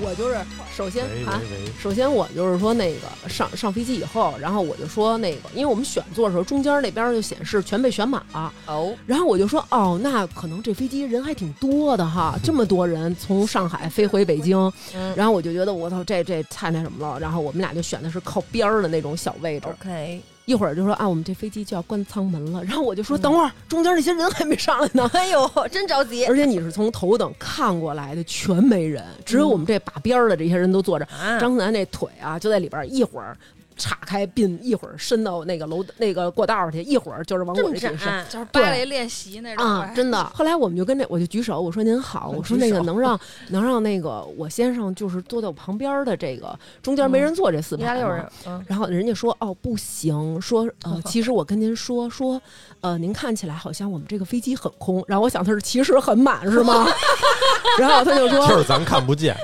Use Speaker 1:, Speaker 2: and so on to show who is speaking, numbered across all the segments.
Speaker 1: 我就是首先
Speaker 2: 喂
Speaker 1: 啊，
Speaker 2: 喂喂，
Speaker 1: 首先我就是说那个上上飞机以后，然后我就说那个，因为我们选座的时候，中间那边就显示全被选满了，
Speaker 3: 哦，
Speaker 1: 然后我就说哦，那可能这飞机人还挺多的
Speaker 2: 嗯
Speaker 1: 哈，这么多人从上海飞回北京，
Speaker 3: 嗯
Speaker 1: 然后我就觉得我操，这这太那什么了。然后我们俩就选的是靠边儿的那种小位置，
Speaker 2: 哦
Speaker 3: ，OK，
Speaker 1: 一会儿就说啊，我们这飞机就要关舱门了。然后我就说
Speaker 3: 嗯
Speaker 1: 等会儿，中间那些人还没上来呢。
Speaker 3: 哎呦，真着急
Speaker 1: 而且你是从头等看过来的，全没人，只有我们这把边儿的这些人都坐着。
Speaker 3: 啊！
Speaker 1: 张楠那腿啊，就在里边儿一会儿岔开并一会儿伸到那个楼那个过道儿去，一会儿就是往
Speaker 3: 这
Speaker 1: 我
Speaker 3: 么啊
Speaker 1: 这里伸。
Speaker 3: 窄，
Speaker 4: 就是芭蕾练习那种
Speaker 1: 啊，真的。后来我们就跟那，我就举手，我说您好，我说那个能让能让那个我先生就是坐在我旁边的这个中间没人坐这四
Speaker 3: 意
Speaker 1: 排
Speaker 3: 大利有
Speaker 1: 吗
Speaker 3: 人，嗯，
Speaker 1: 然后人家说哦不行，说呃 其实我跟您说说，呃您看起来好像我们这个飞机很空，然后我想他是其实很满是吗？ 然后他就
Speaker 2: 就
Speaker 1: 说
Speaker 2: 是咱看不见，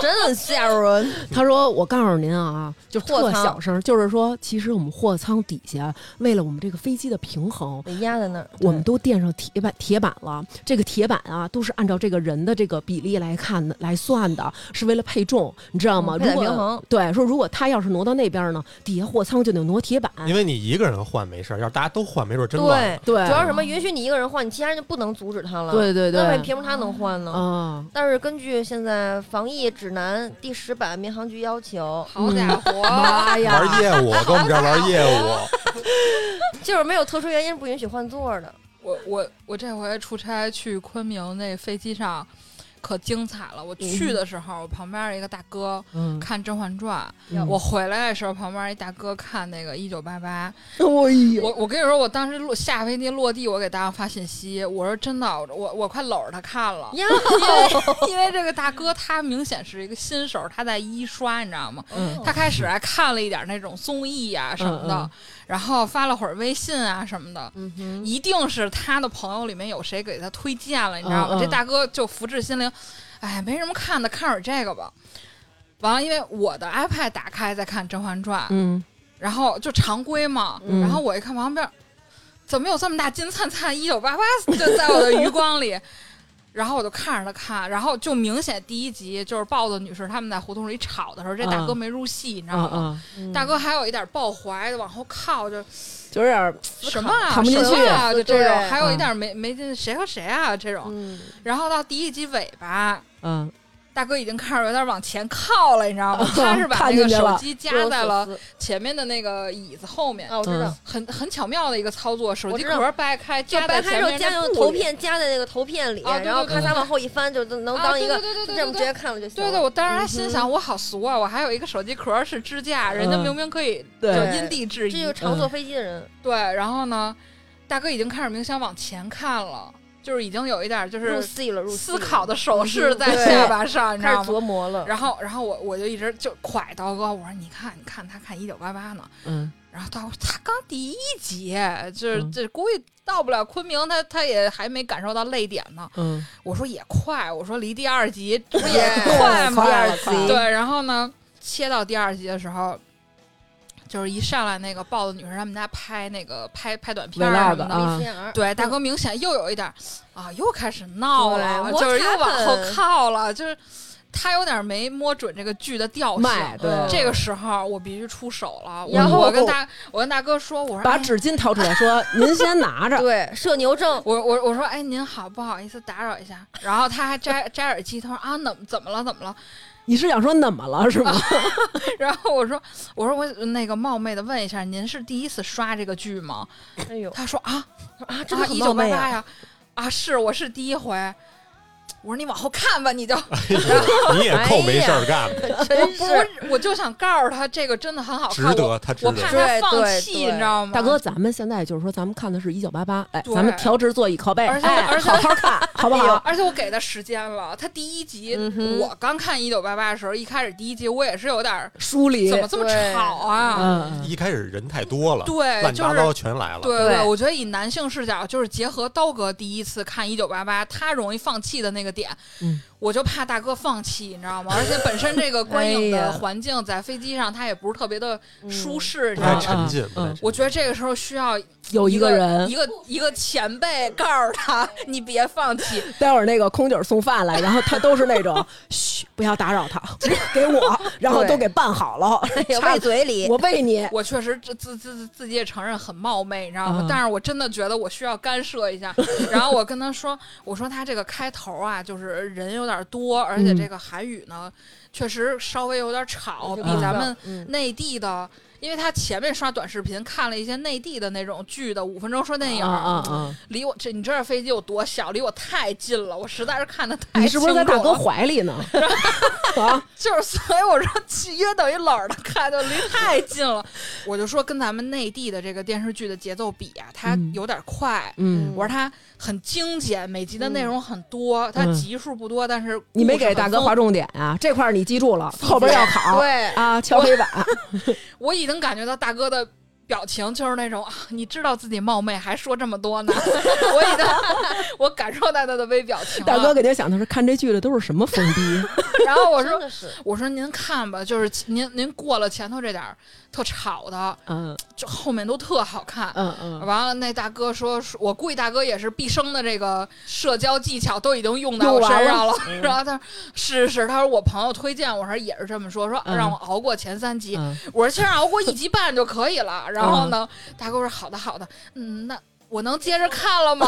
Speaker 3: 真的很吓人。
Speaker 1: 他说我告诉您啊，就
Speaker 3: 货
Speaker 1: 特
Speaker 3: 舱
Speaker 1: 小声，就是说其实我们货舱底下为了我们这个飞机的平衡，
Speaker 3: 得压在那儿，
Speaker 1: 我们都垫上铁板铁板了。这个铁板啊，都是按照这个人的这个比例来看的来算的，是为了配重，你知道吗？
Speaker 3: 嗯配
Speaker 1: 如
Speaker 3: 点
Speaker 1: 果
Speaker 3: 平衡
Speaker 1: 对说，如果他要是挪到那边呢，底下货舱就得挪铁板。
Speaker 2: 因为你一个人换没事儿，要是大家都换，没准儿
Speaker 3: 对
Speaker 2: 真乱了。
Speaker 1: 对
Speaker 3: 主要是什么？允许你一个人换，你其他人就不能阻止他了。
Speaker 1: 对对对
Speaker 3: 那为凭什么他能换呢？
Speaker 1: 啊，
Speaker 3: 但是根据现在防疫指南第十版民航局要求，
Speaker 4: 好
Speaker 1: 嗯
Speaker 4: 家伙，
Speaker 1: 妈呀！
Speaker 2: 玩业务，跟我们这儿玩业 务，
Speaker 3: 就是没有特殊原因不允许换座的。
Speaker 4: 我我我这回出差去昆明那飞机上。可精彩了！我去的时候，我旁边一个大哥
Speaker 1: 嗯，
Speaker 4: 看《甄嬛传》
Speaker 1: 嗯
Speaker 4: 我回来的时候，旁边一大哥看那个《一九八八》。
Speaker 1: 哎呦，
Speaker 4: 我我跟你说，我当时落下飞机落地，我给大家发信息，我说真的，我我快搂着他看了，
Speaker 3: 呀，
Speaker 4: 因为这个大哥他明显是一个新手，他在一刷，你知道吗？
Speaker 1: 嗯
Speaker 4: 他开始还看了一点那种综艺呀什么的，
Speaker 1: 嗯嗯
Speaker 4: 然后发了会儿微信啊什么的。
Speaker 3: 嗯哼，
Speaker 4: 一定是他的朋友里面有谁给他推荐了，你知道吗？
Speaker 1: 嗯嗯
Speaker 4: 这大哥就福至心灵，哎，没什么看的，看会儿这个吧。完了，因为我的 iPad 打开在看《甄嬛传》
Speaker 1: 嗯，
Speaker 4: 然后就常规嘛，
Speaker 1: 嗯
Speaker 4: 然后我一看旁边，怎么有这么大金灿灿一九八八就在我的余光里， 然后我就看着他看，然后就明显第一集就是豹子女士他们在胡同里吵的时候，这大哥
Speaker 1: 嗯
Speaker 4: 没入戏，你知
Speaker 1: 啊
Speaker 4: 道吗？
Speaker 1: 啊，
Speaker 4: 大哥还有一点抱怀的往后靠，就
Speaker 1: 就有点
Speaker 4: 什么啊
Speaker 1: 看不进去
Speaker 4: 什么啊，就这
Speaker 3: 对
Speaker 4: 种，还有一点没没进谁和谁啊这种。
Speaker 3: 嗯，
Speaker 4: 然后到第一集尾巴，
Speaker 1: 嗯
Speaker 4: 大哥已经开始有点往前靠了，你知道吗？他是把
Speaker 1: 看
Speaker 4: 那个
Speaker 1: 进去了
Speaker 4: 手机夹在
Speaker 3: 若有
Speaker 4: 了
Speaker 3: 所思
Speaker 4: 前面的那个椅子后面，
Speaker 3: 啊，我知道
Speaker 1: 嗯，
Speaker 4: 很很巧妙的一个操作，手
Speaker 3: 我
Speaker 4: 机
Speaker 3: 知道
Speaker 4: 壳掰开
Speaker 3: 就
Speaker 4: 夹
Speaker 3: 掰
Speaker 4: 在
Speaker 3: 开之后
Speaker 4: 前面
Speaker 3: 加
Speaker 4: 那
Speaker 3: 上
Speaker 4: 布
Speaker 3: 头
Speaker 4: 里，
Speaker 3: 片夹在那个头片里，
Speaker 4: 啊对对
Speaker 3: 然后
Speaker 4: 对
Speaker 3: 咔嚓
Speaker 4: 对
Speaker 3: 往后一翻，就能
Speaker 4: 啊
Speaker 3: 当一
Speaker 4: 对
Speaker 3: 个
Speaker 4: 对
Speaker 3: 就
Speaker 4: 对对对
Speaker 3: 这么
Speaker 4: 对
Speaker 3: 直接看了就行
Speaker 4: 对
Speaker 3: 了。
Speaker 4: 对，我当时
Speaker 3: 嗯
Speaker 4: 还
Speaker 3: 哼
Speaker 4: 心想，我好俗啊！我还有一个手机壳是支架，人家
Speaker 1: 嗯
Speaker 4: 明明可以就
Speaker 1: 对
Speaker 4: 因地制
Speaker 3: 这
Speaker 4: 宜
Speaker 3: 就是。常坐飞机的人，
Speaker 4: 对，然后呢，大哥已经开始明显往前看了，就是已经有一点就
Speaker 3: 入
Speaker 4: 是
Speaker 3: 戏了，入
Speaker 4: 思考
Speaker 3: 的
Speaker 4: 的手势在
Speaker 3: 对
Speaker 4: 下巴上，你知
Speaker 3: 开始
Speaker 4: 道吗？
Speaker 3: 琢磨了。
Speaker 4: 然后，然后我我就一直就蒯刀哥，我说你看，你看他看一九八八呢，
Speaker 1: 嗯
Speaker 4: 然后到他刚第一集，这
Speaker 1: 嗯
Speaker 4: 这估计到不了昆明，他他也还没感受到泪点呢。
Speaker 1: 嗯，
Speaker 4: 我说也快，我说离第二集这不也
Speaker 3: 也
Speaker 4: 快吗？
Speaker 3: 第二
Speaker 1: 了快
Speaker 3: 集
Speaker 1: 了
Speaker 4: 对，然后呢，切到第二集的时候，就是一上来那个豹子女士他们家拍那个拍拍短片儿啊
Speaker 1: Vlog
Speaker 4: 什么的。
Speaker 1: 啊
Speaker 3: 李思雅
Speaker 4: 对，大哥明显又有一点儿啊，又开始闹了，
Speaker 3: 对
Speaker 4: 就是又
Speaker 3: what
Speaker 4: 往后
Speaker 3: happened？
Speaker 4: 靠了，就是他有点没摸准这个剧的调性。
Speaker 1: 卖对，
Speaker 3: 嗯
Speaker 4: 这个时候我必须出手了，我
Speaker 3: 然
Speaker 1: 后
Speaker 4: 我跟大我跟大哥说，我说
Speaker 1: 把
Speaker 4: 哎
Speaker 1: 纸巾掏出来说，您先拿 着，
Speaker 3: 对，社牛症，
Speaker 4: 我我我说，哎，您好，不好意思打扰一下。然后他还摘摘耳机，他说啊，怎么怎么了，怎么了？
Speaker 1: 你是想说怎么了是吗？
Speaker 4: 然后我说，我说我那个冒昧的问一下，您是第一次刷这个剧吗？
Speaker 3: 哎呦
Speaker 4: 他说啊
Speaker 3: 啊，真的
Speaker 4: 啊，
Speaker 3: 很
Speaker 4: 一
Speaker 3: 冒
Speaker 4: 九八
Speaker 3: 昧
Speaker 4: 八
Speaker 3: 啊！
Speaker 4: 呀，啊是，我是第一回。我说你往后看吧，你就
Speaker 2: 你也够没事儿干
Speaker 4: 哎
Speaker 2: 的，
Speaker 3: 真
Speaker 4: 不是，我就想告诉他这个真的很好
Speaker 2: 值
Speaker 4: 看，我
Speaker 2: 得，他值
Speaker 4: 我怕
Speaker 2: 得。
Speaker 4: 他
Speaker 3: 对
Speaker 4: 放
Speaker 3: 对
Speaker 4: 弃，
Speaker 3: 对
Speaker 4: 你知道吗？
Speaker 1: 大哥，，咱们现在就是说，咱们看的是一九八八，哎，
Speaker 4: 对
Speaker 1: 咱们调直座椅靠背，
Speaker 4: 而且
Speaker 1: 哎，
Speaker 4: 而且哎
Speaker 1: 好好 看，好不好？
Speaker 4: 而且我给他时间了，他第一集、
Speaker 3: 嗯哼
Speaker 4: 我刚看一九八八的时候，一开始第一集我也是有点儿
Speaker 1: 梳理
Speaker 4: 怎，么这么
Speaker 3: 对
Speaker 4: 吵啊？
Speaker 1: 嗯，
Speaker 2: 一开始人太多了，
Speaker 4: 对，
Speaker 2: 乱七
Speaker 4: 就
Speaker 2: 八
Speaker 4: 是
Speaker 2: 糟全来了。
Speaker 4: 对
Speaker 3: 对
Speaker 4: 我觉得以男性视角，就是结合刀哥第一次看《一九八八》，他容易放弃的那个点，
Speaker 1: 嗯
Speaker 4: 我就怕大哥放弃，你知道吗？而且本身这 个观影
Speaker 3: 哎呀嗯
Speaker 4: 的环境在飞机上，他也不是特别的舒适，
Speaker 2: 不
Speaker 4: 你知道
Speaker 2: 太
Speaker 4: 吗？
Speaker 2: 沉浸，不太
Speaker 1: 嗯
Speaker 2: 沉浸
Speaker 4: 我觉得这个时候需要
Speaker 1: 有一
Speaker 4: 个
Speaker 1: 个人
Speaker 4: 哦一，个一个前辈告诉他，你别放弃，
Speaker 1: 待会儿那个空姐儿送饭来，然后他都是那种嘘，不要打扰他， 给我，然后都给办好了，
Speaker 3: 也哎喂嘴里，
Speaker 1: 我喂你。
Speaker 4: 我确实自自自自己也承认很冒昧，你知道吗？
Speaker 1: 嗯
Speaker 4: 但是我真的觉得我需要干涉 一下。然后我跟他说，我说他这个开头啊，就是人有点多，而且
Speaker 1: 嗯
Speaker 4: 这个韩语呢，确实稍微有点
Speaker 3: 就
Speaker 4: 吵，比
Speaker 1: 不
Speaker 4: 咱
Speaker 3: 知道
Speaker 4: 们
Speaker 3: 嗯
Speaker 4: 内地的。因为他前面刷短视频看了一些内地的那种剧的五分钟说电影，
Speaker 1: 啊啊啊！
Speaker 4: 离我这你知道飞机有多小，离我太近了，我实在是看的太
Speaker 1: 你是不是在
Speaker 4: 清楚
Speaker 1: 大哥
Speaker 4: 了
Speaker 1: 怀里呢？啊，
Speaker 4: 就是，所以我说契约等于老儿的看，就离太近了。我就说跟咱们内地的这个电视剧的节奏比啊，它
Speaker 1: 嗯
Speaker 4: 有点快。
Speaker 1: 嗯，
Speaker 4: 我说它很精简，每集的内容很多，它
Speaker 1: 嗯
Speaker 4: 集数不多，但是
Speaker 1: 你没
Speaker 4: 故事
Speaker 1: 给
Speaker 4: 很
Speaker 1: 大哥
Speaker 4: 丰
Speaker 1: 划重点啊，这块儿你记住了，后边要考。
Speaker 3: 对
Speaker 1: 啊，敲黑板。
Speaker 4: 富。我已经感觉到大哥的。表情就是那种啊，你知道自己冒昧，还说这么多呢。 我已经， 我感受到他的微表情了。
Speaker 1: 大哥，肯定想的是看这剧的都是什么疯逼。
Speaker 4: 然后我
Speaker 3: 真
Speaker 4: 说，
Speaker 3: 的是
Speaker 4: 我说您看吧，就是您您过了前头这点儿特吵的，
Speaker 1: 嗯
Speaker 4: 就后面都特好看。
Speaker 1: 嗯嗯，
Speaker 4: 完了，那大哥说，说我估计大哥也是毕生的这个社交技巧都已经用到
Speaker 1: 用
Speaker 4: 我
Speaker 1: 完
Speaker 4: 身上
Speaker 1: 了
Speaker 4: 了。 然后他说是是，他说我朋友推荐，我说也是这么说，说
Speaker 1: 嗯
Speaker 4: 让我熬过前三集。
Speaker 1: 嗯
Speaker 4: 我说其实熬过一集半就可以 了。然后呢，大哥说好的好的，嗯，那我能接着 看了吗？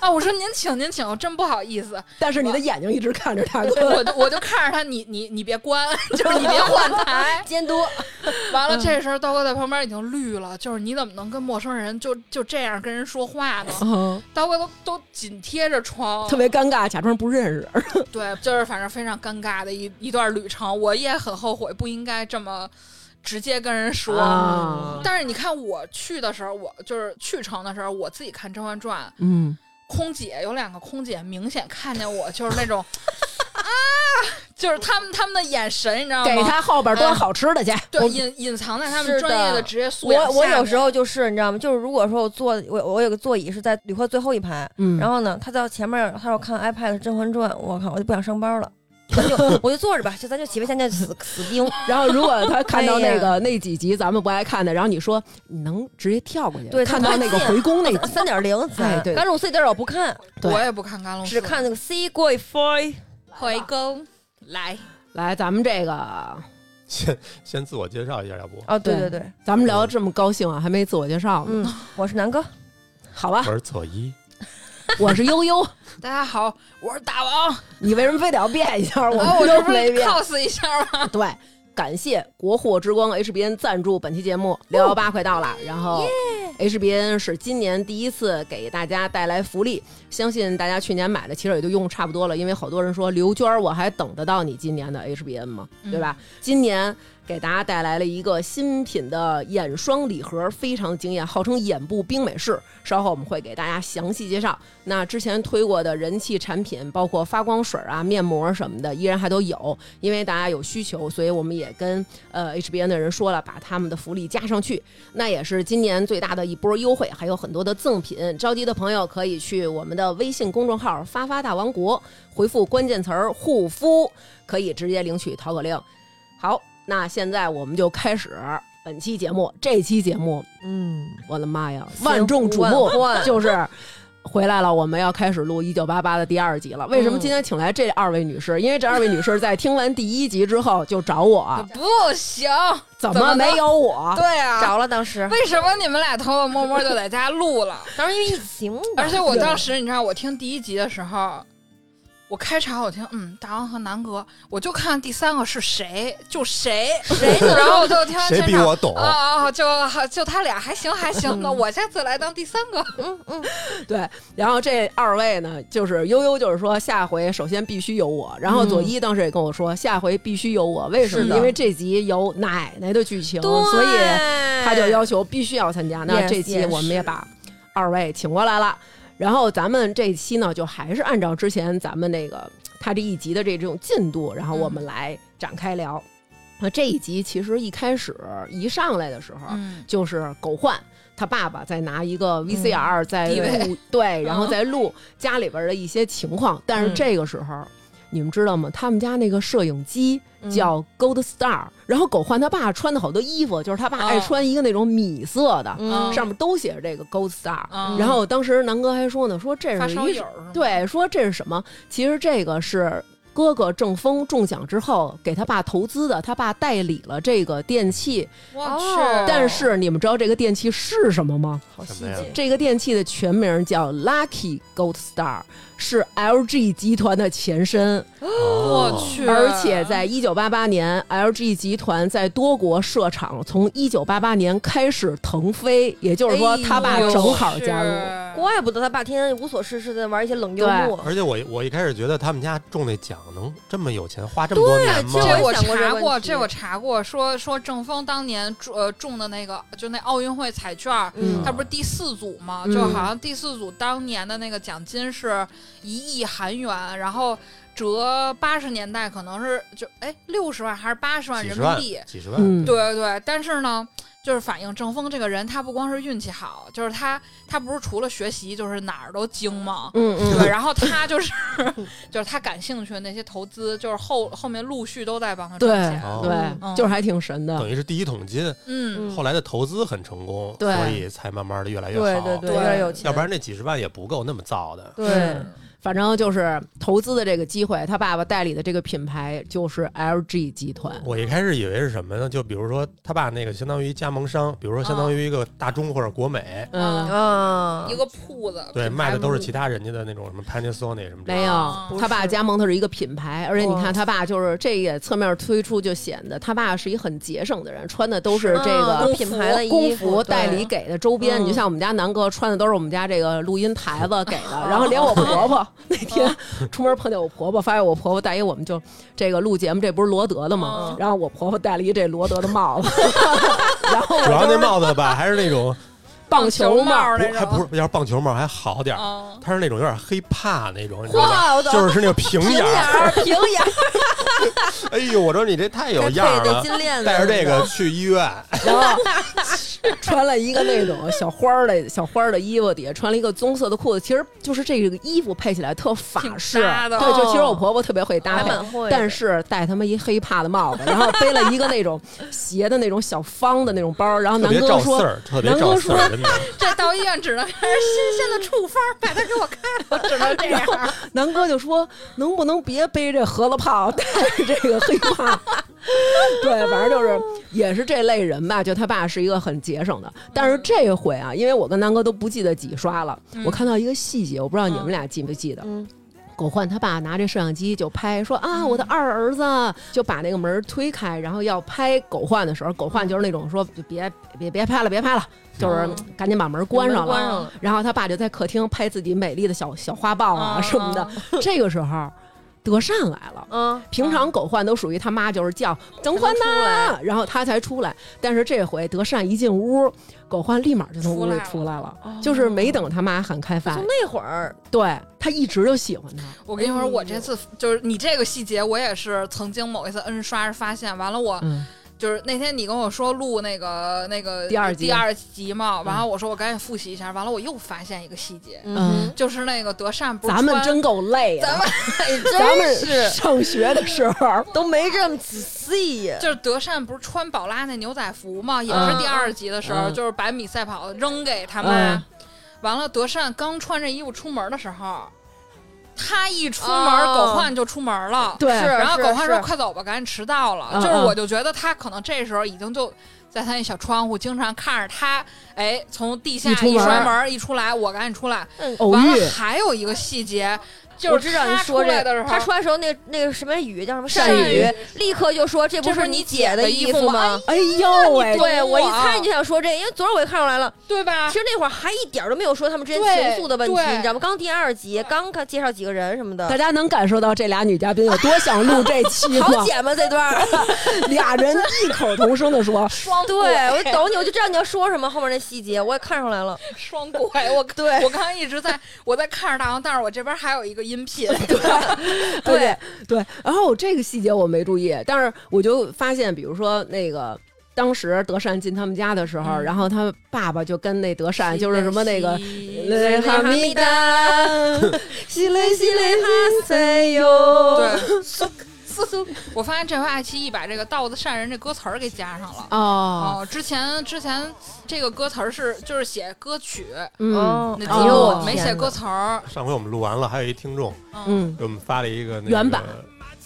Speaker 4: 啊，我说您请您请，真不好意思，
Speaker 1: 但是你的眼睛一直看着大哥。
Speaker 4: 我就我就看着他，你你你别关， 就是你别换台。
Speaker 3: 啊监督，
Speaker 4: 啊 完了，
Speaker 1: 嗯
Speaker 4: 这时候刀哥在旁边已经绿了，就是你怎么能跟陌生人就就这样跟人说话 呢？
Speaker 1: 嗯，
Speaker 4: 刀哥都都紧贴着窗，
Speaker 1: 特别尴尬，假装不认识。
Speaker 4: 对，就是反正非常尴尬的一一段旅程。我也很后悔，不应该这么直接跟人说。
Speaker 1: 啊
Speaker 4: 但是你看，我去的时候，我就是去程的时候，我自己看《甄嬛传
Speaker 1: 嗯，》，
Speaker 4: 空姐有两个空姐明显看见我，就 是那种啊，就是他们他们的眼神，你知道吗？
Speaker 1: 给他后边端好吃的去。
Speaker 4: 对
Speaker 1: 我
Speaker 4: 隐隐藏在他
Speaker 3: 是
Speaker 4: 们
Speaker 3: 的
Speaker 4: 专业的职业素养
Speaker 3: 我我
Speaker 4: 下
Speaker 3: 有
Speaker 4: 面
Speaker 3: 时候就是你知道吗？就是如果说我坐我我有个座椅是在旅客最后一排，
Speaker 1: 嗯，
Speaker 3: 然后呢，他到前面儿，他说看 iPad 的《甄嬛传》，我靠，我就不想上班 了，咱就我就坐着吧，就咱就起飞前就死死盯，
Speaker 1: 然后，如果他看到那
Speaker 3: 哎
Speaker 1: 个那几集咱们不爱看的，然后你说你能直接跳过去，
Speaker 3: 对
Speaker 1: 看到那个回宫那集，
Speaker 3: 三点零
Speaker 1: 哎
Speaker 3: 三，
Speaker 1: 对
Speaker 3: 甘露寺一点儿我不看，
Speaker 1: 对
Speaker 4: 我也不看甘露寺，
Speaker 3: 只看那个 C Boy E Foy，
Speaker 4: 回宫来。
Speaker 1: 来，咱们这个，
Speaker 2: 先先自我介绍一下，要
Speaker 4: 啊
Speaker 2: 不？
Speaker 3: 哦，对
Speaker 1: 对
Speaker 3: 对对，
Speaker 1: 咱们聊
Speaker 4: 嗯
Speaker 1: 得这么高兴啊，还没自我介绍呢，
Speaker 3: 嗯，我是南哥，
Speaker 1: 好吧
Speaker 2: 我？是佐伊，
Speaker 1: 我是悠悠，
Speaker 4: 大家好，我是大王，
Speaker 1: 你为什么非得要变一下？
Speaker 4: 然后
Speaker 1: 们
Speaker 4: 啊我这
Speaker 1: 又
Speaker 4: 不是
Speaker 1: 没变。
Speaker 4: cos 一下吗？
Speaker 1: 对，感谢国货之光 HBN 赞助本期节目，六幺八快到了，然后 HBN 是今年第一次给大家带来福利，相信大家去年买的其实也就用差不多了，因为好多人说刘娟儿我还等得到你今年的 HBN 吗？对吧？今年。给大家带来了一个新品的眼霜礼盒，非常惊艳，号称眼部冰美式。稍后我们会给大家详细介绍。那之前推过的人气产品，包括发光水啊、面膜什么的，依然还都有。因为大家有需求，所以我们也跟呃 HBN 的人说了，把他们的福利加上去。那也是今年最大的一波优惠，还有很多的赠品。着急的朋友可以去我们的微信公众号“发发大王国”，回复关键词儿“护肤”，可以直接领取淘口令。好，那现在我们就开始本期节目。这期节目，
Speaker 3: 嗯，
Speaker 1: 我的妈呀，
Speaker 3: 呼
Speaker 1: 万众瞩目，
Speaker 3: 万唤
Speaker 1: 就是。回来了，我们要开始录《一九八八》的第二集了。为什么今天请来这二位女士？因为这二位女士在听完第一集之后就找 我，
Speaker 4: 不行，
Speaker 1: 怎
Speaker 4: 怎
Speaker 1: 么
Speaker 4: 么
Speaker 1: 没
Speaker 4: 能
Speaker 1: 有我？
Speaker 4: 对啊，
Speaker 3: 着了当时，
Speaker 4: 为什么你们俩偷偷摸摸就在家 录了？
Speaker 3: 当时因为疫情吧，
Speaker 4: 而且我当时，你知道，我听第一集的时候，我开场我听，嗯，大王和南哥，我就看第三个是谁，就谁谁，然后我就听完
Speaker 2: 谁
Speaker 4: 全
Speaker 2: 比
Speaker 4: 场
Speaker 2: 我懂？
Speaker 4: 啊啊，就就他俩还行还
Speaker 1: 嗯
Speaker 4: 行，那我下次来当第三个。
Speaker 3: 嗯嗯，
Speaker 1: 对，然后这二位呢，就是悠悠，就是说下回首先必须有我。然后佐伊当时也跟我说，下回必须有我，为什
Speaker 3: 是
Speaker 1: 么？
Speaker 3: 的
Speaker 1: 因为这集有奶奶的剧情，
Speaker 3: 对
Speaker 1: 所以他就要求必须要参加。那
Speaker 3: 哎 Yes，
Speaker 1: 这期
Speaker 3: yes，
Speaker 1: 我们也
Speaker 3: 是
Speaker 1: 把二位请过来了。然后咱们这一期呢，就还是按照之前咱们那个他这一集的这种进度，然后我们来展开聊。那这一集其实一开始一上来的时候，
Speaker 4: 嗯，
Speaker 1: 就是狗焕他爸爸在拿一个 VCR 在
Speaker 4: 低
Speaker 1: 录，
Speaker 4: 位
Speaker 1: 对，
Speaker 4: 嗯
Speaker 1: 然后在录家里边的一些情况。但是这个时候，你们知道吗？他们家那个摄影机
Speaker 3: 嗯
Speaker 4: 嗯
Speaker 1: 叫 Gold Star，、然后狗焕他爸穿的好多衣服，就是他爸
Speaker 4: 哦
Speaker 1: 爱穿一个那种米色的，
Speaker 4: 嗯
Speaker 1: 上面都写着这个 Gold Star、
Speaker 4: 嗯
Speaker 1: 然后当时南哥还说呢，说这
Speaker 4: 发
Speaker 1: 是
Speaker 4: 烧
Speaker 1: 一
Speaker 4: 友儿是吗，
Speaker 1: 对，说这是什么？其实这个是哥哥郑峰中奖之后给他爸投资的，他爸代理了这个电器。
Speaker 4: 我
Speaker 3: 哦
Speaker 4: 去，
Speaker 1: 但是你们知道这个电器是什么吗？
Speaker 3: 好
Speaker 2: 什
Speaker 3: 细
Speaker 2: 么呀
Speaker 3: 节，
Speaker 1: 这个电器的全名叫 Lucky Gold Star，是 LG 集团的前身，
Speaker 4: 哦我
Speaker 1: 哦
Speaker 2: 我，
Speaker 4: 去，
Speaker 1: 而且在一九八八年，LG 集团在多国设厂，从一九八八年开始腾飞，也就是说他爸
Speaker 4: 哎呦
Speaker 1: 正好加入。
Speaker 4: 是
Speaker 3: 怪不得他爸天天无所事事的玩一些冷幽
Speaker 1: 对
Speaker 3: 默。
Speaker 2: 而且我我一开始觉得他们家中那奖能这么有钱，花这么多
Speaker 3: 对
Speaker 2: 年
Speaker 3: 就
Speaker 4: 这
Speaker 2: 吗？
Speaker 4: 我
Speaker 3: 我也想过这
Speaker 4: 查
Speaker 3: 问
Speaker 4: 过，
Speaker 3: 题
Speaker 4: 这我查过，说说郑峰当年中呃中的那个，就那奥运会彩券儿，
Speaker 1: 嗯
Speaker 4: 他不是第四组吗？
Speaker 1: 嗯
Speaker 4: 就好像第四组当年的那个奖金是一亿韩元，然后折八十年代可能是就哎六十万还是八十万
Speaker 2: 几
Speaker 4: 人
Speaker 2: 十
Speaker 4: 民
Speaker 2: 万
Speaker 4: 币，，
Speaker 2: 几十万，
Speaker 1: 嗯，
Speaker 4: 对对对，但是呢，就是反映郑峰这个人，他不光是运气好，就是他他不是除了学习就是哪儿都精吗？
Speaker 1: 嗯
Speaker 4: 对，
Speaker 1: 嗯，
Speaker 4: 然后他就是 就是他感兴趣的那些投资，就是后后面陆续都在帮他
Speaker 1: 对
Speaker 4: 赚钱。
Speaker 1: 对，
Speaker 4: 嗯
Speaker 1: 就是还挺神的。
Speaker 2: 哦等于是第一桶金，
Speaker 4: 嗯，
Speaker 2: 后来的投资很成功，
Speaker 1: 对
Speaker 2: 所以才慢慢的越来越
Speaker 3: 对
Speaker 2: 好。
Speaker 3: 对对，
Speaker 4: 对
Speaker 3: 有点有钱，
Speaker 2: 要不然那几十万也不够那么造的。
Speaker 3: 对
Speaker 1: 反正就是投资的这个机会，他爸爸代理的这个品牌就是 LG 集团。
Speaker 2: 我一开始以为是什么呢？就比如说他爸那个相当于加盟商，比如说相当于一个大众或者国美，
Speaker 4: 哦
Speaker 1: 嗯，
Speaker 3: 啊，
Speaker 4: 一个铺子，
Speaker 2: 对，
Speaker 4: 品牌
Speaker 2: 卖的都是
Speaker 4: 铺
Speaker 2: 其他人家的那种什么 Panasonic 什么这
Speaker 1: 没有
Speaker 4: 啊不，
Speaker 1: 他爸
Speaker 3: 是
Speaker 1: 加盟它是一个品牌，而且你
Speaker 3: 哇
Speaker 1: 看他爸就是这也侧面推出，就显得他爸是一很节省的人，穿的都是这
Speaker 3: 啊
Speaker 1: 个
Speaker 3: 品牌的衣
Speaker 1: 工
Speaker 3: 服
Speaker 1: 服
Speaker 3: 对
Speaker 1: 代理给的周边。
Speaker 3: 嗯
Speaker 1: 你就像我们家南哥穿的都是我们家这个录音台子给的，然后连我婆婆那天出门碰见我婆婆，发现我婆婆戴一我们就这个录节目，这不是罗德的吗
Speaker 4: 嗯？
Speaker 1: 然后我婆婆戴了一这罗德的帽子，然后
Speaker 2: 主
Speaker 1: 我
Speaker 2: 要
Speaker 1: 就
Speaker 2: 那
Speaker 1: 是
Speaker 2: 帽子吧，还是那种
Speaker 1: 棒球
Speaker 4: 球帽
Speaker 1: 帽
Speaker 4: 儿。那
Speaker 2: 不
Speaker 4: 种，
Speaker 2: 还不是要是棒球帽还好点儿，
Speaker 4: 嗯，
Speaker 2: 它是那种有点黑怕那种，你知道吗？
Speaker 3: 哇，我
Speaker 2: 就是是那个平
Speaker 3: 平
Speaker 2: 眼
Speaker 3: 眼
Speaker 2: 儿。
Speaker 3: 儿，平眼 儿，
Speaker 2: 哎呦，我说你这太有
Speaker 3: 还
Speaker 2: 样儿
Speaker 3: 配的
Speaker 2: 了，
Speaker 3: 金链子，
Speaker 2: 带着这个去医院，
Speaker 1: 然后穿了一个那种小花儿的小花儿的衣服，底下穿了一个棕色的裤子，其实就是这个衣服配起来特法式
Speaker 4: 挺搭，的
Speaker 1: 对，就其实
Speaker 3: 哦
Speaker 1: 我婆婆特别会搭
Speaker 3: 还
Speaker 1: 配。
Speaker 3: 蛮会的，
Speaker 1: 但是戴他妈一黑怕的帽子，然后背了一个那种斜的那种小方的那种包儿，然后
Speaker 2: 特
Speaker 1: 南
Speaker 2: 别
Speaker 1: 哥
Speaker 2: 照刺
Speaker 1: 说
Speaker 2: 儿，特别
Speaker 1: 南
Speaker 2: 照
Speaker 1: 哥
Speaker 2: 刺儿，
Speaker 1: 说
Speaker 2: 真的。
Speaker 4: 这到医院只能 哎新鲜的处方，摆那给我 看，我只能这样。
Speaker 1: 南哥就说：“能不能别背这盒子炮，带着这个黑怕？” 对，反正就是也是这类人吧。就他爸是一个很节省的，但是这回啊，因为我跟南哥都不记得几刷了，我看到一个细节，我不知道你们俩记不记得。
Speaker 3: 嗯
Speaker 1: 狗焕他爸拿这摄像机就拍，说啊，我的二儿子就把那个门推开，然后要拍狗焕的时候，狗焕就是那种说就别别别拍了，别拍了，就是
Speaker 3: 嗯
Speaker 1: 赶紧把门关上了。
Speaker 3: 关上了，
Speaker 1: 然后他爸就在客厅拍自己美丽的小小花豹啊
Speaker 4: 嗯
Speaker 1: 什么的。 这个时候，德善来了。
Speaker 3: 嗯，
Speaker 1: 平常狗焕都属于他妈就是叫等焕
Speaker 3: 出
Speaker 1: 呐
Speaker 3: 来，
Speaker 1: 然后他才出来。但是这回德善一进屋，狗焕立马就从屋里出来了，哦就是没等他妈喊开饭
Speaker 3: 从，那会儿，
Speaker 1: 对他一直就喜欢他。
Speaker 4: 我跟你说，
Speaker 3: 哎呦
Speaker 4: 我这次就是你这个细节，我也是曾经某一次 N 刷着发现，完了我
Speaker 1: 嗯，
Speaker 4: 就是那天你跟我说录那个那个
Speaker 1: 第二集
Speaker 4: 第二集嘛，完了我说我赶紧复习一下，完了我又发现一个细节，
Speaker 1: 嗯
Speaker 3: 嗯，
Speaker 4: 就是那个德善不是
Speaker 1: 咱们
Speaker 4: 穿
Speaker 1: 真够累的
Speaker 4: 咱。们
Speaker 1: 咱们
Speaker 3: 真是
Speaker 1: 上学的时候，
Speaker 3: 都没这么仔细，
Speaker 4: 就是德善不是穿宝拉那牛仔服嘛，也
Speaker 1: 嗯
Speaker 4: 是第二集的时候，
Speaker 1: 嗯
Speaker 4: 就是把米赛跑扔给他妈，
Speaker 1: 嗯
Speaker 4: 完了德善刚穿这衣服出门的时候，他一出门，
Speaker 3: 哦
Speaker 4: 狗焕就出门了，
Speaker 1: 对，
Speaker 3: 是
Speaker 4: 然后狗焕说
Speaker 3: 是：“
Speaker 4: 快走吧，赶紧迟到了。
Speaker 1: 嗯
Speaker 4: 就是
Speaker 1: 嗯
Speaker 4: 我就觉得他可能这时候已经就在他那小窗户，经常看着他，哎，从地下
Speaker 1: 一出门
Speaker 4: 一摔门一出来，我赶紧出来。
Speaker 1: 偶
Speaker 4: 完
Speaker 1: 遇
Speaker 4: 了，还有一个细节，
Speaker 3: 我
Speaker 4: 就是
Speaker 3: 知道你
Speaker 4: 他出
Speaker 3: 说这
Speaker 4: 来的时
Speaker 3: 个，
Speaker 4: 候，
Speaker 3: 他出来的时候，那个那个什么雨叫什么
Speaker 1: 善
Speaker 3: 善
Speaker 1: 雨
Speaker 3: 雨，立刻就说：“这不
Speaker 4: 这不
Speaker 3: 是
Speaker 4: 是你
Speaker 3: 姐
Speaker 4: 姐的衣
Speaker 3: 衣
Speaker 4: 服吗
Speaker 3: 吗
Speaker 1: 哎呦？”喂，
Speaker 3: 对，
Speaker 4: 懂
Speaker 3: 我一
Speaker 4: 我
Speaker 3: 猜你就想说这个，因为昨儿我也看出来了。
Speaker 4: 对吧
Speaker 3: 其？实那会儿还一点儿都没有说他们之间
Speaker 4: 啊对
Speaker 3: 情愫的问题，
Speaker 4: 对
Speaker 3: 你知道吗？刚第二集，刚看介绍几个人什么的
Speaker 1: 大，家能感受到这俩女嘉宾有多想录这期吗？
Speaker 3: 好姐们这段儿，
Speaker 1: 俩人异口同声的 说
Speaker 4: 双
Speaker 3: 对我就懂你，我就知道你要说什么，后面那细节我也看出来了。
Speaker 4: 双轨，我
Speaker 3: 对
Speaker 4: 我刚刚一直在我在看着大王，但是我这边还有一个音 频，
Speaker 1: 对对，然后这个细节我没注意，但是我就发现，比如说那个当时德善进他们家的时候，
Speaker 4: 嗯
Speaker 1: 然后他爸爸就跟那德善就是什么那个。
Speaker 4: 对
Speaker 1: 哈密达，西嘞西嘞哈塞哟。
Speaker 4: 对，苏苏苏，我发现这回爱奇艺把这个“稻子善人”这歌词儿给加上了。
Speaker 1: 哦，
Speaker 4: 哦，之前之前这个歌词儿是就是写歌曲，
Speaker 1: 嗯
Speaker 3: 哦
Speaker 4: 那
Speaker 1: 哎
Speaker 4: 节
Speaker 1: 呦
Speaker 4: 目
Speaker 1: 我
Speaker 4: 没
Speaker 3: 天
Speaker 4: 写
Speaker 3: 哪
Speaker 4: 歌词儿。
Speaker 2: 上回我们录完了，还有一听众
Speaker 1: 嗯，
Speaker 2: 给我们发了一个那个
Speaker 1: 原版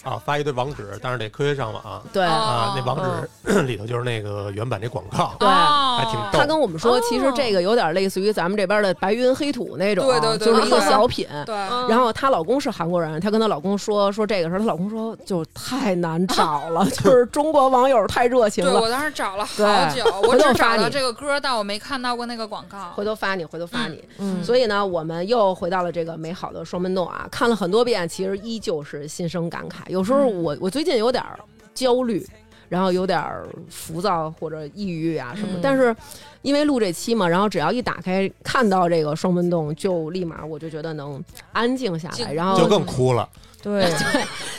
Speaker 2: 啊，发一堆网址，但是得科学上网
Speaker 1: 对，
Speaker 4: 哦
Speaker 2: 啊，那网址 里头就是那个原版那广告，
Speaker 1: 对
Speaker 4: 哦
Speaker 2: 还挺逗
Speaker 1: 他跟我们说
Speaker 3: 哦，
Speaker 1: 其实这个有点类似于咱们这边的白云黑土那种，
Speaker 4: 对对对
Speaker 1: 就是一个小品。
Speaker 4: 对，
Speaker 1: 然后她老公是韩国人，她跟她老公说说这个时候，她老公说就太难找了， 就是中国网友太热情
Speaker 4: 对
Speaker 1: 了。
Speaker 4: 我当时找了好
Speaker 1: 对
Speaker 4: 久，
Speaker 1: 回
Speaker 4: 我
Speaker 1: 头
Speaker 4: 只
Speaker 1: 发
Speaker 4: 找到
Speaker 1: 你
Speaker 4: 这个歌，但我没看到过那个广告。
Speaker 1: 回头发你，回头发你。
Speaker 3: 嗯
Speaker 1: 所以呢，我们又回到了这个美好的双门洞啊，看了很多遍，其实依旧是心生感慨。有时候我
Speaker 3: 嗯
Speaker 1: 我最近有点儿焦虑，然后有点儿浮躁或者抑郁啊什么，
Speaker 3: 嗯
Speaker 1: 但是因为录这期嘛，然后只要一打开看到这个双门洞，就立马我就觉得能安静下来，
Speaker 4: 静
Speaker 1: 然
Speaker 2: 就
Speaker 1: 后
Speaker 2: 更哭了。
Speaker 3: 对，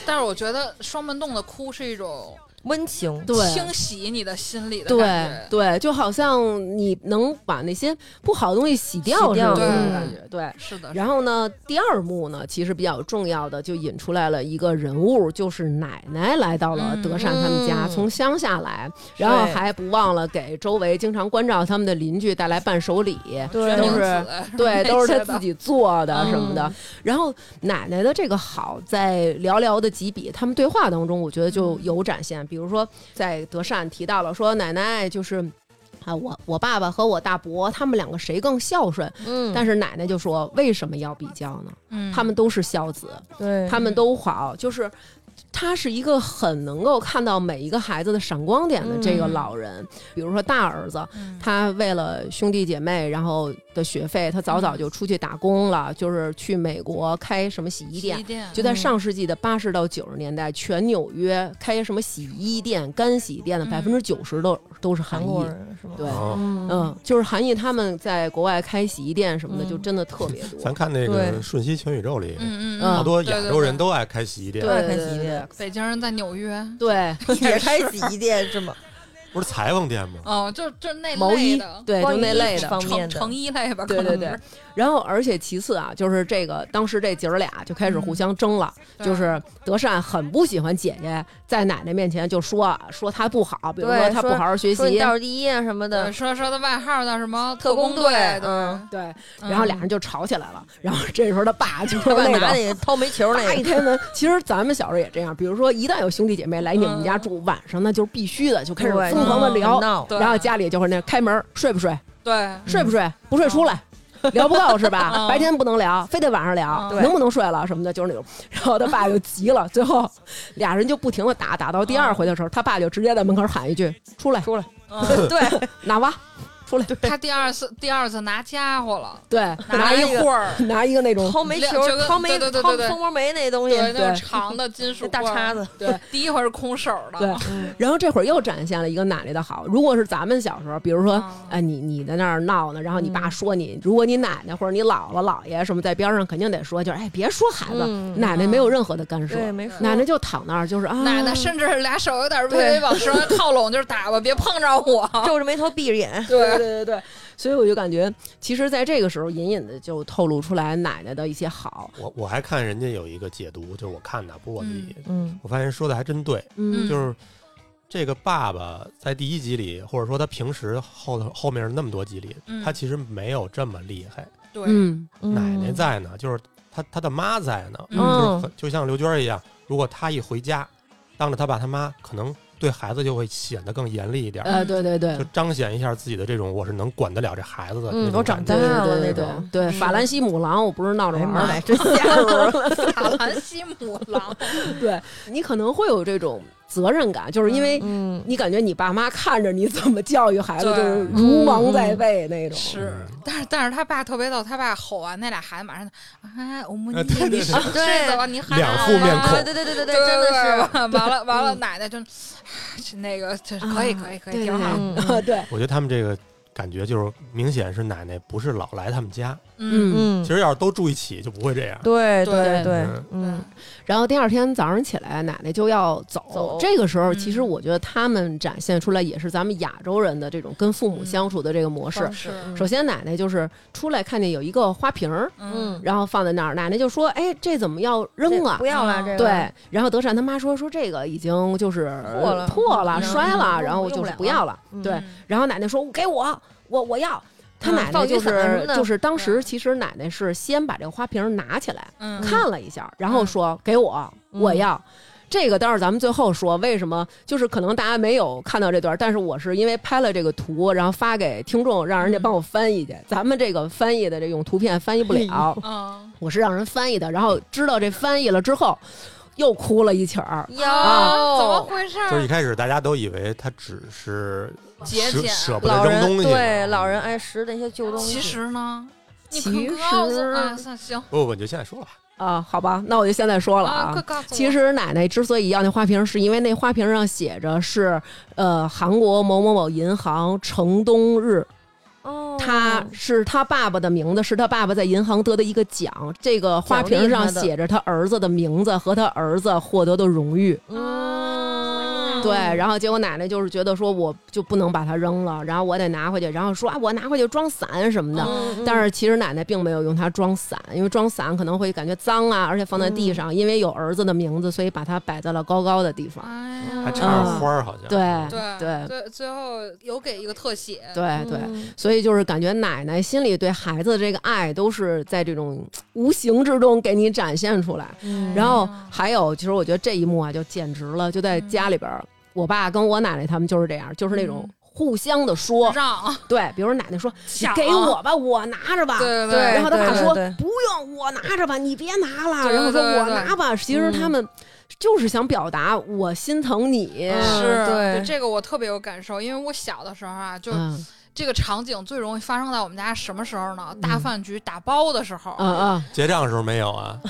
Speaker 4: 但是我觉得双门洞的哭是一种
Speaker 3: 温情，
Speaker 1: 对。
Speaker 4: 清洗你的心里的
Speaker 1: 对
Speaker 4: 感觉。
Speaker 1: 对，就好像你能把那些不好的东西洗掉
Speaker 3: 洗
Speaker 1: 似的
Speaker 3: 掉
Speaker 1: 那种
Speaker 4: 对
Speaker 1: 感觉，对。
Speaker 4: 是的，
Speaker 1: 然后呢，第二幕呢，其实比较重要的就引出来了一个人物，就是奶奶来到了
Speaker 4: 嗯
Speaker 1: 德善他们家，
Speaker 3: 嗯
Speaker 1: 从乡下来，然后还不忘了给周围经常关照他们的邻居带来伴手礼。
Speaker 3: 对
Speaker 1: 都
Speaker 4: 决明
Speaker 1: 是
Speaker 4: 子
Speaker 1: 对，都是他自。
Speaker 4: 那些的
Speaker 1: 己做的
Speaker 4: 嗯
Speaker 1: 什么的。然后奶奶的这个好，在寥寥的几笔他们对话当中，我觉得就
Speaker 4: 嗯
Speaker 1: 有展现。比如说，在德善提到了说，奶奶就是啊，我我爸爸和我大伯他们两个谁更孝顺，
Speaker 3: 嗯
Speaker 1: 但是奶奶就说为什么要比较呢？
Speaker 4: 嗯，
Speaker 1: 他们都是孝子，
Speaker 3: 对
Speaker 1: 他们都好，就是。他是一个很能够看到每一个孩子的闪光点的这个
Speaker 4: 嗯
Speaker 1: 老人，比如说大儿子，
Speaker 4: 嗯
Speaker 1: 他为了兄弟姐妹，然后的学费，他早早就出去打工了，就是去美国开什么洗衣
Speaker 4: 洗
Speaker 1: 店
Speaker 4: 衣。店
Speaker 1: 就在上世纪的八十到九十年代，全纽约开什么洗衣店、干洗店的
Speaker 4: 嗯
Speaker 1: 百分之九十都都是韩
Speaker 3: 韩
Speaker 1: 裔
Speaker 3: 国。人是吗？
Speaker 1: 对，
Speaker 2: 哦，
Speaker 1: 嗯，就是韩裔他们在国外开洗衣店什么的，
Speaker 3: 嗯
Speaker 1: 就真的特别多。
Speaker 2: 咱看那个
Speaker 3: 对
Speaker 2: 《瞬息全宇宙》里，
Speaker 4: 嗯嗯，
Speaker 1: 嗯
Speaker 2: 好多
Speaker 4: 对
Speaker 2: 亚
Speaker 4: 对
Speaker 2: 洲
Speaker 4: 对
Speaker 2: 人都爱开洗衣店，
Speaker 1: 对对
Speaker 3: 开洗衣
Speaker 1: 对
Speaker 3: 店
Speaker 4: 北京人在纽约，
Speaker 1: 对，
Speaker 3: 也开洗衣店是吗？
Speaker 2: 不是裁缝店吗？
Speaker 4: 哦，就就那
Speaker 1: 毛
Speaker 4: 类
Speaker 1: 衣
Speaker 4: 的，
Speaker 1: 对，就
Speaker 3: 光
Speaker 1: 那
Speaker 3: 衣
Speaker 1: 类
Speaker 3: 服
Speaker 1: 的。
Speaker 3: 方面的
Speaker 4: 成成衣类吧，
Speaker 1: 对
Speaker 4: 可能
Speaker 1: 对对
Speaker 4: 是，
Speaker 1: 然后而且其次啊，就是这个当时这姐儿俩就开始互相争
Speaker 3: 嗯
Speaker 1: 了，
Speaker 4: 对
Speaker 1: 就是德善很不喜欢姐姐在奶奶面前就说说她不好，比如
Speaker 3: 对
Speaker 1: 她不
Speaker 3: 说
Speaker 1: 好好学
Speaker 3: 说你
Speaker 1: 习。
Speaker 3: 倒数第一啊什么
Speaker 4: 对
Speaker 1: 嗯
Speaker 3: 的，
Speaker 4: 说说的外号叫什么
Speaker 3: 特
Speaker 4: 嗯工
Speaker 3: 工队，
Speaker 4: 队 对
Speaker 3: 嗯嗯
Speaker 1: 对，然后俩人就吵起来了。然后这时候他爸就是
Speaker 3: 他爸
Speaker 1: 那
Speaker 3: 拿
Speaker 1: 种
Speaker 3: 那个掏煤球
Speaker 1: 打
Speaker 3: 那
Speaker 1: 一
Speaker 3: 个，
Speaker 1: 开门，其实咱们小时候也这样，比如说一旦有兄弟姐妹来你们家住，晚上那就是必须的，就开始
Speaker 3: 对
Speaker 1: 疯狂的
Speaker 4: 嗯
Speaker 1: 聊，
Speaker 3: 闹，
Speaker 4: 对
Speaker 1: 然后家里就会那开门睡不睡，
Speaker 4: 对，
Speaker 1: 睡不睡，不睡出来。聊不够是吧？
Speaker 4: 嗯
Speaker 1: 白天不能聊，非得晚上聊，
Speaker 4: 嗯对
Speaker 1: 能不能睡了什么的，就是那种。然后他爸就急了，最后俩人就不停的打，打到第二回的时候，他爸就直接在门口喊一句：“出来，
Speaker 3: 出来，
Speaker 4: 嗯
Speaker 3: 对，
Speaker 1: 拿娃，出来！”
Speaker 4: 他第二次第二次拿家伙了，
Speaker 1: 对，拿
Speaker 4: 拿
Speaker 1: 一
Speaker 4: 一
Speaker 1: 个嗯
Speaker 4: 会儿，
Speaker 1: 拿一个那种
Speaker 3: 掏煤
Speaker 4: 就
Speaker 3: 球，
Speaker 4: 跟
Speaker 3: 掏煤，
Speaker 4: 对对对
Speaker 3: 掏
Speaker 4: 对对
Speaker 3: 蜂窝煤那东西，
Speaker 4: 对，那
Speaker 1: 对
Speaker 4: 个长的金属
Speaker 3: 那大
Speaker 4: 棍儿
Speaker 3: 叉子，
Speaker 1: 对。
Speaker 4: 第一回是空手的，
Speaker 1: 对，然后这会儿又展现了一个奶奶的好。如果是咱们小时候，比如说
Speaker 4: 嗯，
Speaker 1: 哎，你你在那儿闹呢，然后你爸说你，如果你奶奶或者你姥姥姥爷什么在边上，肯定得说，就是哎，别说孩子，
Speaker 3: 嗯
Speaker 1: 奶奶没有任何的干涉，
Speaker 3: 对，没说
Speaker 1: 奶奶就躺那儿，就是啊，
Speaker 4: 奶奶甚至俩手有点微微
Speaker 3: 对
Speaker 4: 往身上靠拢，就是打吧，别碰着我。
Speaker 3: 皱着眉头闭着眼，
Speaker 1: 对对对对，所以我就感觉，其实在这个时候，隐隐的就透露出来奶奶的一些好。
Speaker 2: 我我还看人家有一个解读，就是我看的，不是我自己，
Speaker 3: 嗯
Speaker 2: 我发现说的还真对，
Speaker 1: 嗯
Speaker 2: 就是这个爸爸在第一集里，或者说他平时后头后面那么多集里，
Speaker 4: 嗯
Speaker 2: 他其实没有这么厉害。
Speaker 4: 对，
Speaker 1: 嗯
Speaker 2: 奶奶，在呢，就是他他的妈在呢，
Speaker 4: 嗯
Speaker 2: 就是很就像刘娟儿一样，如果他一回家，当着他爸他妈，可能对孩子就会显得更严厉一点儿，
Speaker 1: 呃，对对对
Speaker 2: 就。彰显一下自己的这种我是能管得了这孩子的
Speaker 3: 嗯
Speaker 2: 那种感觉。
Speaker 3: 我长
Speaker 1: 对
Speaker 3: 大
Speaker 1: 对
Speaker 3: 了
Speaker 1: 对对
Speaker 3: 那种
Speaker 1: 对，
Speaker 3: 是
Speaker 1: 法兰西母狼，我不是闹着
Speaker 3: 哎呀
Speaker 1: 玩
Speaker 3: 妈
Speaker 1: 儿
Speaker 3: 呀，。真吓人！
Speaker 4: 法兰西母狼，
Speaker 1: 对你可能会有这种责任感，就是因为
Speaker 3: 嗯，
Speaker 1: 你感觉你爸妈看着你怎么教育孩子，
Speaker 4: 对嗯
Speaker 1: 就是如芒在背那种。
Speaker 4: 是， 但是但是他爸特别逗，他爸吼完那俩孩子，马上哎，我们
Speaker 2: 呃
Speaker 4: 你
Speaker 2: 对对
Speaker 4: 你
Speaker 2: 对
Speaker 4: 睡
Speaker 3: 对
Speaker 4: 睡吧，你喊
Speaker 2: 两
Speaker 4: 我
Speaker 2: 副面
Speaker 4: 啊
Speaker 2: 孔
Speaker 3: 对对对对对，
Speaker 4: 对，
Speaker 3: 真
Speaker 4: 对对
Speaker 3: 的
Speaker 4: 完了完了，奶奶就哎那个就可以可以可
Speaker 1: 啊
Speaker 4: 以，
Speaker 1: 对
Speaker 4: 挺好。
Speaker 3: 嗯
Speaker 1: 是，对，
Speaker 2: 我觉得他们这个感觉就是明显是奶奶不是老来他们家，
Speaker 4: 嗯，
Speaker 3: 嗯，
Speaker 2: 其实要是都住一起就不会这样。
Speaker 3: 对对
Speaker 4: 对
Speaker 3: 对
Speaker 2: 嗯，
Speaker 3: 嗯，
Speaker 1: 然后第二天早上起来，奶奶就要走。
Speaker 3: 走
Speaker 1: 这个时候，
Speaker 4: 嗯
Speaker 1: 其实我觉得他们展现出来也是咱们亚洲人的这种跟父母相处的这个模式。
Speaker 3: 方
Speaker 4: 是
Speaker 3: 式嗯
Speaker 1: 首先，奶奶就是出来看见有一个花瓶儿，
Speaker 4: 嗯，
Speaker 1: 然后放在那儿，奶奶就说：“哎，这怎么要扔
Speaker 3: 这
Speaker 1: 啊
Speaker 3: 不要了
Speaker 4: 嗯
Speaker 3: 这个，
Speaker 1: 对，然后德善他妈说说这个已经就是呃
Speaker 3: 破了
Speaker 1: 破了
Speaker 4: 嗯
Speaker 1: 摔了，
Speaker 3: 嗯
Speaker 1: 然后就
Speaker 3: 用不
Speaker 1: 是
Speaker 3: 了
Speaker 1: 不要了。
Speaker 3: 嗯
Speaker 1: 对，然后奶奶说给我，我我要。他
Speaker 3: 嗯
Speaker 1: 奶奶
Speaker 3: 放雨
Speaker 1: 就
Speaker 3: 伞啊什
Speaker 1: 是
Speaker 3: 么的
Speaker 1: 就是当时其实奶奶是先把这个花瓶拿起来
Speaker 4: 嗯，
Speaker 1: 看了一下，然后说给我，
Speaker 3: 嗯
Speaker 1: 我要。这个待会儿咱们最后说，为什么就是可能大家没有看到这段，但是我是因为拍了这个图，然后发给听众，让人家帮我翻译去。咱们这个翻译的这种图片翻译不了，
Speaker 4: 嗯，
Speaker 1: 我是让人翻译的，然后知道这翻译了之后，又哭了一起儿。
Speaker 3: 哟，
Speaker 4: 啊怎
Speaker 3: 哦
Speaker 4: 么回事儿？
Speaker 2: 就是一开始大家都以为他只是
Speaker 4: 节
Speaker 2: 舍
Speaker 4: 俭
Speaker 2: 舍不
Speaker 3: 老
Speaker 2: 得啊扔东
Speaker 3: 人
Speaker 2: 西，
Speaker 3: 对老人。爱拾那些旧东西，
Speaker 4: 其实呢，你
Speaker 1: 其
Speaker 4: 可告诉
Speaker 1: 实
Speaker 4: 啊，算行
Speaker 2: 不不，你就现在说了吧。
Speaker 1: 啊，好吧，那我就现在说了
Speaker 4: 嗯啊，快
Speaker 1: 啊。
Speaker 4: 告诉我。
Speaker 1: 其实奶奶之所以要那花瓶，是因为那花瓶上写着是，呃，韩国某某某银行城东日，
Speaker 3: 哦，
Speaker 1: 他是他爸爸的名字，是他爸爸在银行得的一个奖。这个花瓶上写着他儿子的名字和他儿子获得的荣誉。
Speaker 3: 嗯，
Speaker 1: 对，然后结果奶奶就是觉得说，我就不能把它扔了，然后我得拿回去，然后说啊，我拿回去装伞什么的。
Speaker 3: 嗯
Speaker 1: 但是其实奶奶并没有用它装伞，因为装伞可能会感觉脏啊，而且放在地
Speaker 3: 嗯
Speaker 1: 上，因为有儿子的名字，所以把它摆在了高高的地方。
Speaker 4: 哎
Speaker 2: 还
Speaker 4: 呀，
Speaker 2: 插着
Speaker 1: 嗯
Speaker 2: 花儿，好像。
Speaker 1: 对
Speaker 4: 对对，最后有给一个特写，
Speaker 1: 对哎对，
Speaker 3: 嗯
Speaker 1: 所以就是感觉奶奶心里对孩子的这个爱都是在这种无形之中给你展现出来。
Speaker 3: 嗯
Speaker 1: 然后还有，其实我觉得这一幕啊，就简直了，就在家里边儿，我爸跟我奶奶他们就是这样，就是那种
Speaker 4: 嗯
Speaker 1: 互相的说，
Speaker 4: 让
Speaker 1: 对，比如奶奶说你
Speaker 4: 抢
Speaker 1: 给我吧，我拿着吧，
Speaker 4: 对
Speaker 3: 对
Speaker 1: 然后他爸
Speaker 3: 对
Speaker 1: 说
Speaker 3: 对
Speaker 1: 不用，我拿着吧，你别拿了，
Speaker 4: 对
Speaker 1: 然后说
Speaker 4: 对对
Speaker 1: 我拿吧，其实他们就是想表达我心疼你，
Speaker 3: 嗯
Speaker 4: 是
Speaker 3: 对
Speaker 4: 这个我特别有感受，因为我小的时候啊，就
Speaker 1: 嗯
Speaker 4: 这个场景最容易发生在我们家什么时候呢？大饭局打包的时候，
Speaker 1: 啊啊，
Speaker 2: 结账的时候没有啊？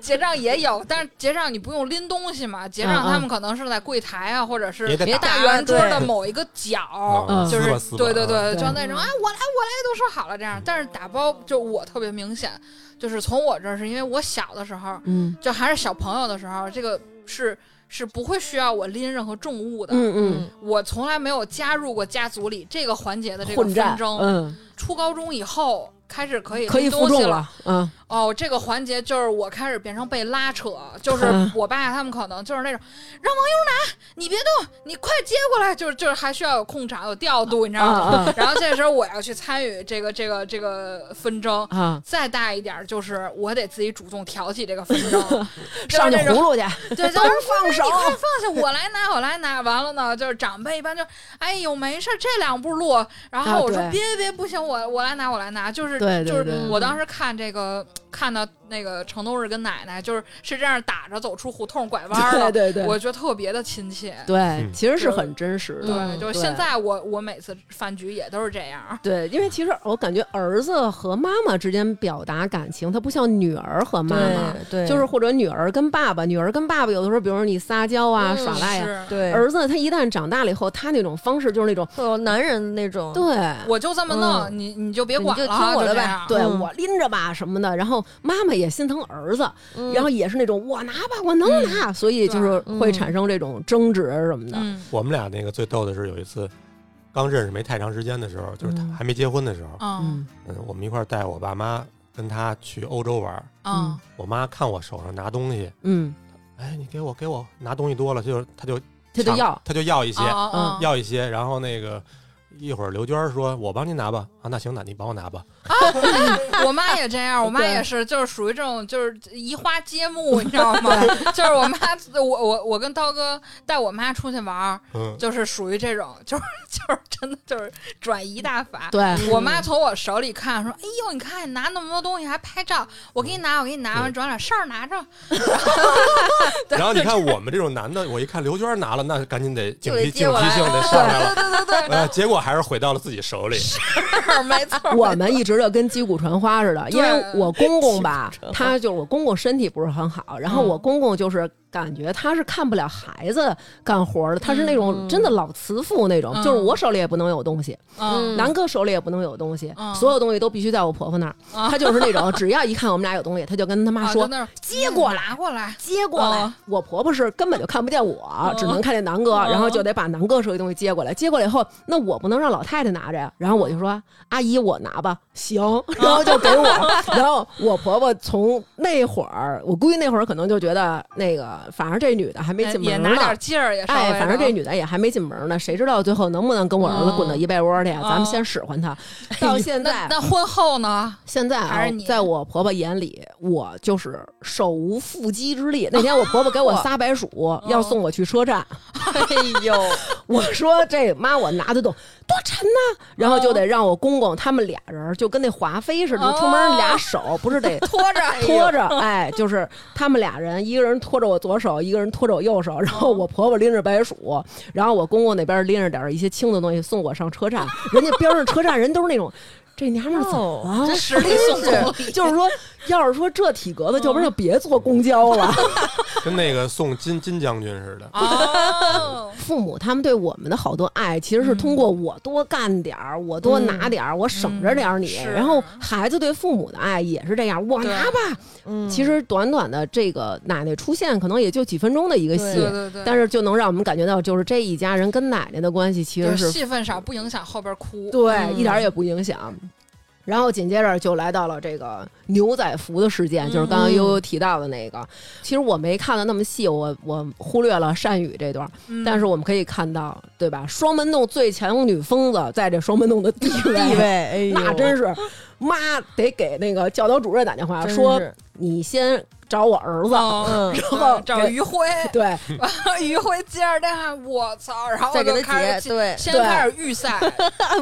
Speaker 4: 结账也有，但是结账你不用拎东西嘛，结账
Speaker 1: 嗯嗯
Speaker 4: 他们可能是在柜台啊，或者是
Speaker 2: 也得打哦
Speaker 4: 大圆桌的
Speaker 3: 对
Speaker 4: 某一个角，
Speaker 1: 嗯
Speaker 4: 哦就是
Speaker 2: 撕吧撕吧
Speaker 4: 对对对，
Speaker 1: 嗯
Speaker 4: 就那种啊，我来我来都说好了这样。但是打包就我特别明显，就是从我这儿是因为我小的时候，
Speaker 1: 嗯
Speaker 4: 就还是小朋友的时候，这个是是不会需要我拎任何重物的。
Speaker 1: 嗯
Speaker 3: 嗯
Speaker 4: 我从来没有加入过家族里这个环节的这
Speaker 1: 嗯，
Speaker 4: 个
Speaker 1: 混战
Speaker 4: 纷，争。
Speaker 1: 嗯，
Speaker 4: 初高中以后开始可以
Speaker 1: 可以
Speaker 4: 拎
Speaker 1: 负
Speaker 4: 东
Speaker 1: 重
Speaker 4: 西了，
Speaker 1: 了，嗯
Speaker 4: 哦，这个环节就是我开始变成被拉扯，就是
Speaker 1: 嗯
Speaker 4: 我爸他们可能就是那种让网友拿，你别动，你快接过来，就是就是还需要有控场有调度，你知
Speaker 1: 啊
Speaker 4: 道吗？
Speaker 1: 啊
Speaker 4: 然后这时候我要去参与这个这个这个纷争。
Speaker 1: 啊，
Speaker 4: 再大一点儿，就是我得自己主动挑起这个纷争，就是
Speaker 1: 上去
Speaker 4: 那种
Speaker 1: 葫芦去，
Speaker 4: 对，就是
Speaker 1: 都是放手
Speaker 4: 你快放下，我来拿，我来拿。完了呢，就是长辈一般就，哎呦，没事儿，这两步路。然
Speaker 1: 啊
Speaker 4: 后我说、
Speaker 1: 对
Speaker 4: 别别别，不行，我我来拿，我来拿。就是
Speaker 1: 对对
Speaker 4: 就
Speaker 1: 对
Speaker 4: 是我当时看这个，看到那个城东日跟奶奶，就是是这样打着走出胡同拐弯儿的，
Speaker 1: 对对对
Speaker 4: 我觉得特别的亲切。
Speaker 1: 对，
Speaker 2: 嗯
Speaker 1: 其实是很真实的，
Speaker 4: 对，就
Speaker 1: 嗯对
Speaker 4: 是现在我我每次饭局也都是这样。
Speaker 1: 对，因为其实我感觉儿子和妈妈之间表达感情，他不像女儿和妈妈，
Speaker 3: 对对，
Speaker 1: 就是或者女儿跟爸爸，女儿跟爸爸有的时候，比如说你撒娇啊、
Speaker 3: 嗯
Speaker 1: 耍赖啊，
Speaker 4: 是，
Speaker 3: 对，
Speaker 1: 儿子他一旦长大了以后，他那种方式就是那种
Speaker 3: 会有男人那种，
Speaker 1: 对。
Speaker 4: 我就这么弄，
Speaker 1: 嗯
Speaker 4: 你你就别管了，
Speaker 3: 你就听我的
Speaker 4: 这
Speaker 3: 呗
Speaker 4: 样
Speaker 1: 对、
Speaker 3: 嗯
Speaker 1: 我拎着吧什么的，然后妈妈也心疼儿子，
Speaker 3: 嗯，
Speaker 1: 然后也是那种我拿吧，我能拿，所以就是会产生这种争执什么的。
Speaker 4: 嗯
Speaker 2: 我们俩那个最逗的是有一次，刚认识没太长时间的时候，就是他
Speaker 1: 嗯
Speaker 2: 还没结婚的时候，
Speaker 3: 哦
Speaker 4: 嗯
Speaker 2: 嗯，我们一块儿带我爸妈跟他去欧洲玩儿。
Speaker 4: 嗯
Speaker 2: 我妈看我手上拿东西，
Speaker 1: 嗯，
Speaker 2: 哎，你给我给我拿东西多了，就是他就
Speaker 1: 他就
Speaker 2: 抢
Speaker 1: 要，
Speaker 2: 他就要一些，
Speaker 1: 嗯
Speaker 4: 啊
Speaker 2: 要一些，然后那个。一会儿刘娟儿说：“我帮您拿吧。”啊，那行，那你帮我拿吧。
Speaker 4: 我妈也这样，我妈也是，就是属于这种，就是移花接木，你知道 吗？就是我妈，我我我跟刀哥带我妈出去玩儿，
Speaker 2: 嗯，
Speaker 4: 就是属于这种，就是 就是真的就是转移大法。
Speaker 1: 对，
Speaker 4: 我妈从我手里看，说：“哎呦，你看你拿那么多东西还拍照，我给你拿，我给你拿。”完转脸事儿拿着，
Speaker 2: 然后你看我们这种男的，我一看刘娟儿拿了，那赶紧得警
Speaker 3: 就得
Speaker 2: 惕
Speaker 3: 接
Speaker 2: 警
Speaker 3: 过来
Speaker 2: 惕性得上来了。
Speaker 4: 对对对
Speaker 2: 呃，结果还是回到了自己手里。
Speaker 4: 对，没错。
Speaker 1: 我们一直就跟击鼓传花似的，
Speaker 4: 对 嗯
Speaker 1: 因为我公公吧，他就是我公公身体不是很好，然后我公公就是感觉他是看不了孩子干活的，他是那种
Speaker 3: 嗯
Speaker 1: 真的老慈父那种，
Speaker 4: 嗯
Speaker 1: 就是我手里也不能有东西，
Speaker 4: 嗯
Speaker 3: 嗯
Speaker 1: 南哥手里也不能有东西，
Speaker 4: 嗯
Speaker 1: 所有东西都必须在我婆婆那儿。
Speaker 4: 啊
Speaker 1: 他就是那种，只要一看我们俩有东西，他就跟他妈
Speaker 4: 啊
Speaker 1: 说
Speaker 4: 就那儿嗯
Speaker 1: 接过来
Speaker 4: 拿过来，
Speaker 1: 接过来。
Speaker 4: 哦
Speaker 1: 我婆婆是根本就看不见我，只能看见南哥，
Speaker 4: 哦
Speaker 1: 然后就得把南哥手里东西接过来。接过来以后，那我不能让老太太拿着呀。然后我就说：“阿姨，我拿吧。”行，
Speaker 4: 嗯
Speaker 1: 然后就给我。然后我婆婆从那会儿，我估计那会儿可能就觉得那个，反正这女的还没进
Speaker 4: 也
Speaker 1: 门
Speaker 4: 拿
Speaker 1: 呢。
Speaker 4: 点劲儿，也稍微嗯
Speaker 1: 哎，
Speaker 4: 的
Speaker 1: 反正这女的也还没进门呢，谁知道最后能不能跟我儿子滚到一被窝去呀？
Speaker 4: 嗯
Speaker 1: 咱们先使唤她。到现在
Speaker 4: 那，那婚 后呢？
Speaker 1: 现在啊
Speaker 4: 还是你，
Speaker 1: 在我婆婆眼里，我就是手无缚鸡之力。那天我婆婆给我
Speaker 4: 哇
Speaker 1: 仨白 薯，
Speaker 4: 哦
Speaker 1: 要送我去车站，
Speaker 3: 哎呦，
Speaker 1: 我说这妈我拿得动，多沉呐、然后就得让我公公他们俩人就跟那华妃似的，就出门俩手不是得
Speaker 4: 哦 拖着，
Speaker 1: 拖着，哎，就是他们俩人，一个人拖着我左手，一个人拖着我右手，然后
Speaker 4: 哦
Speaker 1: 我婆婆拎着白薯，然后我公公那边拎着点儿一些轻的东西送我上车站，人家边上车站人都是那种。这娘们儿怎么了？
Speaker 4: 真实力 送
Speaker 1: 真是就是说，要是说这体格子，要不然就别坐公交了。
Speaker 2: 跟那个送金金将军似的。
Speaker 4: 哦，
Speaker 1: 父母他们对我们的好多爱，其实是通过我多干点儿，我多拿点儿，我省着点儿你。
Speaker 4: 嗯是
Speaker 1: 然后孩子对父母的爱也是这样，我
Speaker 4: 对
Speaker 1: 拿吧。
Speaker 3: 嗯
Speaker 1: 其实短短的这个奶奶出现，可能也就几分钟的一个
Speaker 4: 对
Speaker 1: 戏，
Speaker 4: 对对，
Speaker 1: 但是就能让我们感觉到，就是这一家人跟奶奶的关系其
Speaker 4: 就
Speaker 1: 实
Speaker 4: 是
Speaker 1: 是
Speaker 4: 戏份少，不影响后边哭。
Speaker 1: 对，
Speaker 3: 嗯
Speaker 1: 一点儿也不影响。然后紧接着就来到了这个牛仔服的事件，就是刚
Speaker 3: 嗯
Speaker 1: 刚悠悠提到的那个。其实我没看的那么细，我我忽略了善宇这段，
Speaker 4: 嗯
Speaker 1: 但是我们可以看到，对吧？双门洞最强女疯子在这双门洞的地位，
Speaker 3: 地 位，哎呦，
Speaker 1: 那真是妈得给那个教导主任打电话
Speaker 3: 真
Speaker 1: 啊说
Speaker 3: 是，
Speaker 1: 你先找我儿子，
Speaker 4: 哦
Speaker 3: 嗯，
Speaker 1: 然后
Speaker 4: 找
Speaker 1: 给
Speaker 4: 于辉，
Speaker 1: 对，
Speaker 4: 于辉接着电话，我操，然后
Speaker 3: 再
Speaker 4: 就
Speaker 3: 给
Speaker 4: 开
Speaker 3: 他
Speaker 4: 始
Speaker 3: 解，对，
Speaker 4: 先
Speaker 1: 对
Speaker 4: 开始 预赛，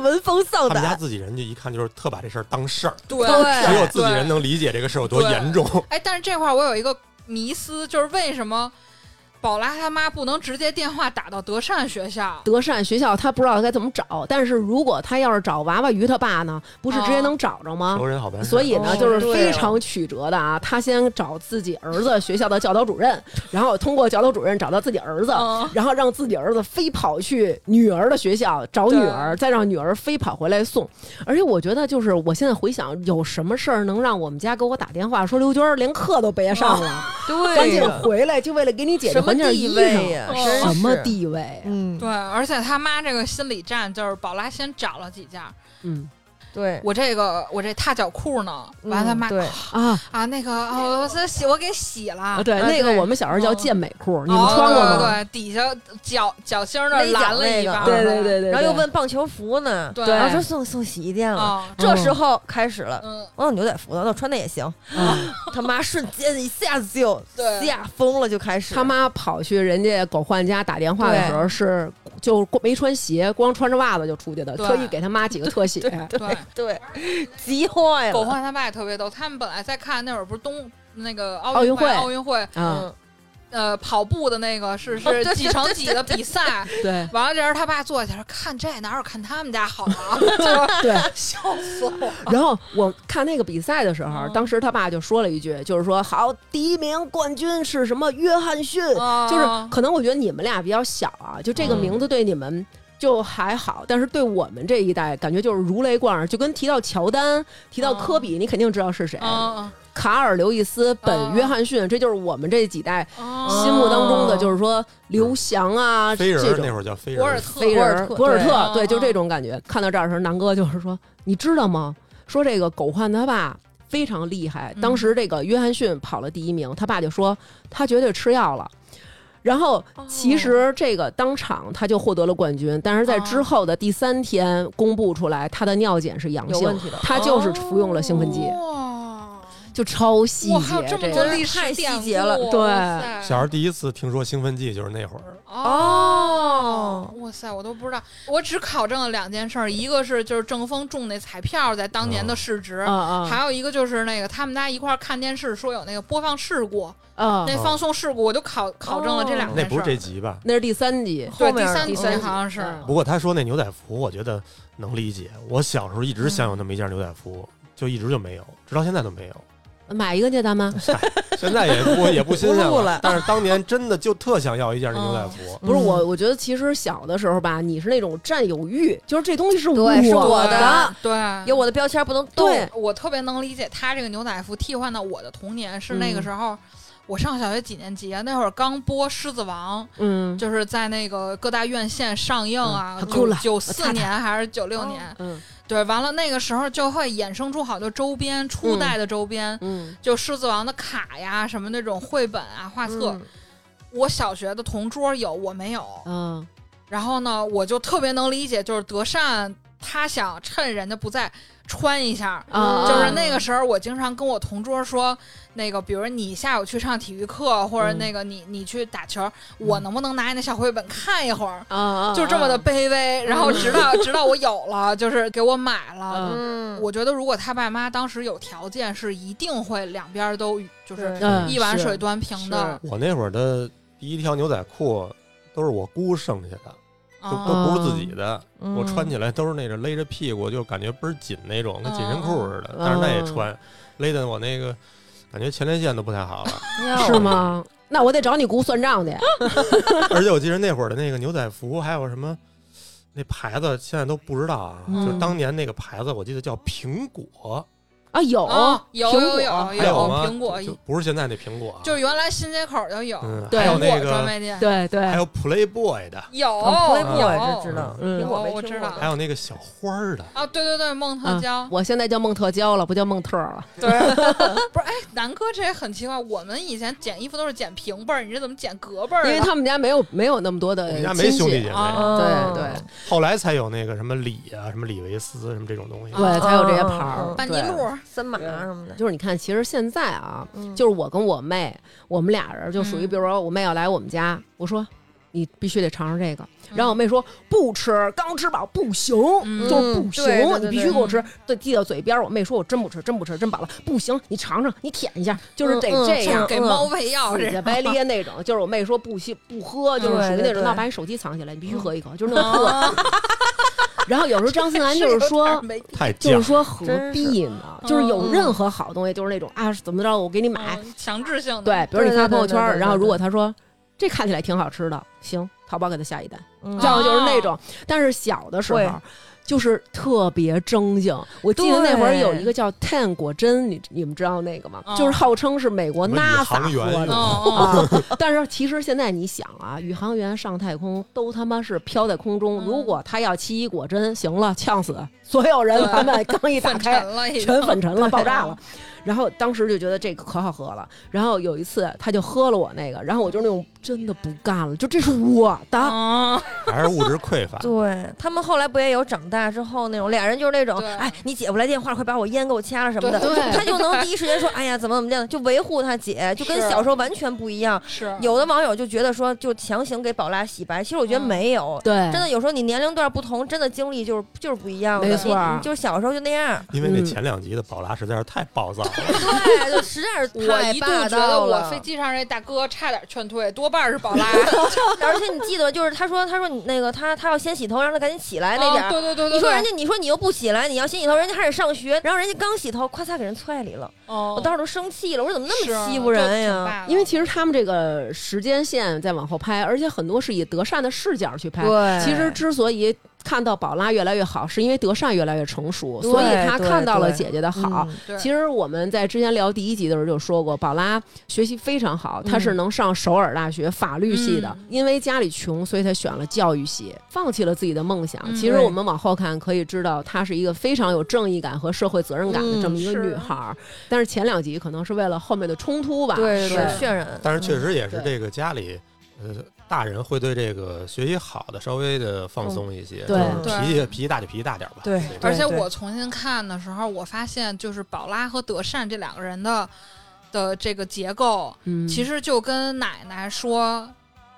Speaker 3: 闻风丧
Speaker 2: 他们家自己人就一看就是特把这事儿当事儿，
Speaker 4: 对
Speaker 2: 只有自己人
Speaker 4: 对
Speaker 2: 能理解这个事儿有多
Speaker 4: 对
Speaker 2: 严重。
Speaker 4: 哎，但是这块儿我有一个迷思，就是为什么宝拉他妈不能直接电话打到德善学校？
Speaker 1: 德善学校他不知道该怎么找，但是如果他要是找娃娃鱼他爸呢，不是直接能找着吗？
Speaker 2: 熟人好办
Speaker 1: 嗯
Speaker 2: 事，
Speaker 1: 所以呢，
Speaker 3: 哦
Speaker 1: 就是
Speaker 3: 对
Speaker 1: 非
Speaker 3: 哦
Speaker 1: 常曲折的啊。他先找自己儿子学校的教导主任，然后通过教导主任找到自己儿子，
Speaker 4: 嗯
Speaker 3: 哦
Speaker 1: 然后让自己儿子飞跑去女儿的学校找女儿，再让女儿飞跑回来送。而且我觉得，就是我现在回想，有什么事儿能让我们家给我打电话说刘娟儿连课都别上了，
Speaker 3: 哦对
Speaker 1: 赶紧回来，就为了给你姐姐
Speaker 3: 什么
Speaker 1: 换件
Speaker 3: 地
Speaker 1: 衣
Speaker 3: 位
Speaker 1: 裳？
Speaker 3: 呀？
Speaker 4: 衣裳
Speaker 3: 真
Speaker 1: 什么
Speaker 3: 是？
Speaker 1: 地位？
Speaker 3: 嗯，
Speaker 4: 对，而且他妈这个心理战就是宝拉先找了几件，
Speaker 1: 嗯
Speaker 3: 对，
Speaker 4: 我这个我这踏脚裤呢，完了他
Speaker 3: 嗯
Speaker 4: 妈、
Speaker 3: 对
Speaker 1: 啊。
Speaker 4: 啊那个哦，我这洗我给洗了，
Speaker 1: 啊，对，
Speaker 3: 啊
Speaker 1: 那个
Speaker 3: 对
Speaker 1: 我们小时候叫健美裤，你们
Speaker 4: 哦
Speaker 1: 穿过
Speaker 4: 对
Speaker 1: 吗？
Speaker 4: 对，底下脚脚心儿那儿
Speaker 3: 勒脚
Speaker 4: 拦了一
Speaker 3: 那
Speaker 4: 把，
Speaker 3: 个
Speaker 1: 对对对对，
Speaker 3: 然后又
Speaker 1: 对
Speaker 3: 问棒球服呢，
Speaker 4: 对
Speaker 3: 然后说送送洗衣店
Speaker 1: 哦
Speaker 3: 了，
Speaker 4: 啊，
Speaker 3: 这时候开始了。
Speaker 4: 嗯，
Speaker 3: 我有牛仔服呢，那我穿的也行。
Speaker 1: 啊
Speaker 3: 他妈瞬间一下子就
Speaker 4: 对
Speaker 3: 吓疯了，就开始
Speaker 1: 他妈跑去人家狗焕家打电话的时候是就没穿鞋，光穿着袜子就出去的，
Speaker 4: 对
Speaker 1: 特意给他妈几个特 写。嗯
Speaker 4: 对，
Speaker 3: 对急坏
Speaker 4: 狗
Speaker 3: 了。
Speaker 4: 焕他爸也特别逗，他们本来在看那会儿不是冬那个
Speaker 1: 奥
Speaker 4: 奥
Speaker 1: 运
Speaker 4: 运
Speaker 1: 会
Speaker 4: 奥运会
Speaker 1: 啊，
Speaker 3: 嗯，
Speaker 4: 呃跑步的那个是
Speaker 3: 哦对
Speaker 4: 是
Speaker 3: 对
Speaker 4: 几乘几的比赛，
Speaker 1: 对
Speaker 4: 完了这人他爸坐下说看这哪有看他们家好 啊，就
Speaker 1: 对。
Speaker 4: 笑死我，
Speaker 1: 然后我看那个比赛的时候，
Speaker 4: 嗯
Speaker 1: 当时他爸就说了一句，就是说好，第一名冠军是什么？约翰逊。
Speaker 4: 啊
Speaker 1: 就是可能我觉得你们俩比较小啊，就这个
Speaker 3: 嗯
Speaker 1: 名字对你们。就还好，但是对我们这一代感觉就是如雷贯耳，就跟提到乔丹、提到科比，你肯定知道是谁，
Speaker 4: 嗯
Speaker 1: 卡尔、刘易斯、本、
Speaker 4: 嗯
Speaker 1: 约翰逊，这就是我们这几代
Speaker 4: 嗯
Speaker 1: 心目当中的，
Speaker 4: 哦
Speaker 1: 就是说刘翔啊，
Speaker 2: 嗯飞人
Speaker 1: 这
Speaker 2: 儿那
Speaker 1: 种
Speaker 2: 会儿叫飞人
Speaker 4: 博
Speaker 2: 儿，
Speaker 4: 尔特
Speaker 1: 飞人儿、博
Speaker 3: 博
Speaker 1: 尔
Speaker 3: 尔特
Speaker 1: 特，对，
Speaker 4: 对哦
Speaker 1: 就这种感觉。看到这儿的时候，南哥就是说：“你知道吗？说这个狗焕他爸非常厉害，
Speaker 4: 嗯
Speaker 1: 当时这个约翰逊跑了第一名，他爸就说他绝对吃药了。”然后，
Speaker 4: 哦
Speaker 1: 其实这个当场他就获得了冠军，但是在之后的第三天公布出来，他的尿检是阳
Speaker 3: 有问
Speaker 1: 性，
Speaker 3: 题的，
Speaker 1: 他就是服用了兴奋剂，
Speaker 4: 哇，
Speaker 1: 就超细
Speaker 4: 哦哇，还有
Speaker 1: 节，
Speaker 4: 这么
Speaker 1: 个
Speaker 4: 多
Speaker 3: 真是
Speaker 4: 历史
Speaker 3: 太细
Speaker 4: 典
Speaker 3: 节了
Speaker 4: 故
Speaker 1: 对
Speaker 4: 哇塞
Speaker 2: 小时候第一次听说兴奋剂就是那会儿，
Speaker 4: 哦，哇塞，我都不知道，我只考证了两件事儿，一个是就是郑峰中那彩票在当
Speaker 2: 哦
Speaker 4: 年的市值。
Speaker 1: 啊啊
Speaker 4: 哦还有一个就是那个他们家一块儿看电视，说有那个播放事故，
Speaker 1: 啊！
Speaker 4: 那放送事故，我就考考证了这两
Speaker 2: 哦那
Speaker 4: 件事
Speaker 2: 不
Speaker 4: 儿。
Speaker 2: 是这集吧？
Speaker 1: 那是第三集，
Speaker 4: 对
Speaker 3: 后面
Speaker 4: 第三
Speaker 1: 第
Speaker 4: 集
Speaker 1: 三集
Speaker 4: 好像是
Speaker 1: 嗯
Speaker 2: 不过他说那牛仔服，我觉得能理解。我小时候一直想有那么一件牛仔服，就一直就没有，直到现在都没有。
Speaker 1: 买一个去，咱们
Speaker 2: 现在也不也不新鲜
Speaker 5: 不录
Speaker 2: 了
Speaker 5: 了，
Speaker 2: 但是当年真的就特想要一件牛仔服。
Speaker 1: 不是
Speaker 5: 嗯
Speaker 1: 我，我觉得其实小的时候吧，你是那种占有欲，就是这东西是
Speaker 3: 对是
Speaker 1: 我
Speaker 3: 我的，
Speaker 4: 对，
Speaker 3: 有我的标签不能动。
Speaker 1: 对
Speaker 4: 我特别能理解他这个牛仔服替换到我的童年是那个时候，我上小学几年级啊？那会儿刚播《狮子王》，
Speaker 1: 嗯
Speaker 4: 就是在那个各大院线上映啊
Speaker 1: 嗯，好
Speaker 4: 九
Speaker 1: 了
Speaker 4: 九
Speaker 1: 我擦
Speaker 4: 四年还是九六年？
Speaker 1: 嗯
Speaker 4: 对，完了那个时候就会衍生出好多周边，初代的周边，
Speaker 1: 嗯，
Speaker 4: 就《狮子王》的卡呀，什么那种绘本啊、画册。
Speaker 3: 嗯
Speaker 4: 我小学的同桌有，我没有。
Speaker 1: 嗯
Speaker 4: 然后呢，我就特别能理解，就是德善他想趁人家不在穿一下，
Speaker 1: 啊，
Speaker 2: 嗯
Speaker 4: 就是那个时候，我经常跟我同桌说，那个，比如你下午去上体育课，或者
Speaker 1: 嗯
Speaker 4: 那个你你去打球，我能不能拿你那小绘本看一会儿？
Speaker 1: 啊
Speaker 2: 嗯
Speaker 1: 啊，
Speaker 4: 就这么的卑微。然后直到直到我有了，就是给我买了。
Speaker 1: 嗯
Speaker 3: 嗯，
Speaker 4: 我觉得如果他爸妈当时有条件，是一定会两边都就是
Speaker 3: 对
Speaker 1: 嗯
Speaker 4: 一碗水端平的，嗯
Speaker 2: 我那会儿的第一条牛仔裤都是我姑剩下的，就
Speaker 4: 啊
Speaker 2: 都不是自己的，
Speaker 3: 嗯
Speaker 2: 我穿起来都是那个勒着屁股，就感觉倍儿紧那种，跟紧身裤似的
Speaker 1: 嗯。
Speaker 2: 但是那也穿，勒的我那个感觉前列腺都不太好了。
Speaker 1: 是是吗？那我得找你姑算账去。
Speaker 2: 而且我记得那会儿的那个牛仔服还有什么。那牌子现在都不知道啊，
Speaker 1: 嗯
Speaker 2: 就当年那个牌子，我记得叫苹果，
Speaker 1: 啊，有
Speaker 4: 啊有
Speaker 1: 哎苹果
Speaker 4: 有有
Speaker 2: 还有吗？
Speaker 4: 苹果，
Speaker 2: 就就不是现在那苹果啊，
Speaker 4: 就是原来新街口就有
Speaker 2: 嗯，
Speaker 1: 对
Speaker 2: 还有
Speaker 4: 苹
Speaker 2: 那
Speaker 4: 果专
Speaker 2: 个，
Speaker 4: 卖店，
Speaker 1: 对对，
Speaker 2: 还有 Playboy 的，
Speaker 4: 有
Speaker 3: 哦，Playboy
Speaker 4: 有
Speaker 3: 是知道，
Speaker 1: 嗯
Speaker 3: 苹果没
Speaker 4: 我
Speaker 3: 听
Speaker 4: 知
Speaker 3: 过
Speaker 4: 道
Speaker 2: 还有那个小花儿的，
Speaker 4: 啊，对对对，梦特
Speaker 1: 嗯
Speaker 4: 娇。
Speaker 1: 我现在叫孟特娇了，不叫孟特了。
Speaker 4: 对，不是，哎，南哥这也很奇怪，我们以前剪衣服都是剪平辈儿，你这怎么剪隔辈儿啊？
Speaker 1: 因为他们家没有没有那么多
Speaker 2: 我
Speaker 1: 的
Speaker 2: 们家没
Speaker 1: 呃亲
Speaker 2: 兄弟
Speaker 1: 戚，
Speaker 2: 姐妹，
Speaker 4: 啊，
Speaker 1: 对对
Speaker 3: 哦
Speaker 2: 后来才有那个什么李啊，什么李维斯什么这种东西。
Speaker 1: 对，才有这些牌
Speaker 3: 哦
Speaker 1: 儿。
Speaker 4: 半
Speaker 1: 对
Speaker 4: 截路，
Speaker 3: 森马啊什么的，
Speaker 1: 就是你看，其实现在啊，
Speaker 3: 嗯
Speaker 1: 就是我跟我妹，我们俩人就属于，
Speaker 4: 嗯
Speaker 1: 比如说我妹要来我们家，我说你必须得尝尝这个，
Speaker 4: 嗯
Speaker 1: 然后我妹说不吃，刚吃饱不行，
Speaker 4: 嗯
Speaker 1: 就是不行，
Speaker 3: 嗯对对对
Speaker 1: 你必须给我吃，对，递到嘴边儿。我妹说我真不吃，真不吃，真饱了，不行，你尝尝，你舔一下，就是得
Speaker 3: 嗯嗯
Speaker 1: 这
Speaker 3: 是
Speaker 1: 样。
Speaker 4: 给猫喂药
Speaker 1: 死
Speaker 4: 这
Speaker 1: 乞白咧那种，就是我妹说不吸不喝，就是属于
Speaker 3: 对
Speaker 1: 那
Speaker 3: 对嗯哦
Speaker 1: 种，那我
Speaker 3: 对
Speaker 1: 把你手机藏起来，你必须喝一口，就是那种特。然后有时候张思
Speaker 4: 还
Speaker 1: 楠就是说，
Speaker 4: 哦 没
Speaker 2: 太
Speaker 1: 就
Speaker 2: 犟
Speaker 1: 是说何
Speaker 3: 真是
Speaker 1: 必呢？就是有
Speaker 4: 嗯
Speaker 1: 任何好东西，就是那种啊，怎么着我给你买，
Speaker 4: 嗯强制性的，
Speaker 1: 对，比如你发
Speaker 3: 对对对
Speaker 1: 朋友圈
Speaker 3: 对
Speaker 1: 儿，
Speaker 3: 对
Speaker 1: 然后
Speaker 3: 对
Speaker 1: 如果他说这看起来挺好吃的，行，淘宝给他下一单，
Speaker 3: 嗯
Speaker 1: 要么就是那
Speaker 4: 哦
Speaker 1: 种。但是小的时候
Speaker 3: 会。
Speaker 1: 就是特别正经，我记得那会儿
Speaker 3: 对。
Speaker 1: 有一个叫 Ten 果真，你你们知道那个吗？
Speaker 4: 嗯
Speaker 1: 就是 号称是美国
Speaker 2: 什么宇
Speaker 1: NASA
Speaker 2: 航员
Speaker 1: 喝的
Speaker 4: 嗯，嗯，
Speaker 1: 啊。但是其实现在你想啊，宇航员上太空都他妈是飘在空中，
Speaker 4: 嗯
Speaker 1: 如果他要七一果真，行了，呛死所有人，
Speaker 4: 对
Speaker 1: 他们刚一打
Speaker 4: 粉
Speaker 1: 开
Speaker 4: 尘，了已经，
Speaker 1: 全粉尘了，爆炸了。 然后当时就觉得这个可好喝了。然后有一次他就喝了我那个，然后我就那种真的不干了，就这是我的。
Speaker 4: 啊，
Speaker 2: 还是物质匮乏
Speaker 3: 对他们后来不也有长大之后那种俩人就是那种
Speaker 4: 对，
Speaker 3: 哎，你姐夫来电话，快把我烟给我掐了什么的，
Speaker 4: 对
Speaker 1: 对
Speaker 3: 他就能第一时间说，哎呀，怎么怎么样，就维护他姐，就跟
Speaker 4: 是
Speaker 3: 小时候完全不一样。
Speaker 4: 是
Speaker 3: 有的网友就觉得说，就强行给宝拉洗白，其实我觉得
Speaker 4: 嗯
Speaker 3: 没有，
Speaker 1: 对，
Speaker 3: 真的有时候你年龄段不同，真的经历就是就是不一样的，
Speaker 1: 没错儿
Speaker 3: 你你就是小时候就那样
Speaker 2: ，因为那前两集的宝拉实在是太暴躁了，
Speaker 3: 对，就实在是
Speaker 4: 我
Speaker 3: 太
Speaker 4: 一度
Speaker 3: 霸
Speaker 4: 觉得
Speaker 3: 道
Speaker 4: 我
Speaker 3: 了
Speaker 4: 飞。机上这大哥差点劝退，多半是宝拉
Speaker 3: 而且你记得，就是他说他说你那个他他要先洗头，让他赶紧起来那点
Speaker 4: 啊
Speaker 3: 儿。
Speaker 4: 对对对对，
Speaker 3: 你说
Speaker 4: 对
Speaker 3: 人，家，你说你又不洗来，你要先洗头，人家开始上学，然后人家刚洗头，夸嚓给人踹里了，
Speaker 4: 我
Speaker 3: 我当时都生气了，我说怎么那
Speaker 4: 啊
Speaker 3: 么欺负人呀？
Speaker 1: 因为其实他们这个时间线在往后拍，而且很多是以德善的视角去拍。
Speaker 3: 对
Speaker 1: 其实之所以看到宝拉越来越好，是因为德善越来越成熟，所以
Speaker 3: 对
Speaker 1: 他
Speaker 3: 对
Speaker 1: 看到了
Speaker 3: 对
Speaker 1: 姐姐的好。
Speaker 3: 嗯
Speaker 4: 对
Speaker 1: 其实我们在之前聊第一集的时候就说过，宝拉学习非常好，她是能上首尔大学法律系的，
Speaker 4: 嗯
Speaker 1: 因为家里穷，所以她选了教育系，放弃了自己的梦想。
Speaker 4: 嗯
Speaker 1: 其实我们往后看可以知道，她是一个非常有正义感和社会责任感的这么一个
Speaker 4: 嗯是
Speaker 1: 女孩儿。但是前两集可能是为了后面的冲突吧，
Speaker 3: 对对对，
Speaker 1: 是
Speaker 3: 渲染。
Speaker 2: 但是确实也是
Speaker 1: 嗯对
Speaker 2: 这个家里，呃，大人会对这个学习好的稍微的放松一些，
Speaker 1: 对
Speaker 2: 就是脾气脾气大就脾气大点儿吧。
Speaker 3: 对
Speaker 4: 而且
Speaker 3: 对
Speaker 4: 我重新看的时候，我发现就是宝拉和德善这两个人的的这个结构，
Speaker 1: 嗯，
Speaker 4: 其实就跟奶奶说。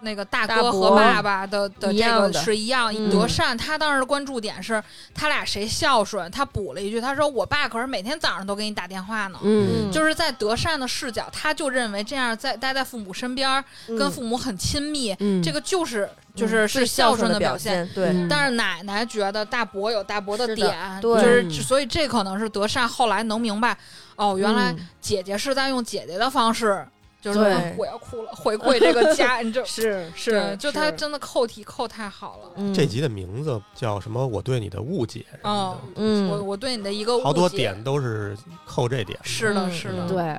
Speaker 4: 那个大
Speaker 3: 大
Speaker 4: 哥和
Speaker 3: 伯
Speaker 4: 爸爸的的
Speaker 3: 一
Speaker 4: 这
Speaker 3: 样
Speaker 4: 个
Speaker 3: 的
Speaker 4: 是一样。
Speaker 1: 嗯
Speaker 4: 德善他当时的关注点是他俩谁孝顺，他补了一句，他说我爸可是每天早上都给你打电话呢。
Speaker 1: 嗯
Speaker 4: 就是在德善的视角，他就认为这样在待在父母身边儿，跟父母很亲密，
Speaker 1: 嗯
Speaker 4: 这
Speaker 1: 个
Speaker 4: 个就是就是
Speaker 3: 嗯最
Speaker 4: 是
Speaker 3: 孝
Speaker 4: 顺
Speaker 3: 的
Speaker 4: 表现。
Speaker 3: 现，对，
Speaker 1: 嗯
Speaker 4: 但是奶奶觉得大伯有大伯
Speaker 3: 是的
Speaker 4: 点，
Speaker 3: 对
Speaker 4: 就是
Speaker 1: 嗯
Speaker 4: 所以这可能是德善后来能明白，哦，原
Speaker 3: 嗯
Speaker 4: 来姐姐是在用姐姐的方式，就是
Speaker 1: 对
Speaker 4: 啊我要哭了，回馈这 个家，你这
Speaker 1: 是
Speaker 4: 对
Speaker 1: 是，
Speaker 4: 就他真的扣题扣太好了，
Speaker 3: 嗯
Speaker 2: 这集的名字叫什么？我对你的误解什么的，
Speaker 4: 我
Speaker 3: 嗯，
Speaker 4: 我对你的一哦个误解
Speaker 2: 好多点都是扣这点。
Speaker 4: 是的，
Speaker 3: 嗯
Speaker 4: 是的，
Speaker 3: 嗯
Speaker 1: 对。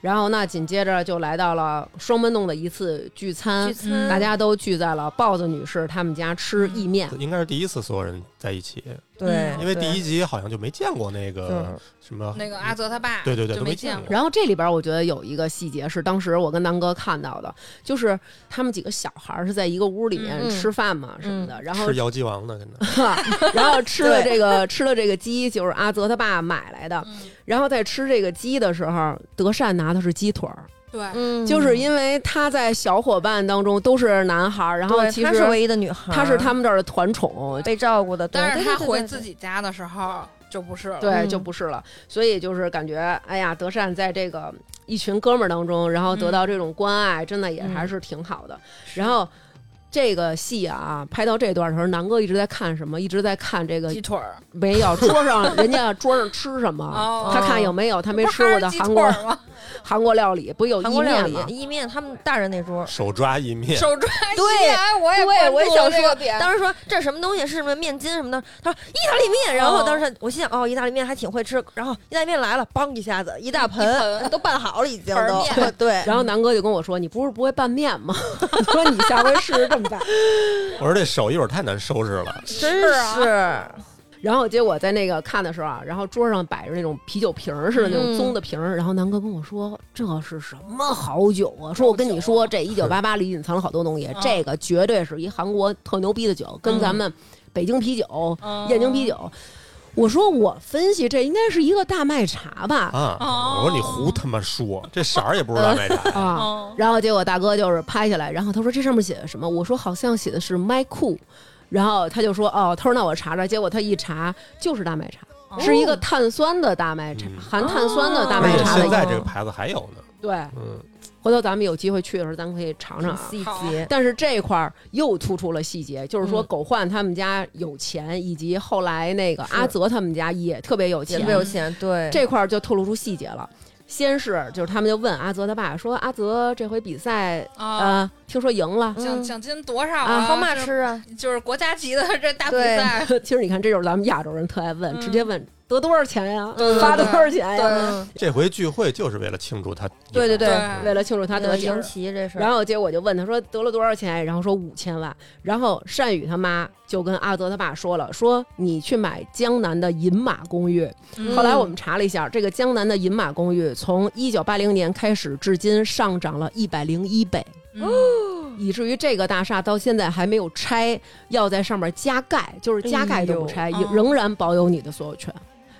Speaker 1: 然后那紧接着就来到了双门洞的一次聚餐
Speaker 3: 聚，餐
Speaker 1: 大家都聚在了豹子女士他们家吃意面。
Speaker 2: 应该是第一次所有人在一起，
Speaker 4: 嗯
Speaker 3: 对，
Speaker 2: 因为第
Speaker 3: 对
Speaker 2: 一集好像就没见过那个
Speaker 3: 就
Speaker 2: 什么
Speaker 4: 那个阿泽他爸，
Speaker 2: 对对对
Speaker 4: 就
Speaker 2: 都没
Speaker 4: 没
Speaker 2: 见
Speaker 4: 见
Speaker 2: 过
Speaker 1: 然后这里边我觉得有一个细节是当时我跟南哥看到的，就是他们几个小孩儿是在一个屋里面
Speaker 3: 嗯嗯
Speaker 1: 吃饭嘛什么的，然后
Speaker 2: 吃姚鸡王的，跟着
Speaker 1: 然后吃了这个吃了这个鸡就是阿泽他爸买来的，
Speaker 4: 嗯，
Speaker 1: 然后在吃这个鸡的时候，德善拿的是鸡腿儿，
Speaker 4: 对，
Speaker 3: 嗯，
Speaker 1: 就是因为他在小伙伴当中都是男孩儿，然后
Speaker 3: 对
Speaker 1: 其
Speaker 3: 她
Speaker 1: 实
Speaker 3: 是唯一的女孩儿，
Speaker 1: 他是他们这儿的团宠，
Speaker 3: 被照顾的，对
Speaker 4: 但
Speaker 3: 对
Speaker 4: 是他
Speaker 3: 对对
Speaker 4: 回
Speaker 3: 对
Speaker 4: 自己家的时候就不是了，
Speaker 1: 对，
Speaker 3: 嗯
Speaker 1: 就不是了。所以就是感觉，哎呀，德善在这个一群哥们儿当中，然后
Speaker 4: 嗯
Speaker 1: 得到这种关爱，真的也还是挺好的。然后这个戏啊，拍到这段的时候，南哥一直在看什么？一直在看这个
Speaker 4: 鸡腿儿，
Speaker 1: 没有桌上人家桌上吃什么。
Speaker 4: 哦
Speaker 1: 他看有没有他没吃过的
Speaker 4: 不还是鸡
Speaker 1: 韩
Speaker 4: 腿
Speaker 1: 国
Speaker 4: 儿吗？
Speaker 1: 韩国料理，不有
Speaker 3: 韩
Speaker 1: 意
Speaker 3: 国料
Speaker 1: 面吗
Speaker 3: 理？意面，他们大人那桌。
Speaker 2: 手抓一面，
Speaker 4: 手抓
Speaker 3: 对
Speaker 4: 哎我也
Speaker 3: 对，我
Speaker 4: 关
Speaker 3: 也
Speaker 4: 注
Speaker 3: 想
Speaker 4: 了这
Speaker 3: 说
Speaker 4: 个，点，
Speaker 3: 当时说这是什么东西，是什么面筋什么的。他说意大利面，然后当时我心想，哦，意大利面还挺会吃。然后意大利面来了，梆一下子一大
Speaker 4: 一
Speaker 3: 盆，
Speaker 4: 盆
Speaker 3: 都拌好了已经
Speaker 4: 盆
Speaker 3: 都
Speaker 4: 面。
Speaker 3: 对，
Speaker 1: 然后南哥就跟我说：“你不是不会拌面吗？”说你下回试试这么 拌。
Speaker 2: 我说这手一会儿太难收拾了。
Speaker 3: 真
Speaker 4: 是啊
Speaker 3: 是
Speaker 1: 然后结果在那个看的时候啊，然后桌上摆着那种啤酒瓶儿似的那种
Speaker 3: 嗯
Speaker 1: 棕的瓶儿，然后南哥跟我说这是什么好酒啊？说我跟你说，这一九八八里隐藏了好多东西，
Speaker 4: 嗯
Speaker 1: 这个绝对是一韩国特牛逼的酒，跟咱们北京啤酒、燕京啤
Speaker 4: 酒，
Speaker 1: 酒。我说我分析这应该是一个大麦茶吧
Speaker 2: 啊！
Speaker 4: 哦
Speaker 2: 我说你胡他妈说，这色儿也不知道卖啥呀。
Speaker 1: 啊。
Speaker 4: 嗯
Speaker 1: 然后结果大哥就是拍下来，然后他说这上面写的什么？我说好像写的是麦库，然后他就说哦，他说那我查查，结果他一查就是大麦茶，
Speaker 4: 哦
Speaker 1: 是一个碳酸的大麦茶，
Speaker 2: 嗯
Speaker 1: 含碳酸的 大
Speaker 2: 而
Speaker 1: 麦
Speaker 3: 哦
Speaker 2: 且
Speaker 1: 茶的
Speaker 2: 现
Speaker 1: 一个。
Speaker 2: 在这个牌子还有呢。
Speaker 1: 对，
Speaker 2: 嗯，
Speaker 1: 回头咱们有机会去的时候，咱们可以尝尝啊。
Speaker 3: 细
Speaker 4: 好
Speaker 3: 节，
Speaker 1: 但是这一块儿又突出了细节，就是说
Speaker 3: 嗯
Speaker 1: 狗焕他们家有钱，以及后来那个
Speaker 3: 是
Speaker 1: 阿泽他们家也特别有
Speaker 3: 也
Speaker 1: 钱，
Speaker 3: 特别有钱。对，
Speaker 1: 这块儿就透露出细节了。先是就是他们就问阿泽他爸说：“阿泽这回比赛
Speaker 3: 哦
Speaker 4: 啊，
Speaker 1: 呃，听说赢了，
Speaker 4: 奖奖金多少
Speaker 1: 啊
Speaker 3: 好马
Speaker 4: 这
Speaker 3: 吃嗯啊，
Speaker 4: 就是国家 级的这大比
Speaker 3: 对
Speaker 4: 赛，
Speaker 1: 其实你看，这就是咱们亚洲人特爱问，
Speaker 4: 嗯
Speaker 1: 直接问得多少钱呀
Speaker 3: 对，对
Speaker 1: 发多少钱呀？
Speaker 3: 嗯
Speaker 2: 这回聚会就是为了庆祝他。嗯
Speaker 3: 对对对
Speaker 1: 为了庆祝他得奖
Speaker 3: 赢。旗这是。
Speaker 1: 嗯然后结果我就问他说得了多少钱，然后说五千万。然后善宇他妈就跟阿泽他爸说了，说你去买江南的银马公寓。
Speaker 4: 嗯
Speaker 1: 后来我们查了一下，这个江南的银马公寓从一九八零年开始至今上涨了一百零一倍，
Speaker 4: 嗯
Speaker 3: 哦
Speaker 1: 以至于这个大厦到现在还没有拆，要在上面加盖，就是加盖都不拆，
Speaker 4: 哎呦
Speaker 1: 也仍然保有你的所有权，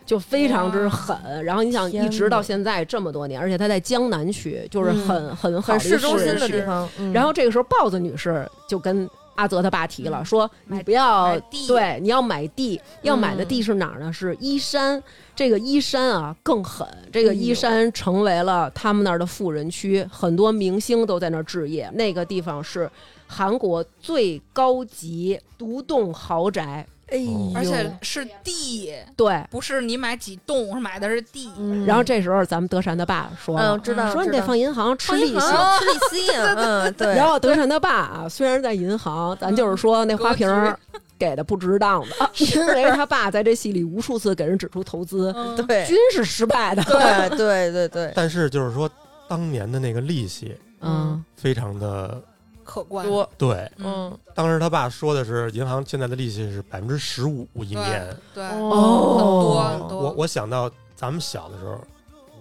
Speaker 1: 就非常之狠。然后你想，
Speaker 3: 天哪
Speaker 1: 一
Speaker 3: 嗯
Speaker 1: 直到现在这么多年，而且它在江南区，就是很、很好
Speaker 3: 很
Speaker 1: 的
Speaker 3: 市中心
Speaker 1: 市
Speaker 3: 的
Speaker 1: 区
Speaker 3: 地方，嗯
Speaker 1: 然后这个时候，豹子女士就跟阿泽他爸提了，
Speaker 4: 嗯
Speaker 1: 说
Speaker 4: 买
Speaker 1: 你不要
Speaker 4: 买地
Speaker 1: 对，你要买地，要买
Speaker 3: 嗯
Speaker 1: 的地是哪儿呢？是依山。这个依山啊更狠，这
Speaker 3: 哎
Speaker 1: 个依山成为了他们那儿的富人区，很多明星都在那儿置业。那个地方是韩国最高级独栋豪宅，
Speaker 3: 哎呦，
Speaker 4: 哦而且是地，
Speaker 1: 对。
Speaker 4: 不是你买几栋，是买的是地，
Speaker 3: 嗯
Speaker 1: 然后这时候咱们德善他爸说了
Speaker 3: 嗯，知道
Speaker 1: 说你
Speaker 3: 知
Speaker 1: 得
Speaker 3: 道
Speaker 1: 放银行吃
Speaker 3: 放
Speaker 1: 利息。
Speaker 3: 银行吃利息啊，嗯，对
Speaker 1: 然。后德善他爸啊，虽然在银行，咱就是说那花瓶儿
Speaker 3: 嗯
Speaker 1: 给的不值当的，啊因为他爸在这戏里无数次给人指出投资
Speaker 4: 嗯
Speaker 3: 对
Speaker 1: 均是失败的。
Speaker 3: 对对 对对，
Speaker 2: 但是就是说，当年的那个利息
Speaker 1: 嗯，
Speaker 2: 非常的
Speaker 4: 可观，
Speaker 3: 多
Speaker 2: 对。
Speaker 4: 嗯，
Speaker 3: 嗯，
Speaker 2: 当时他爸说的是，银行现在的利息是百分之十五一年。
Speaker 4: 对，
Speaker 3: 哦
Speaker 4: 很多
Speaker 1: 哦
Speaker 4: 很
Speaker 2: 我
Speaker 4: 多，
Speaker 2: 我想到咱们小的时候，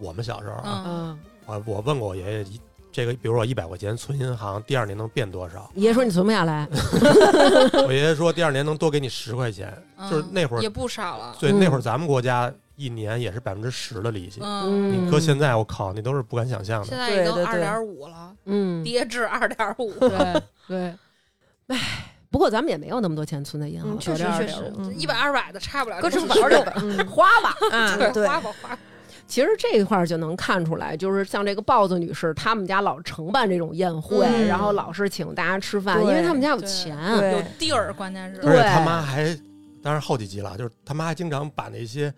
Speaker 2: 我们小时候啊，
Speaker 4: 嗯，
Speaker 1: 嗯，
Speaker 2: 我我问过我爷爷，一这个比如我一百块钱存银行，第二年能变多少？
Speaker 1: 爷说你存不下来，
Speaker 3: 嗯
Speaker 2: 我爷爷说第二年能多给你十块钱，
Speaker 4: 嗯
Speaker 2: 就是那会儿
Speaker 4: 也不少了，
Speaker 2: 对，
Speaker 1: 嗯
Speaker 2: 那会儿咱们国家一一年也是百分之十的利息。
Speaker 4: 嗯，
Speaker 2: 你搁现在，我靠，你都是不敢想象
Speaker 4: 现
Speaker 2: 的。
Speaker 4: 在已
Speaker 3: 对对
Speaker 4: 经二
Speaker 3: 对
Speaker 4: 点五了，
Speaker 1: 嗯，
Speaker 4: 跌至二点五。
Speaker 1: 对对，唉，不过咱们也没有那么多钱存在银行，
Speaker 3: 嗯，确实
Speaker 1: 有这
Speaker 3: 确
Speaker 1: 点儿
Speaker 3: 实
Speaker 1: 有，
Speaker 3: 嗯
Speaker 4: 一百二百的差不了，
Speaker 3: 搁支付
Speaker 4: 这
Speaker 3: 宝
Speaker 4: 是
Speaker 3: 里边，嗯
Speaker 1: 花吧。
Speaker 3: 啊，
Speaker 4: 对，
Speaker 3: 对，
Speaker 4: 花吧花吧。
Speaker 1: 其实这一块儿就能看出来，就是像这个豹子女士，他们家老承办这种宴会，
Speaker 3: 嗯
Speaker 1: 然后老是请大家吃饭，因
Speaker 3: 对
Speaker 1: 为他们家有
Speaker 4: 对
Speaker 1: 钱。
Speaker 3: 对
Speaker 4: 有地儿，关键是
Speaker 1: 对
Speaker 2: 而且他妈还，当然后几集了，就是他妈还经常把那些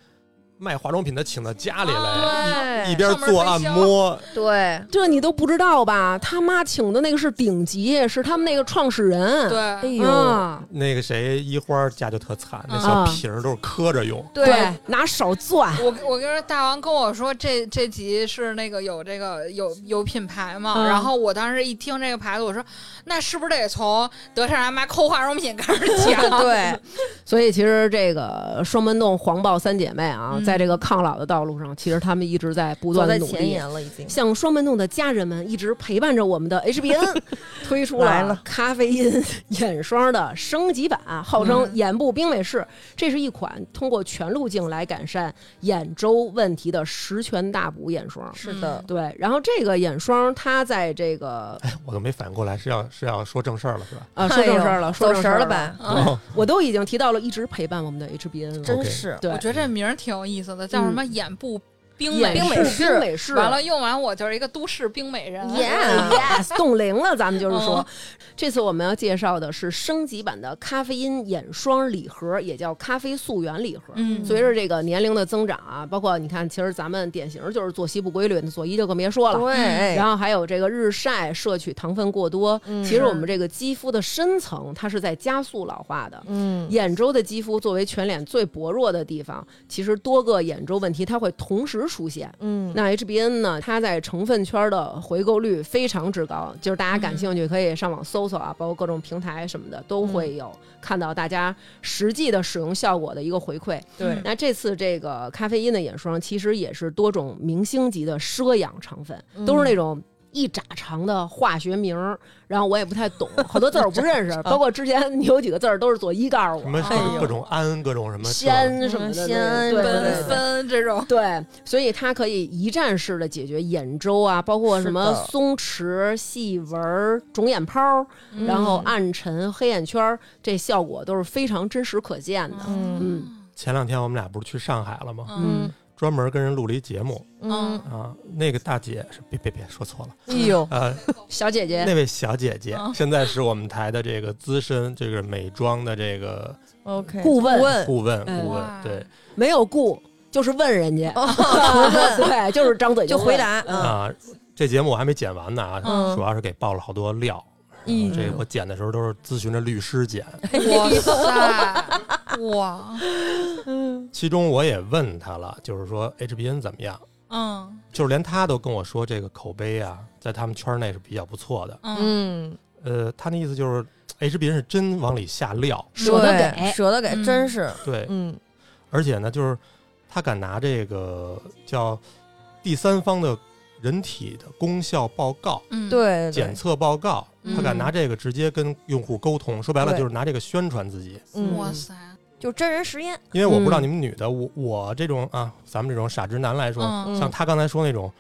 Speaker 2: 卖化妆品的请到家 里来，
Speaker 3: 啊对
Speaker 2: 一一边做按摩，
Speaker 3: 嗯哎对，哎
Speaker 1: 这你都不知道吧？他妈请的那个是顶级，是他们那个创始人。
Speaker 3: 哎
Speaker 4: 对，
Speaker 3: 呦，
Speaker 1: 啊，
Speaker 2: 那个谁一花儿家就特惨，那
Speaker 4: 嗯
Speaker 2: 小瓶儿都是磕着用。
Speaker 1: 对
Speaker 3: 对，
Speaker 1: 拿手攥。
Speaker 4: 我我跟你说，大王跟我说这这集是那个有这个有有品牌嘛，
Speaker 1: 嗯
Speaker 4: 然后我当时一听这个牌子，我说那是不是得从德善阿妈抠化妆品开始 讲？啊
Speaker 3: 对，
Speaker 1: 所以其实这个双门洞黄豹三姐妹啊，
Speaker 4: 嗯
Speaker 1: 在这个抗老的道路上，其实她们一直在不
Speaker 3: 走
Speaker 1: 断地
Speaker 3: 在
Speaker 1: 努
Speaker 3: 前
Speaker 1: 力
Speaker 3: 沿。了已经。
Speaker 1: 像双门洞的家人们一直陪伴着我们的 HBN 推出
Speaker 3: 来了
Speaker 1: 咖啡因眼霜的升级版，号称
Speaker 4: 嗯
Speaker 1: 眼部冰美式。这是一款通过全路径来改善眼周问题的十全大补眼霜。
Speaker 3: 是的，
Speaker 1: 对，然后这个眼霜它在这个
Speaker 2: 哎，我都没反应过来是要是要说正事儿了是吧？
Speaker 1: 啊说正事儿了，
Speaker 3: 哎呦
Speaker 1: 说
Speaker 3: 走
Speaker 1: 正事
Speaker 3: 神
Speaker 1: 儿
Speaker 3: 儿
Speaker 1: 了
Speaker 3: 了？吧？
Speaker 4: 嗯，
Speaker 1: 我都已经提到了，一直陪伴我们的 HBN 了。
Speaker 3: 真
Speaker 2: OK
Speaker 3: 是，
Speaker 1: 对
Speaker 4: 我，觉得这名儿挺有意思的，叫什么眼部冰美
Speaker 1: 眼
Speaker 3: 冰
Speaker 1: 部
Speaker 3: 美
Speaker 4: 式。
Speaker 1: 冰美式
Speaker 4: 完了，用完我就是一个都市冰美人。
Speaker 3: Yeah
Speaker 1: yes，冻龄了，咱们就是说，
Speaker 4: 嗯
Speaker 1: 这次我们要介绍的是升级版的咖啡因眼霜礼盒，也叫咖啡素原礼盒。
Speaker 4: 嗯，
Speaker 1: 随着这个年龄的增长啊，包括你看，其实咱们典型就是作息不规律，佐伊就更别说 了。
Speaker 3: 嗯对，
Speaker 1: 然
Speaker 3: 后
Speaker 1: 后还有这个日晒摄取糖分过多，
Speaker 3: 嗯
Speaker 1: 其实我们这个肌肤的深层它是在加速老化的。
Speaker 3: 嗯，
Speaker 1: 眼周的肌肤作为全脸最薄弱的地方，其实多个眼周问题它会同时出现。
Speaker 3: 嗯，
Speaker 1: 那 HBN 呢，它在成分圈的回购率非常之高，就是大家感兴趣可以上网搜搜啊，
Speaker 3: 嗯
Speaker 1: 包括各种平台什么的都会有看到大家实际的使用效果的一个回馈。
Speaker 3: 对，
Speaker 1: 那这次这个咖啡因的眼霜其实也是多种明星级的奢氧成分，
Speaker 3: 嗯
Speaker 1: 都是那种。一拃长的化学名儿，然后我也不太 懂，好多字儿我不认
Speaker 3: 啊
Speaker 1: 识，包括之前你有几个字儿都是佐伊告诉
Speaker 2: 什么
Speaker 1: 我，
Speaker 2: 什
Speaker 3: 哎
Speaker 2: 么
Speaker 3: 呦
Speaker 2: 各种安，各种什么这
Speaker 1: 仙啊什么的那个，
Speaker 3: 嗯
Speaker 1: 对
Speaker 3: 仙
Speaker 1: 对对
Speaker 3: 苯
Speaker 4: 奔
Speaker 1: 对
Speaker 4: 分这种，
Speaker 1: 对，所以它可以一站式的解决眼周啊，包括什么
Speaker 3: 是的
Speaker 1: 松弛、细纹儿、肿眼泡儿，
Speaker 3: 嗯
Speaker 1: 然后暗沉、黑眼圈儿，这效果都是非常真实可见的。
Speaker 3: 嗯
Speaker 1: 嗯
Speaker 2: 前两天我们俩不是去上海了吗？
Speaker 4: 嗯，
Speaker 2: 专门跟人录了一节目
Speaker 3: 嗯，
Speaker 2: 啊。那个大姐是别别别说错了，
Speaker 3: 哎呦，
Speaker 2: 呃，
Speaker 1: 小姐姐，
Speaker 2: 那位小姐姐
Speaker 3: 嗯
Speaker 4: 啊
Speaker 2: 现在是我们台的这个资深这个美妆的这个
Speaker 4: 嗯
Speaker 3: OK，
Speaker 1: 顾问
Speaker 3: 问，嗯
Speaker 2: 顾问
Speaker 1: 哎
Speaker 2: 顾
Speaker 4: 哇
Speaker 2: 问，对
Speaker 1: 没有顾，就是问人家，
Speaker 3: 哦
Speaker 1: 对，就是张嘴
Speaker 3: 就
Speaker 1: 问
Speaker 3: 回。答，嗯
Speaker 2: 啊。这节目我还没剪完呢啊，主
Speaker 3: 嗯，
Speaker 2: 要是给爆了好多料。然
Speaker 3: 哎
Speaker 4: 嗯
Speaker 2: 后啊这
Speaker 3: 呦
Speaker 2: 我剪的时候都是咨询着律师剪，
Speaker 4: 哇塞，哇，
Speaker 2: 其中我也问他了，就是说 HBN 怎么样？
Speaker 4: 嗯
Speaker 2: 就是连他都跟我说这个口碑啊，在他们圈内是比较不错的。
Speaker 4: 嗯，
Speaker 3: 嗯，
Speaker 2: 呃，他那意思就是哎 HBN 是真往里下料，
Speaker 1: 舍得
Speaker 3: 对
Speaker 1: 给
Speaker 3: 舍得给，
Speaker 4: 嗯
Speaker 3: 真是，
Speaker 2: 对，
Speaker 3: 嗯，
Speaker 2: 而且呢，就是他敢拿这个叫第三方的人体的功效报告、
Speaker 4: 嗯，
Speaker 3: 对，
Speaker 2: 检
Speaker 3: 对，
Speaker 2: 测报告，
Speaker 4: 嗯
Speaker 2: 他敢拿这个直接跟用户沟通。说白了
Speaker 3: 对
Speaker 2: 就是拿这个宣传自己，
Speaker 4: 哇
Speaker 3: 嗯，
Speaker 4: 塞，
Speaker 3: 就真人实验，
Speaker 2: 因为我不知道
Speaker 1: 嗯
Speaker 2: 你们女的，我我这种啊，咱们这种傻直男来说，
Speaker 4: 嗯
Speaker 2: 像
Speaker 3: 嗯，
Speaker 2: 他刚才说那种。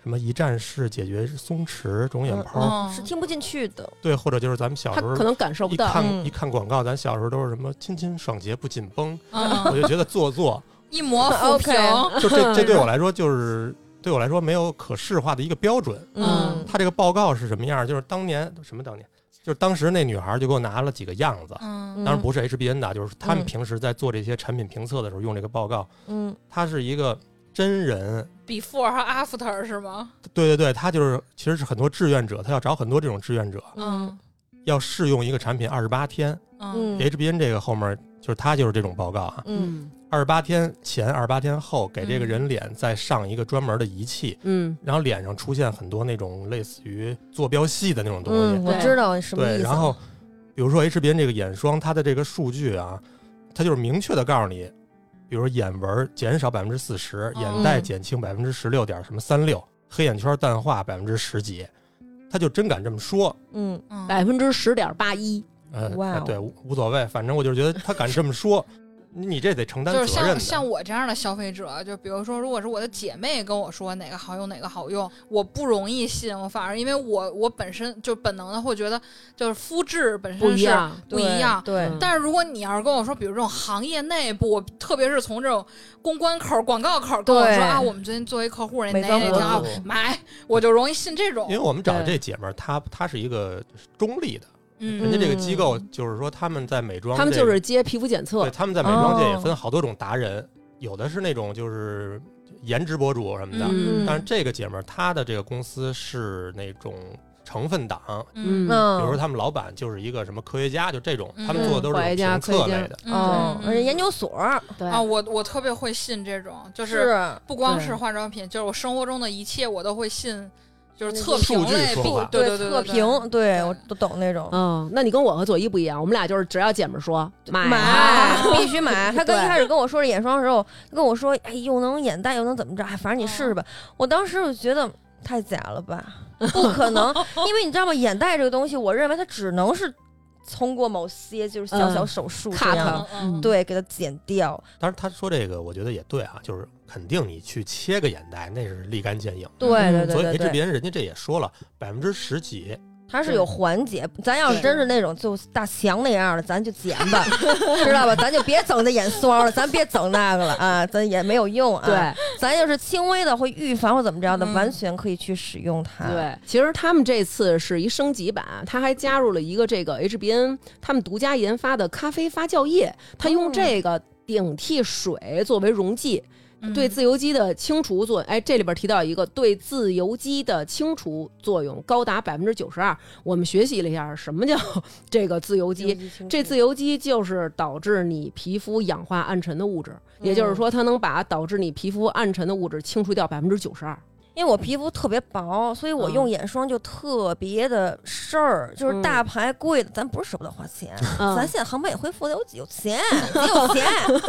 Speaker 2: 什么一站式解决松弛、肿眼泡，
Speaker 4: 嗯
Speaker 3: 是听不进去的，
Speaker 2: 对，或者就是咱们小
Speaker 1: 他
Speaker 2: 时候
Speaker 1: 可能感受不
Speaker 2: 一
Speaker 1: 到，
Speaker 2: 看、
Speaker 3: 嗯
Speaker 2: 一看广告，咱小时候都是什么亲亲爽洁不紧绷，我
Speaker 4: 嗯，
Speaker 2: 就觉嗯得做作，
Speaker 4: 一模浮萍，
Speaker 3: OK
Speaker 2: 就这这对我来说就是对我来说没有可视化的一个标准。
Speaker 3: 嗯，
Speaker 2: 他这个报告是什么样？就是当年什么当年，就是当时那女孩就给我拿了几个样子，
Speaker 4: 嗯
Speaker 2: 当然不是 HBN 的，就是他们
Speaker 3: 嗯
Speaker 2: 平时在做这些产品评测的时候用这个报告，
Speaker 3: 嗯，
Speaker 2: 它是一个真人。
Speaker 4: ，before 和 after 是吗？
Speaker 2: 对对对，他就是其实是很多志愿者，他要找很多这种志愿者，
Speaker 4: 嗯
Speaker 2: 要试用一个产品二十八天。
Speaker 4: 嗯
Speaker 3: 嗯，
Speaker 2: HBN 这个后面就是他就是这种报告啊，
Speaker 3: 嗯，
Speaker 2: 二十八天前、二十八天后给这个人脸再上一个专门的仪器，
Speaker 1: 嗯
Speaker 2: 然后脸上出现很多那种类似于坐标系的那种东西。
Speaker 3: 嗯，我
Speaker 1: 对
Speaker 3: 知道什么
Speaker 2: 对，
Speaker 3: 意思，
Speaker 2: 然后比如说 HBN 这个眼霜，它的这个数据啊，它就是明确的告诉你，比如说眼纹减少百分之四十，
Speaker 4: 嗯
Speaker 2: 眼袋减轻百分之十六点什么三六，黑眼圈淡化百分之十几，他就真敢这么说。
Speaker 3: 嗯，
Speaker 2: 哎
Speaker 1: 百分之十点八一，
Speaker 2: 呃，
Speaker 3: 哇哦
Speaker 2: 对，无无所谓，反正我就觉得他敢这么说。你这得承担
Speaker 4: 就
Speaker 2: 责
Speaker 4: 是
Speaker 2: 任
Speaker 4: 像
Speaker 2: 的。
Speaker 4: 像我这样的消费者，就比如说，如果是我的姐妹跟我说哪个好用哪个好用，我不容易信，我反而因为我我本身就本能的会觉得，就是肤质本身
Speaker 1: 不一
Speaker 4: 是
Speaker 1: 样。
Speaker 4: 不一样。
Speaker 3: 对
Speaker 1: 嗯
Speaker 4: 但是如果你要是跟我说，比如这种行业内部，特别是从这种公关口、广告口跟我
Speaker 3: 对
Speaker 4: 说啊，我们最近作为客户人
Speaker 3: 美
Speaker 4: 哪哪
Speaker 3: 妆
Speaker 4: 挺好
Speaker 2: 博主，
Speaker 4: 买，我就容易信这
Speaker 2: 因为
Speaker 4: 种。
Speaker 2: 我们找的
Speaker 3: 啊对
Speaker 2: 这姐们儿，她她是一个中立的，人
Speaker 4: 嗯，
Speaker 2: 家这个机构就是说他们在美妆这，
Speaker 1: 他们就是接皮肤检测
Speaker 2: 对，他们在美妆界也
Speaker 3: 哦
Speaker 2: 分好多种达人，有的是那种就是颜值博主什么的，
Speaker 1: 嗯
Speaker 2: 但是这个姐们儿她的这个公司是那种成分党，
Speaker 1: 嗯
Speaker 2: 比如说
Speaker 3: 嗯
Speaker 2: 他们老板就是一个什么科学家，就这种，
Speaker 4: 嗯
Speaker 2: 他们做的都是
Speaker 1: 嗯化学
Speaker 2: 这种
Speaker 1: 家
Speaker 2: 评测类的。
Speaker 4: 嗯
Speaker 3: 哦，而且研究所
Speaker 1: 对
Speaker 4: 啊，我我特别会信这种，就是不光是
Speaker 1: 对
Speaker 4: 化妆品，就是我生活中的一切，我都会信，就是
Speaker 3: 那
Speaker 4: 测
Speaker 3: 个
Speaker 4: 评
Speaker 2: 数据
Speaker 4: 类
Speaker 2: 说
Speaker 4: 不
Speaker 2: 法
Speaker 4: 对对对，
Speaker 3: 测
Speaker 4: 对
Speaker 3: 评，对
Speaker 4: 对
Speaker 3: 我都懂那种。
Speaker 1: 嗯，那你跟我和左一不一样，我们俩就是只要姐们儿说买
Speaker 3: 买
Speaker 4: 买
Speaker 3: 必须买。他刚
Speaker 1: 对
Speaker 3: 一开始跟我说是眼霜的时候，他跟我说，哎，又能眼袋又能怎么着，哎，反正你试试吧。我当时就觉得太假了吧，不可能，因为你知道吗？眼袋这个东西，我认为它只能是通过某些就是
Speaker 1: 嗯
Speaker 3: 小小手术这样的，
Speaker 1: cut，
Speaker 4: 嗯嗯
Speaker 3: 对，给它剪掉。
Speaker 2: 当然他说这个，我觉得也对啊，就是肯定你去切个眼袋，那是立竿见影。
Speaker 3: 对
Speaker 1: 嗯
Speaker 3: 对
Speaker 2: 所以
Speaker 3: 对
Speaker 2: H
Speaker 3: 对对，
Speaker 2: 别人人家这也说了，百分之十几，
Speaker 3: 它是有环节。咱要是真是那种就大强那样的，咱就剪吧， 知道吧？咱就别整那眼霜了，咱别整那个了啊，咱也没有用啊。
Speaker 1: 对、
Speaker 3: 咱要是轻微的会预防或怎么着的，
Speaker 4: 嗯
Speaker 3: 完全可以去使用它。，
Speaker 1: 对，其实他们这次是一升级版，他还加入了一个这个 HBN 他们独家研发的咖啡发酵液，他用这个顶替水作为溶剂，
Speaker 4: 嗯
Speaker 1: 对自由基的清除作哎，这里边提到一个对自由基的清除作用高达百分之九十二。我们学习了一下什么叫 这个自由基，这自由基就是导致你皮肤氧化暗沉的物质，也就是说它能把导致你皮肤暗沉的物质清除掉百分之九十二。
Speaker 3: 因为我皮肤特别薄，所以我
Speaker 1: 嗯
Speaker 3: 用眼霜就特别的事儿，就是大牌贵的，咱不是舍不得花钱，
Speaker 1: 嗯
Speaker 3: 咱现在航班也恢复的有有钱，有钱，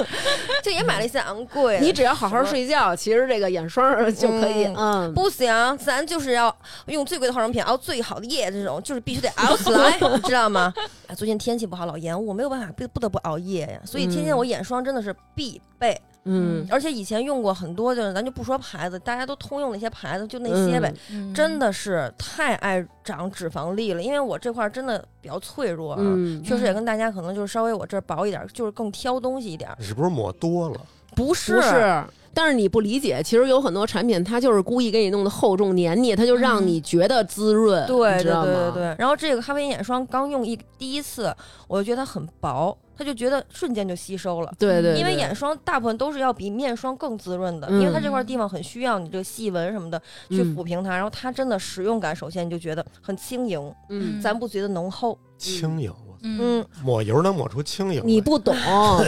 Speaker 3: 就也买了一些昂贵的。
Speaker 1: 你只要好好睡觉，其实这个眼霜儿 就可以。嗯，
Speaker 3: 不行，咱就是要用最贵的化妆品，熬最好的夜，这种就是必须得熬 起来，你知道吗？哎最近天气不好，老延误，没有办法，不不得不熬夜呀。所以天天
Speaker 1: 嗯
Speaker 3: 我眼霜真的是必备。
Speaker 1: 嗯，
Speaker 3: 而且以前用过很多，就是咱就不说牌子，大家都通用那些牌子，就那些呗。
Speaker 4: 嗯
Speaker 3: 真的是太爱长脂肪粒了，因为我这块儿真的比较脆弱啊。
Speaker 1: 嗯，
Speaker 3: 确实也跟大家可能就是稍微我这儿薄一点儿，就是更挑东西一点儿。
Speaker 2: 你是不是抹多
Speaker 1: 嗯
Speaker 2: 了？
Speaker 3: 不
Speaker 1: 不是。但是你不理解，其实有很多产品，它就是故意给你弄的厚重黏腻，它就让你觉得滋润，你
Speaker 3: 对
Speaker 1: 知
Speaker 3: 对
Speaker 1: 道
Speaker 3: 对对
Speaker 1: 吗？
Speaker 3: 对。然后这个咖啡因眼霜刚用一第一次，我就觉得它很薄，它就觉得瞬间就吸收了。
Speaker 1: 对对对
Speaker 3: 因为眼霜大部分都是要比面霜更滋润的，
Speaker 1: 嗯
Speaker 3: 因为它这块地方很需要你这个细纹什么的去
Speaker 1: 嗯
Speaker 3: 抚平它。然后它真的使用感，首先你就觉得很轻盈，
Speaker 1: 嗯，
Speaker 3: 咱不觉得浓厚。
Speaker 2: 轻盈，我
Speaker 4: 嗯。
Speaker 3: 嗯，
Speaker 2: 抹油能抹出轻盈来？
Speaker 1: 你不 懂，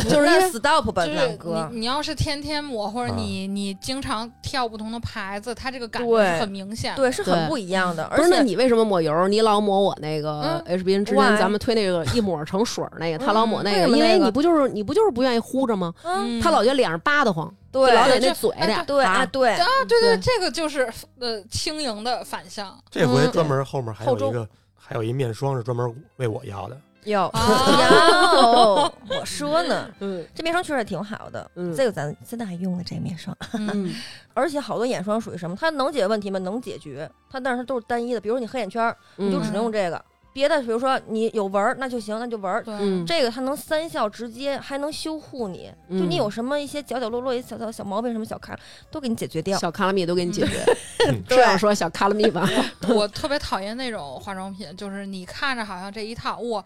Speaker 1: 就是因
Speaker 3: 那
Speaker 1: 为
Speaker 3: stop 吧，
Speaker 4: 就
Speaker 3: 亮
Speaker 4: 是
Speaker 3: 哥。
Speaker 4: 你，你要是天天抹，或者
Speaker 2: 啊
Speaker 4: 你你经常跳不同的牌子，它这个感觉
Speaker 3: 对
Speaker 4: 是很明显。，
Speaker 3: 对，是
Speaker 1: 对
Speaker 3: 很不一样的。
Speaker 1: 不
Speaker 3: 而
Speaker 1: 是？那
Speaker 3: 且
Speaker 1: 你为什么抹油？你老抹我那个 HBN 之前
Speaker 3: why？
Speaker 1: 咱们推那个一抹成水儿那个，
Speaker 3: 嗯
Speaker 1: 他老抹那
Speaker 3: 为什
Speaker 1: 个，
Speaker 3: 么
Speaker 1: 因
Speaker 3: 那
Speaker 1: 为
Speaker 3: 个
Speaker 1: 你不就是你不就是不愿意呼着吗？
Speaker 3: 嗯，
Speaker 1: 他
Speaker 4: 啊
Speaker 1: 老觉得脸上扒得慌，就
Speaker 3: 对
Speaker 1: 老得
Speaker 4: 对
Speaker 1: 那
Speaker 4: 这
Speaker 1: 嘴
Speaker 4: 哎
Speaker 1: 的，
Speaker 3: 对
Speaker 1: 啊
Speaker 3: 啊，对
Speaker 4: 啊，对对，
Speaker 1: 对
Speaker 4: 这个就是呃轻盈的反向。
Speaker 2: 这回
Speaker 3: 嗯
Speaker 2: 专门后面还
Speaker 3: 厚
Speaker 2: 有
Speaker 3: 重
Speaker 2: 一个，还有一面霜是专门为我要的。
Speaker 3: 有
Speaker 4: 啊
Speaker 3: 有，哦我说呢，
Speaker 1: 嗯
Speaker 3: 这面霜确实挺好的。
Speaker 1: 嗯
Speaker 3: 这个咱现在还用了这面霜，
Speaker 4: 嗯
Speaker 1: 嗯
Speaker 3: 而且好多眼霜属于什么？它能解决问题吗？能解决，它但是它都是单一的。比如你黑眼圈儿，你就只
Speaker 1: 嗯
Speaker 3: 能用这个，别的比如说你有纹儿，那就行，那就纹儿。
Speaker 4: 对，
Speaker 1: 嗯
Speaker 3: 这个它能三效直接，还能修护你。就
Speaker 1: 嗯
Speaker 3: 你有什么一些角角落落、一些小小小毛病、什么小卡，都给你解决掉。
Speaker 1: 小卡拉米都给你解决，
Speaker 2: 嗯
Speaker 1: 这样说小卡拉米 吧，
Speaker 4: 我特别讨厌那种化妆品，就是你看着好像这一套哇。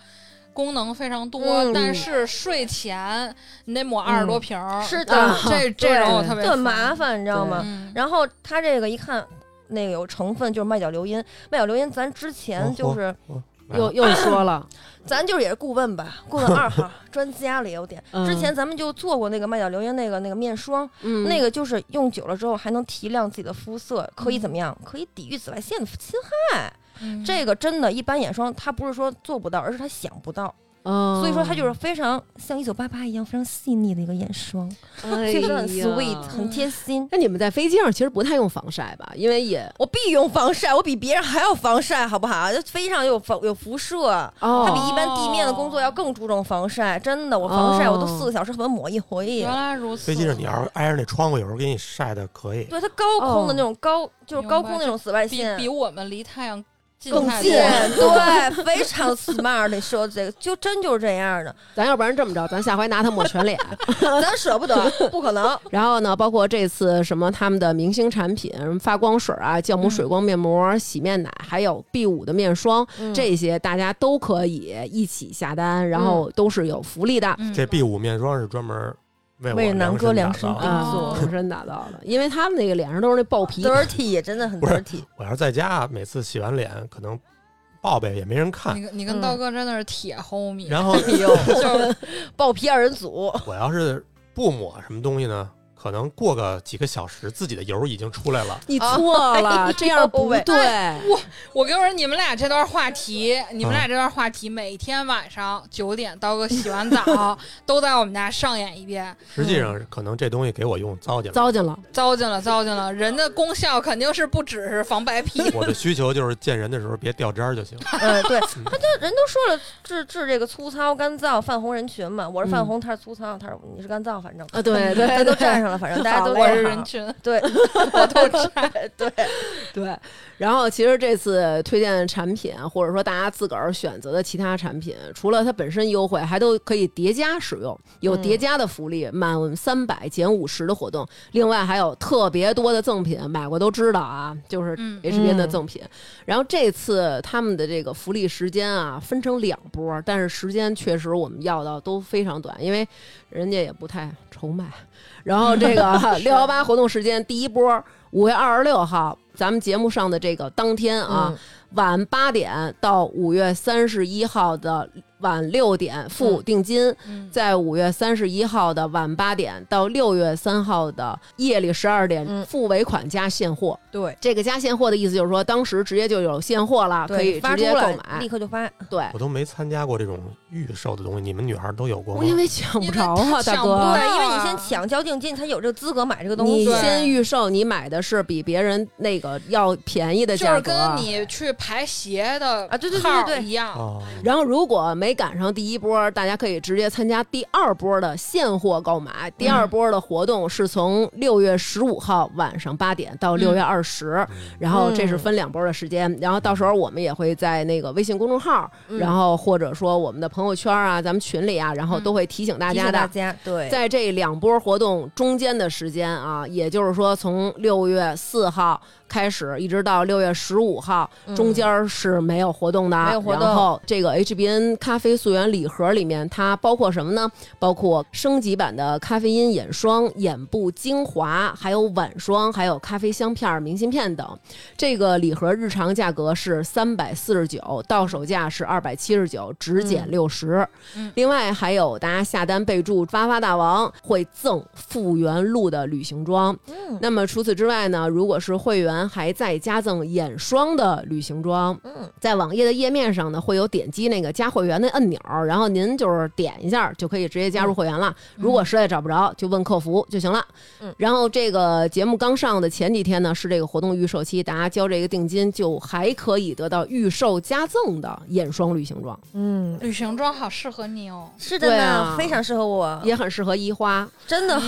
Speaker 4: 功能非常多，
Speaker 3: 嗯
Speaker 4: 但是睡前你得抹二十多瓶儿、
Speaker 3: 是的，
Speaker 1: 啊
Speaker 4: 这这种我特别
Speaker 3: 就很
Speaker 4: 烦
Speaker 3: 麻。烦，你知道吗？
Speaker 4: 嗯，
Speaker 3: 然后它这个一看，那个有成分就是麦角硫因，麦角硫因咱之前就是、
Speaker 1: 又又说了，
Speaker 3: 咱就是也是顾问吧，顾问二号专家了有点。
Speaker 1: 嗯
Speaker 3: 之前咱们就做过那个麦角硫因那个那个面霜，
Speaker 1: 嗯
Speaker 3: 那个就是用久了之后还能提亮自己的肤色，可
Speaker 1: 嗯
Speaker 3: 以怎么样？可以抵御紫外线的侵害。
Speaker 4: 嗯
Speaker 3: 这个真的，一般眼霜它不是说做不到，而是它想不到。
Speaker 1: 嗯，
Speaker 3: 所以说它就是非常像一九八八一样非常细腻的一个眼霜，
Speaker 1: 哎呀嗯
Speaker 3: 确实很 sweet，很贴心。
Speaker 1: 那你们在飞机上其实不太用防晒吧？因为也
Speaker 3: 我必用防晒，我比别人还要防晒，好不好？就飞机上有防有辐射，它
Speaker 1: 哦
Speaker 3: 比一般地面的工作要更注重防晒。真的，我防晒
Speaker 1: 哦
Speaker 3: 我都四个小时粉抹一回。
Speaker 4: 嗯原来如此。
Speaker 2: 飞机上你要是挨着那窗户，有时候给你晒的可以。
Speaker 3: 对它高空的那种高，就是高空那种紫外
Speaker 4: 比
Speaker 3: 线，
Speaker 4: 比我们离太阳近
Speaker 1: 更
Speaker 4: 太
Speaker 1: 近
Speaker 4: 多了。
Speaker 3: 对，非常 smart。你说这个就真就是这样的，
Speaker 1: 咱要不然这么着，咱下回拿它抹全 脸。
Speaker 3: 咱舍不得，不可能。
Speaker 1: 然后呢，包括这次什么他们的明星产品，什么发光水啊、酵母水光面膜、洗面奶，还有 B 五的面霜，
Speaker 3: 嗯
Speaker 1: 这些大家都可以一起下单，然后都是有福利的。
Speaker 4: 嗯
Speaker 2: 这 B 五面霜是专门为我
Speaker 3: 为南哥量
Speaker 2: 身
Speaker 3: 身
Speaker 2: 打造的。
Speaker 3: 定
Speaker 1: 啊，
Speaker 4: 哦
Speaker 1: 量身打造的，因为他们那个脸上都是那爆 皮，
Speaker 3: dirty 也真的很
Speaker 2: 不是
Speaker 3: dirty。
Speaker 2: 我要是在家，每次洗完脸可能报备也没人看
Speaker 4: 你，跟你跟刀哥真的是铁 homie，
Speaker 2: 然后
Speaker 3: 嗯 哎呦，就是爆皮二人组，
Speaker 2: 我要是不抹什么东西呢，可能过个几个小时，自己的油已经出来了。
Speaker 1: 你错了，
Speaker 3: 哎呦
Speaker 1: 这样不
Speaker 3: 喂
Speaker 1: 对。
Speaker 4: 我跟我说，你们俩这段话题，你们
Speaker 2: 嗯
Speaker 4: 俩这段话题，每天晚上九点，刀哥洗完澡 都在我们家上演一遍，
Speaker 2: 实际上，可能这东西给我用糟践了。
Speaker 1: 糟践了，
Speaker 4: 糟践了，糟践了。人的功效肯定是不只是防白 皮，
Speaker 2: 我的需求就是见人的时候别掉渣儿就行。
Speaker 3: 嗯， 对，他就人都说了，治治这个粗糙、干燥、泛红人群嘛。我是泛红，他是粗糙，他是你是干燥，反正
Speaker 1: 啊，对嗯 对
Speaker 3: 大家
Speaker 1: 对，
Speaker 3: 都站上了， 反正大家都
Speaker 1: 好
Speaker 4: 我
Speaker 1: 嘞
Speaker 3: 站
Speaker 4: 是
Speaker 3: 上
Speaker 4: 人
Speaker 3: 了。
Speaker 4: 群，
Speaker 3: 对，
Speaker 4: 我都占。
Speaker 3: 对，
Speaker 1: 对，然后其实这次推荐产品，或者说大家自个儿选择的其他产品，除了它本身优惠，还都可以叠加使用，有叠加的福利，满三百减五十的活动。另外还有特别多的赠品，买过都知道啊，就是
Speaker 4: 嗯
Speaker 1: H 边的赠品。然后这次他们的这个福利时间啊，分成两波，但是时间确实我们要到都非常短，因为人家也不太愁卖。然后这 个六幺八活动时间第一波五月二十六号，咱们节目上的这个当天啊，
Speaker 3: 嗯
Speaker 1: 晚八点到五月三十一号的晚六点付定金，
Speaker 4: 嗯
Speaker 1: 在五月三十一号的晚八点到六月三号的夜里十二点
Speaker 3: 嗯
Speaker 1: 付尾款加现货。
Speaker 3: 对，
Speaker 1: 这个加现货的意思就是说，当时直接就有现货了，可以
Speaker 3: 对，发
Speaker 1: 直接
Speaker 3: 出
Speaker 1: 购
Speaker 3: 来，立
Speaker 1: 买。
Speaker 3: 刻就发。
Speaker 1: 对，
Speaker 2: 我都没参加过这种预售的东西，你们女孩儿都有过
Speaker 1: 我
Speaker 2: 吗？
Speaker 1: 因为抢不着啊，大
Speaker 4: 因为
Speaker 1: 哥
Speaker 4: 抢。
Speaker 3: 对，因为你先抢交定金，他有这个资格买这个东
Speaker 1: 你
Speaker 3: 西。
Speaker 4: 对
Speaker 1: 先预售，你买的是比别人那个要便宜的
Speaker 4: 就
Speaker 1: 价
Speaker 4: 是
Speaker 1: 格。
Speaker 4: 跟你去排鞋的
Speaker 3: 啊对对对对
Speaker 4: 号
Speaker 3: 对
Speaker 4: 一样，
Speaker 2: 哦，
Speaker 1: 然后如果没赶上第一波，大家可以直接参加第二波的现货购买。第二波的活动是从六月十五号晚上八点到六月二十、然后这是分两波的时间。然后到时候我们也会在那个微信公众号，
Speaker 3: 嗯
Speaker 1: 然后或者说我们的朋友圈啊、咱们群里啊，然后都会提醒大
Speaker 3: 提
Speaker 1: 家
Speaker 3: 醒
Speaker 1: 的。
Speaker 3: 大家，对，
Speaker 1: 在这两波活动中间的时间啊，也就是说从六月四号开始，一直到六月十五号，
Speaker 3: 嗯
Speaker 1: 中间儿是没有活动的。
Speaker 3: 没有活动
Speaker 1: 然后这个 HBN 咖啡溯源礼盒里面，它包括什么呢？包括升级版的咖啡因眼霜、眼部精华，还有晚霜，还有咖啡香片儿、明信片等。这个礼盒日常价格是三百四十九，到手价是二百七十九，只减六十、
Speaker 4: 嗯
Speaker 1: 另外还有大家下单备注“发发大王”，会赠复原路的旅行装。
Speaker 3: 嗯
Speaker 1: 那么除此之外呢，如果是会员，还再加赠眼霜的旅行装。
Speaker 3: 嗯，
Speaker 1: 在网页的页面上呢，会有点击那个加会员的按钮，然后您就是点一下就可以直接加入会员了。如果实在找不着，就问客服就行了。
Speaker 3: 嗯
Speaker 1: 然后这个节目刚上的前几天呢，是这个活动预售期，大家交这个定金就还可以得到预售加赠的眼霜旅行装，
Speaker 3: 嗯，
Speaker 4: 旅行装好适合你哦。
Speaker 3: 是的
Speaker 1: 对
Speaker 3: 呢
Speaker 1: 啊，
Speaker 3: 非常适合我，
Speaker 1: 也很适合一花。
Speaker 3: 真的，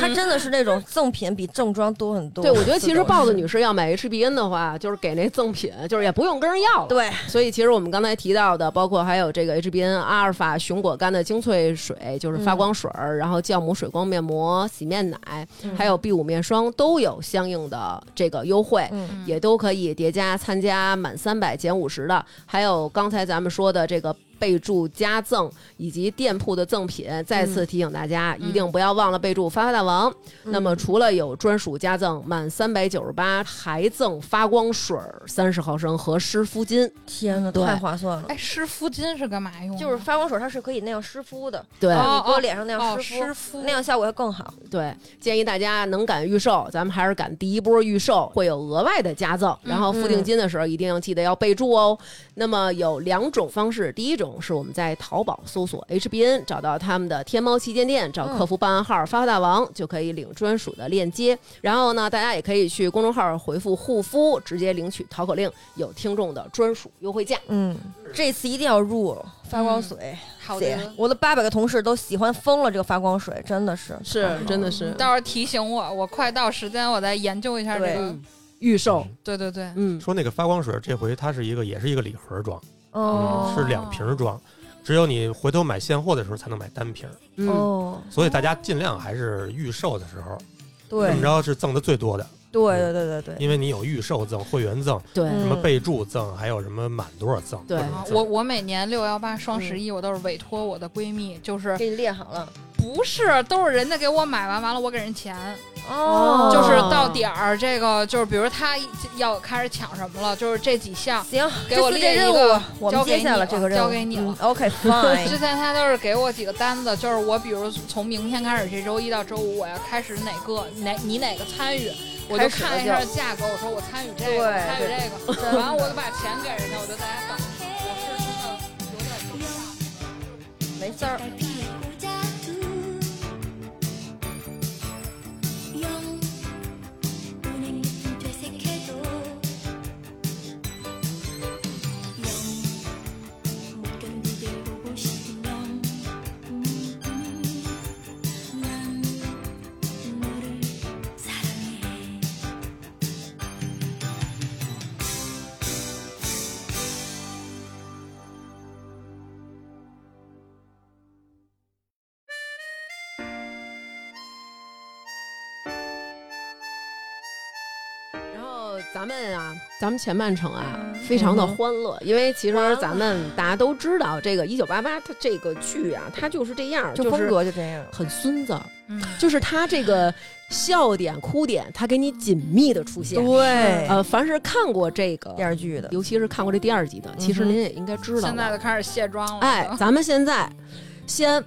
Speaker 3: 它真的是那种赠品比正装多很多。
Speaker 1: 对，我觉得其
Speaker 3: 是
Speaker 1: 实
Speaker 3: 的
Speaker 1: 豹子女士要买 HBN 的话，就是给那赠品，就是也不用跟人要了。
Speaker 3: 对，
Speaker 1: 所以其实我们刚才提到的，包括还有这个 HBN 阿尔法熊果苷的精粹水，就是
Speaker 3: 嗯
Speaker 1: 发光水儿，然后酵母水光面膜、洗面奶，
Speaker 3: 嗯
Speaker 1: 还有 B 五面霜都有相应的这个优惠。
Speaker 3: 嗯，
Speaker 1: 也都可以叠加参加满三百减五十的，还有刚才咱们说的这个备注加赠以及店铺的赠品，再次提醒大家、一定不要忘了备注“发发大王”那么除了有专属加赠满三百九十八，还赠发光水三十毫升和湿敷巾。
Speaker 3: 天哪，
Speaker 1: 对
Speaker 3: 太划算了。
Speaker 4: 哎，湿敷巾是干嘛用的？
Speaker 3: 就是发光水，它是可以那样湿敷的，
Speaker 1: 哦对、
Speaker 4: 哦
Speaker 3: 你搁脸上那
Speaker 4: 哦
Speaker 3: 样湿敷，
Speaker 4: 湿敷
Speaker 3: 那样效果会更好。
Speaker 1: 对，建议大家能赶预售，咱们还是赶第一波预售，会有额外嗯的加赠。然后付定金的时候，一定要记得要备注哦。那么有两种方式，第一种是我们在淘宝搜索 HBN，找到他们的天猫旗舰店，找客服报暗号“发发大王”就可以领专属的链接。然后呢，大家也可以去公众号回复“护肤”，直接领取淘口令，有听众的专属优惠价。
Speaker 3: 嗯，这次一定要入发光水，
Speaker 4: 嗯好
Speaker 3: 姐
Speaker 4: 的，
Speaker 3: 我的八百个同事都喜欢疯了，这个发光水真的是
Speaker 1: 是
Speaker 3: 太好了
Speaker 1: 真的是
Speaker 4: 到时候提醒我，我快到时间，我再研究一下这
Speaker 3: 对
Speaker 4: 个。
Speaker 1: 预售，
Speaker 4: 对对对，
Speaker 1: 嗯，
Speaker 2: 说那个发光水，这回它是一个也是一个礼盒装，
Speaker 3: 哦
Speaker 4: 嗯
Speaker 2: 是两瓶装，只有你回头买现货的时候才能买单瓶，
Speaker 1: 嗯，
Speaker 3: 哦，
Speaker 2: 所以大家尽量还是预售的时候，
Speaker 3: 对
Speaker 4: 嗯
Speaker 2: 这么着是赠的最多的，
Speaker 3: 对对对对对，
Speaker 2: 因为你有预售赠、会员赠、
Speaker 1: 对，
Speaker 3: 嗯
Speaker 2: 什么备注赠，还有什么满多少赠。
Speaker 1: 对
Speaker 2: 各种
Speaker 4: 啊
Speaker 2: 赠
Speaker 4: 我我每年六幺八、双十一，我都是委托我的闺蜜，就是
Speaker 3: 给你列好了
Speaker 4: 不是都是人家给我买完，完了我给人钱，
Speaker 1: 哦
Speaker 4: 就是到点儿这个，就是比如她要开始抢什么了，就是这几项。
Speaker 3: 行，
Speaker 4: 给我
Speaker 3: 这次这
Speaker 4: 列一
Speaker 3: 任
Speaker 4: 个
Speaker 3: 务我们
Speaker 4: 交给
Speaker 3: 接下
Speaker 4: 你
Speaker 3: 了
Speaker 4: 了
Speaker 3: 这个任务
Speaker 4: 交给你了
Speaker 3: OK
Speaker 4: 之
Speaker 3: fine，
Speaker 4: 前她都是给我几个单子，就是我比如从明天开始，这周一到周五我要开始哪个哪你哪个参与，我就
Speaker 3: 开始了
Speaker 4: 看一下价格，我说我参与这个，
Speaker 3: 对
Speaker 4: 我参与这
Speaker 3: 对
Speaker 4: 个，完了我就把钱给人家，我就在家等。我是真的有点受不了。
Speaker 3: 没事
Speaker 5: 음,
Speaker 3: 儿。
Speaker 5: 고자두 영 은행 잎은 퇴색해도 영 못 견디게 보고 싶으면 음, 난 너를 사랑해
Speaker 1: 然后咱们啊，咱们前半程啊，非常
Speaker 3: 嗯
Speaker 1: 的欢乐，因为其实
Speaker 3: 完了
Speaker 1: 咱们大家都知道，这个《一九八八》它这个剧啊，它就是这样，
Speaker 3: 就
Speaker 1: 就
Speaker 3: 风
Speaker 1: 是
Speaker 3: 格就这样，
Speaker 1: 很孙子，
Speaker 4: 嗯，
Speaker 1: 就是它这个笑点、哭点，它给你紧密的出现。
Speaker 3: 对
Speaker 1: 呃，凡是看过这个，
Speaker 3: 电视剧的，
Speaker 1: 尤其是看过这第二集的，其实
Speaker 3: 嗯哼
Speaker 1: 您也应该知道
Speaker 4: 现在
Speaker 1: 了。
Speaker 4: 就开始卸妆了。
Speaker 1: 哎，咱们现在先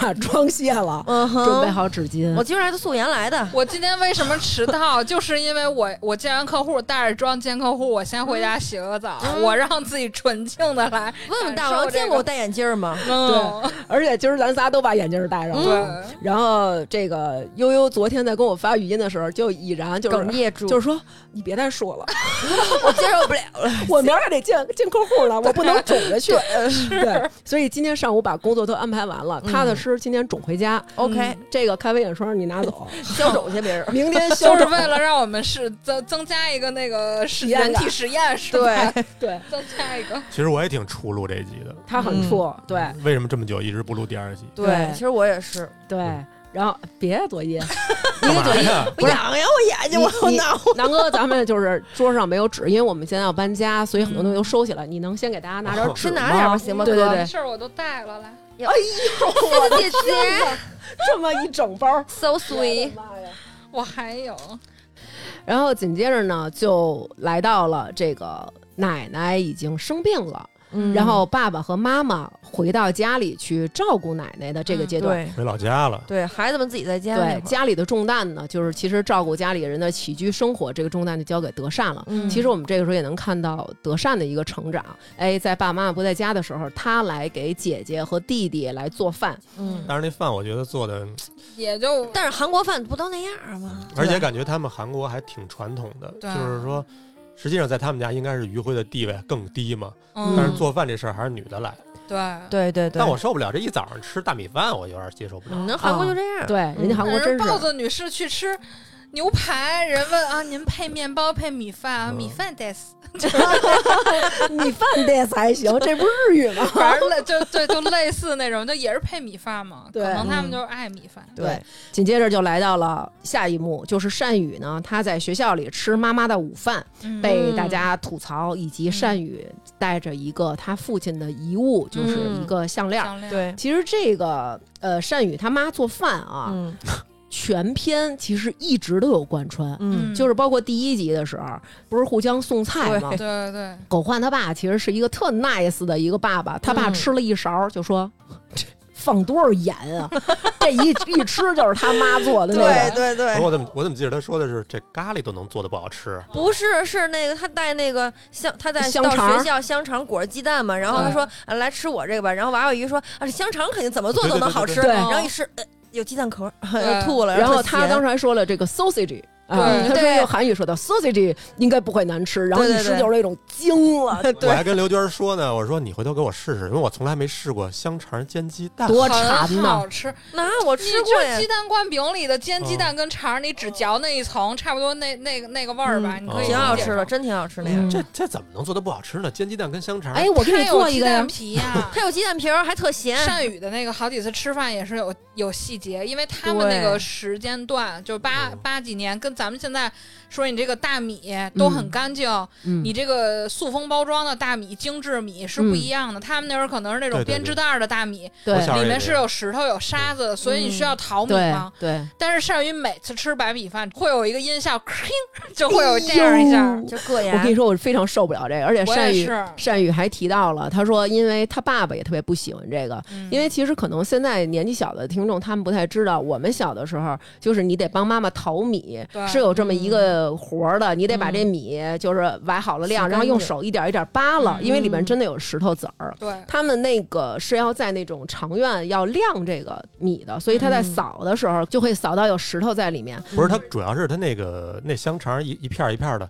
Speaker 1: 把妆卸了，
Speaker 3: 嗯哼，
Speaker 1: 准备好纸巾
Speaker 3: 我。今儿来的素颜来的，
Speaker 4: 我今天为什么迟到？就是因为我我见完客户带着妆见客户，我先回家洗了个澡，我让自己纯净的来。
Speaker 3: 问问大王见过我戴眼镜儿吗？
Speaker 4: 嗯，
Speaker 1: 而且今儿咱仨都把眼镜儿戴上
Speaker 4: 对
Speaker 1: 了。然后这个悠悠昨天在跟我发语音的时候，就已然就是
Speaker 3: 哽咽住，
Speaker 1: 就是是说你别再说 了，
Speaker 3: 我接受不了了。
Speaker 1: 我明儿还得见见客户 呢，我不能肿着去。 对，所以今天上午把工作都安排完了，
Speaker 3: 嗯
Speaker 1: 踏踏实实今天肿回家。
Speaker 3: OK，
Speaker 1: 这个咖啡眼霜你拿 走，
Speaker 3: 消肿去别人。
Speaker 1: 明 天 消
Speaker 4: 就是
Speaker 1: 肿。
Speaker 4: 为了让我们是增增加一个那个实
Speaker 1: 体验感
Speaker 4: 人体实验是吧？
Speaker 3: 对，
Speaker 1: 对，
Speaker 4: 增加一个。
Speaker 2: 其实我也挺出录这一集的，
Speaker 1: 他很
Speaker 3: 嗯
Speaker 1: 怵。对
Speaker 2: 为什么这么久一直不录第二集？
Speaker 1: 对
Speaker 3: 其实我也是，
Speaker 1: 对，然后别左 一，
Speaker 2: 干嘛呀？
Speaker 1: 不是
Speaker 3: 痒痒，嗯我眼
Speaker 1: 你你南哥，咱们就是桌上没有纸，因为我们现在要搬家，所以很多东西都收起
Speaker 3: 嗯
Speaker 1: 来。你能先给大家拿点纸
Speaker 3: 先
Speaker 1: 哦吗
Speaker 3: 拿点吧，行吗？
Speaker 1: 对
Speaker 3: 哥
Speaker 1: 对
Speaker 4: 没事儿，我都带了来。
Speaker 3: 哦 哎呦，我的姐 姐
Speaker 1: 这么一整包。
Speaker 3: ，so sweet，
Speaker 4: 我还有，
Speaker 1: 然后紧接着呢，就来到了这个奶奶已经生病了，
Speaker 3: 嗯
Speaker 1: 然后爸爸和妈妈回到家里去照顾奶奶的这个阶段。
Speaker 3: 对
Speaker 2: 回老家了，
Speaker 3: 对，孩子们自己在家，
Speaker 1: 嗯对，家里的重担呢，就是其实照顾家里人的起居生活这个重担就交给德善了。
Speaker 3: 嗯
Speaker 1: 其实我们这个时候也能看到德善的一个成长。哎，在爸爸妈妈不在家的时候，他来给姐姐和弟弟来做饭。
Speaker 3: 嗯，
Speaker 2: 但是那饭我觉得做的，
Speaker 4: 也就
Speaker 3: 但是韩国饭不都那样吗？
Speaker 2: 而且感觉他们韩国还挺传统的，
Speaker 4: 对
Speaker 2: 就是说，实际上在他们家应该是余晖的地位更低嘛，
Speaker 4: 嗯，
Speaker 2: 但是做饭这事儿还是女的来。
Speaker 4: 对
Speaker 3: 对对对，
Speaker 2: 但我受不了这一早上吃大米饭，我有点接受不了。
Speaker 3: 嗯那韩国就这样，
Speaker 1: 对，人家韩国真
Speaker 4: 人豹
Speaker 1: 是
Speaker 4: 子女士去吃牛排，人问啊，您配面包配米饭啊？米饭 des，
Speaker 1: 米 饭这才行， 这不是日语吗？
Speaker 4: 反正类就对，就类似那种，就也是配米饭嘛。
Speaker 1: 对
Speaker 4: 可能他们就是爱米饭。
Speaker 1: 对，紧接着就来到了下一幕，就是善宇呢，他在学校里吃妈妈的午饭，
Speaker 4: 嗯
Speaker 1: 被大家吐槽，以
Speaker 3: 嗯
Speaker 1: 及善宇带着一个他父亲的遗物，就是
Speaker 3: 嗯
Speaker 1: 一个项链。
Speaker 4: 项链，
Speaker 3: 对，
Speaker 1: 其实这个呃，善宇他妈做饭啊，
Speaker 3: 嗯
Speaker 1: 全篇其实一直都有贯穿，
Speaker 3: 嗯
Speaker 1: 就是包括第一集的时候，不是互相送菜吗
Speaker 4: 对？对对，
Speaker 1: 狗焕他爸其实是一个特 nice 的一个爸爸，他爸
Speaker 3: 嗯
Speaker 1: 吃了一勺就说：“ 放多少盐啊？ 这一一吃就是他妈做的那
Speaker 3: 对
Speaker 1: 个。
Speaker 3: 对
Speaker 2: 不
Speaker 3: 对
Speaker 2: 是，我怎么我怎么记得他说的是这咖喱都能做的不好吃？
Speaker 3: 不是，是那个他带那个香，他在
Speaker 1: 香
Speaker 3: 到
Speaker 1: 肠儿
Speaker 3: 学校香肠裹着鸡蛋嘛，然后他
Speaker 1: 嗯
Speaker 3: 说、啊来吃我这个吧，然后娃娃鱼说啊这香肠肯定怎么做
Speaker 2: 对对
Speaker 3: 都能
Speaker 2: 对
Speaker 3: 好
Speaker 2: 对
Speaker 3: 吃，
Speaker 1: 对
Speaker 3: 然后一吃、呃、有鸡蛋壳儿，
Speaker 4: 对
Speaker 3: 又吐了，
Speaker 1: 然后
Speaker 3: 特
Speaker 1: 他
Speaker 3: 咸
Speaker 1: 当时还说了这个 sausage。啊，
Speaker 4: 对
Speaker 1: 他说
Speaker 3: 对
Speaker 1: 用韩语说的 sausage 应该不会难吃，然后一
Speaker 3: 对对
Speaker 1: 吃
Speaker 3: 对
Speaker 1: 就是那种惊了，
Speaker 2: 我还跟刘娟说呢，我说你回头给我试试，因为我从来没试过香肠煎鸡蛋。
Speaker 1: 多馋
Speaker 4: 很
Speaker 1: 呐
Speaker 4: 好！吃，
Speaker 3: 那我
Speaker 4: 你
Speaker 3: 吃过
Speaker 4: 就
Speaker 3: 呀
Speaker 4: 鸡，蛋灌饼里的煎
Speaker 2: 哦
Speaker 4: 鸡蛋跟肠儿，你只嚼那一层，差不多那那个那个味儿吧，
Speaker 1: 嗯
Speaker 4: 你可
Speaker 2: 哦
Speaker 4: 以
Speaker 3: 挺好吃
Speaker 4: 理解
Speaker 3: 的，真挺好吃那
Speaker 1: 嗯
Speaker 3: 个。。
Speaker 2: 这这怎么能做的不好吃呢？煎鸡蛋跟香肠，
Speaker 1: 哎，，我给
Speaker 4: 它
Speaker 1: 你做
Speaker 4: 有
Speaker 1: 一
Speaker 4: 鸡
Speaker 1: 个呀
Speaker 4: 蛋，皮呀
Speaker 3: 它有鸡蛋皮儿，还特咸。
Speaker 4: 善宇的那个好几次吃饭也是有有细节，因为他们
Speaker 3: 对
Speaker 4: 那个时间段就八
Speaker 2: 嗯
Speaker 4: 八几年，跟咱们现在说你这个大米都很干净，
Speaker 1: 嗯
Speaker 4: 你这个塑封包装的大米、精致米是
Speaker 1: 嗯
Speaker 4: 不一样的。他们那会儿可能是那种
Speaker 2: 对对对
Speaker 4: 编织袋儿的大米，
Speaker 2: 我
Speaker 1: 对
Speaker 2: 小时候
Speaker 4: 里
Speaker 2: 也
Speaker 4: 面
Speaker 2: 这
Speaker 4: 是
Speaker 2: 样
Speaker 4: 有石头、有沙子的，所以你需要淘米
Speaker 1: 嗯对
Speaker 4: 嘛。
Speaker 1: 对，
Speaker 4: 但是善宇每次吃白米饭会有一个音效，吭就会有这样一下
Speaker 1: 哎。呦
Speaker 3: 就硌牙。
Speaker 1: 我跟你说，我非常受不了这个，而且
Speaker 4: 我
Speaker 1: 善
Speaker 4: 也
Speaker 1: 宇
Speaker 4: 是，
Speaker 1: 善宇还提到了，他说因为他爸爸也特别不喜欢这个，
Speaker 4: 嗯
Speaker 1: 因为其实可能现在年纪小的听众他们不太知道，我们小的时候就是你得帮妈妈淘米，
Speaker 4: 对
Speaker 1: 是有这么一个活儿的，你得把这米就是崴好了量，
Speaker 3: 洗
Speaker 1: 然
Speaker 3: 干净
Speaker 1: 后用手一点一点扒拉，
Speaker 4: 嗯
Speaker 1: 因为里面真的有石头子儿。
Speaker 4: 对，。
Speaker 1: 他们那个是要在那种长院要晾这个米的，所以他在
Speaker 3: 嗯
Speaker 1: 扫的时候就会扫到有石头在里面。
Speaker 2: 不是它主要是它那个那香肠一一片儿一片儿的，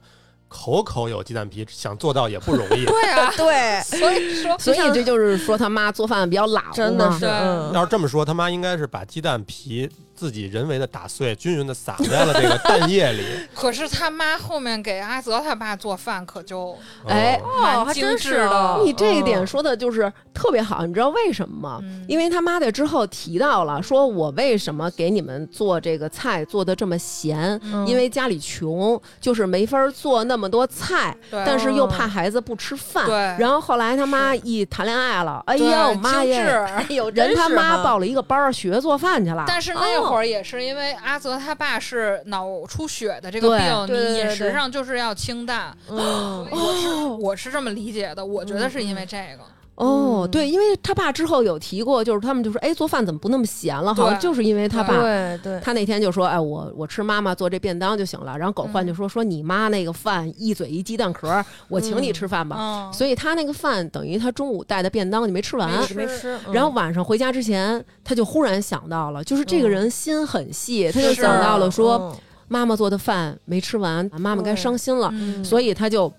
Speaker 2: 口口有鸡蛋皮，想做到也不容易
Speaker 4: 对啊，
Speaker 3: 对，
Speaker 4: 所以说，
Speaker 1: 所以这就是说他妈做饭比较老，
Speaker 3: 真的是。
Speaker 4: 对
Speaker 3: 嗯
Speaker 2: 要是这么说，他妈应该是把鸡蛋皮自己人为的打碎，均匀的撒在了这个蛋液里。
Speaker 4: 可是他妈后面给阿泽他爸做饭，可就
Speaker 1: 哎
Speaker 2: 哦
Speaker 4: 蛮
Speaker 3: 还
Speaker 4: 精
Speaker 3: 真是
Speaker 4: 致的
Speaker 3: 哦。
Speaker 1: 你这一点说的就是特别好，你知道为什么吗？
Speaker 4: 嗯
Speaker 1: 因为他妈在之后提到了，说我为什么给你们做这个菜做的这么咸，
Speaker 4: 嗯
Speaker 1: 因为家里穷，就是没法做那么多菜，
Speaker 4: 对
Speaker 1: 但是又怕孩子不吃饭。
Speaker 4: 对
Speaker 1: 然后后来他妈一谈恋爱了，哎
Speaker 4: 对
Speaker 1: 呦妈
Speaker 4: 精
Speaker 1: 耶！
Speaker 4: 致。
Speaker 1: 哎呦，人
Speaker 3: 真
Speaker 1: 他
Speaker 3: 是
Speaker 1: 妈
Speaker 3: 哈
Speaker 1: 报了一个班儿学做饭去了。
Speaker 4: 但是那会
Speaker 1: 儿、
Speaker 4: 儿也是因为阿泽他爸是脑出血的这个病，
Speaker 3: 对对
Speaker 4: 你
Speaker 3: 对
Speaker 4: 饮
Speaker 3: 对
Speaker 4: 食上就是要清淡。
Speaker 3: 嗯，
Speaker 4: 我是我是这么理解的，我觉得是因为这个。
Speaker 1: 哦，
Speaker 3: 嗯
Speaker 1: 对，因为他爸之后有提过，就是他们就说，哎，做饭怎么不那么咸了？好像
Speaker 4: 对
Speaker 1: 就是因为他
Speaker 4: 对
Speaker 1: 爸
Speaker 3: 对对，
Speaker 1: 啊他那天就说：“哎，我我吃妈妈做这便当就行了。”然后狗焕就说：“说你妈那个饭一嘴一鸡蛋壳儿，我请你吃饭吧。
Speaker 4: 嗯，
Speaker 1: 所以他那个饭等于他中午带的便当就没吃完。
Speaker 3: 没
Speaker 4: 没
Speaker 3: 吃。嗯
Speaker 1: 然后晚上回家之前，他就忽然想到了，就是这个人心很细，他就是想到了说、
Speaker 3: 嗯
Speaker 1: 妈妈做的饭没吃完，妈妈该伤心了，
Speaker 4: 嗯
Speaker 1: 所以他就。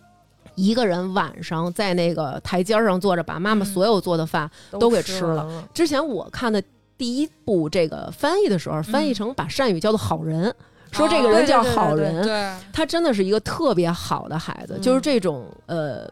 Speaker 1: 一个人晚上在那个台阶儿上坐着，把妈妈所有做的饭。都给吃了
Speaker 3: 完嗯了。
Speaker 1: 之前我看的第一部这个翻译的
Speaker 4: 嗯
Speaker 1: 时候，翻译成把善宇叫做好
Speaker 4: 哦
Speaker 1: 人，说这个人叫好人。
Speaker 4: 对，
Speaker 1: 他真的是一个特别好的孩子，
Speaker 3: 嗯
Speaker 1: 就是这种呃，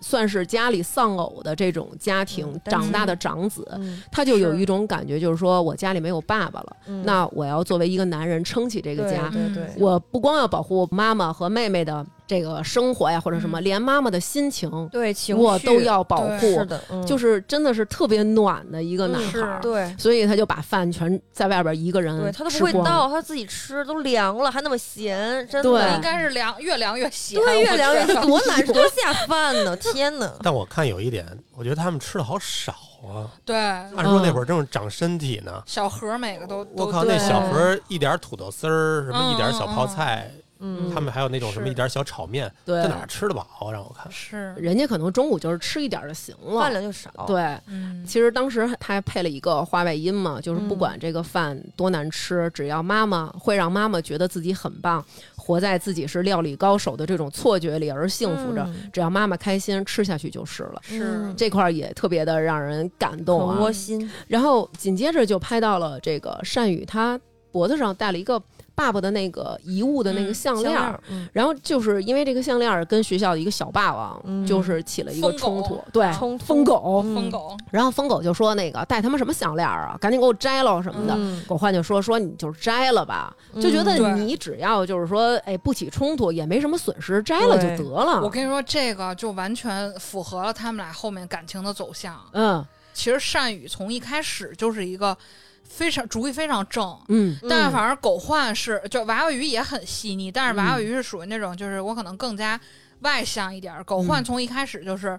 Speaker 1: 算是家里丧偶的这种家庭、
Speaker 3: 嗯单
Speaker 1: 长
Speaker 3: 亲
Speaker 1: 大的长子，
Speaker 3: 嗯
Speaker 1: 他就有
Speaker 4: 是
Speaker 1: 一种感觉，就是说我家里没有爸爸了，
Speaker 3: 嗯
Speaker 1: 那我要作为一个男人撑起这个家。
Speaker 3: 对
Speaker 4: 嗯
Speaker 3: 对对，
Speaker 1: 我不光要保护妈妈和妹妹的这个生活呀，或者什么，
Speaker 4: 嗯
Speaker 1: 连妈妈的心情
Speaker 3: 对情
Speaker 1: 我都要保
Speaker 4: 对
Speaker 1: 护
Speaker 3: 是，的，嗯
Speaker 1: 就是真的是特别暖的一个男
Speaker 4: 嗯
Speaker 1: 孩
Speaker 4: 是
Speaker 1: 儿，
Speaker 3: 对
Speaker 1: 所以他就把饭全在外边一个人
Speaker 3: 对，他
Speaker 1: 嗯
Speaker 3: 都
Speaker 1: 吃
Speaker 3: 不会
Speaker 1: 光
Speaker 3: 倒，他自己吃都凉了，还那么咸，真
Speaker 1: 对
Speaker 3: 的
Speaker 4: 应该是凉，越凉越咸。
Speaker 3: 对
Speaker 4: 我
Speaker 3: 越凉
Speaker 4: 觉
Speaker 3: 越
Speaker 4: 得
Speaker 3: 多难多下饭呢！天哪，
Speaker 2: 但我看有一点，我觉得他们吃的好少啊。
Speaker 4: 对，
Speaker 2: 按说那
Speaker 1: 嗯
Speaker 2: 会儿正是长身体呢，
Speaker 4: 小盒儿每个都
Speaker 2: 我
Speaker 4: 都
Speaker 2: 靠，
Speaker 4: 对
Speaker 2: 那小盒儿一点儿土豆丝儿，什么一点儿小泡菜，
Speaker 3: 嗯，
Speaker 2: 他们还有那种什么
Speaker 4: 是嗯
Speaker 2: 一点儿小炒面，
Speaker 1: 对
Speaker 2: 在哪儿吃得饱？啊让我看，
Speaker 4: 是，
Speaker 1: 人家可能中午就是吃一点儿就行了，
Speaker 3: 饭量就少，，
Speaker 1: 对，
Speaker 4: 嗯，
Speaker 1: 其实当时他还配了一个话外音嘛，就是不
Speaker 3: 嗯
Speaker 1: 管这个饭多难吃，只要妈妈会让妈妈觉得自己很棒，活在自己是料理高手的这种错觉里而幸福着，
Speaker 3: 嗯
Speaker 1: 只要妈妈开心，吃下去就是了。
Speaker 4: 是
Speaker 3: 嗯
Speaker 1: 这块儿也特别的让人感
Speaker 3: 很
Speaker 1: 动啊
Speaker 3: 窝。心，
Speaker 1: 然后紧接着就拍到了这个善宇，他脖子上戴了一个爸爸的那个遗物的那个
Speaker 4: 嗯
Speaker 1: 项链儿。
Speaker 3: 儿，嗯，
Speaker 1: 然后就是因为这个项链儿跟学校的一个小霸王，
Speaker 3: 嗯
Speaker 1: 就是起了一个
Speaker 4: 疯
Speaker 1: 冲
Speaker 4: 狗
Speaker 1: 突，对，
Speaker 3: 冲突
Speaker 1: 疯狗，
Speaker 4: 疯狗，
Speaker 1: 然后疯狗就说那个戴他妈什么项链儿啊，赶紧给我摘喽什么的。
Speaker 3: 嗯
Speaker 1: 狗焕就说说你就摘了吧，
Speaker 3: 嗯
Speaker 1: 就觉得
Speaker 4: 对
Speaker 1: 你只要就是说哎不起冲突也没什么损失，摘了就
Speaker 3: 对
Speaker 1: 得了。
Speaker 4: 我跟你说，这个就完全符合了他们俩后面感情的走向。
Speaker 1: 嗯
Speaker 4: 其实善宇从一开始就是一个非常主意非常正，
Speaker 1: 嗯
Speaker 4: 但
Speaker 3: 嗯
Speaker 4: 反正狗焕是就娃娃鱼也很细腻，但是娃娃
Speaker 1: 嗯
Speaker 4: 鱼是属于那种就是我可能更加外向一点儿。狗焕从一开始就是。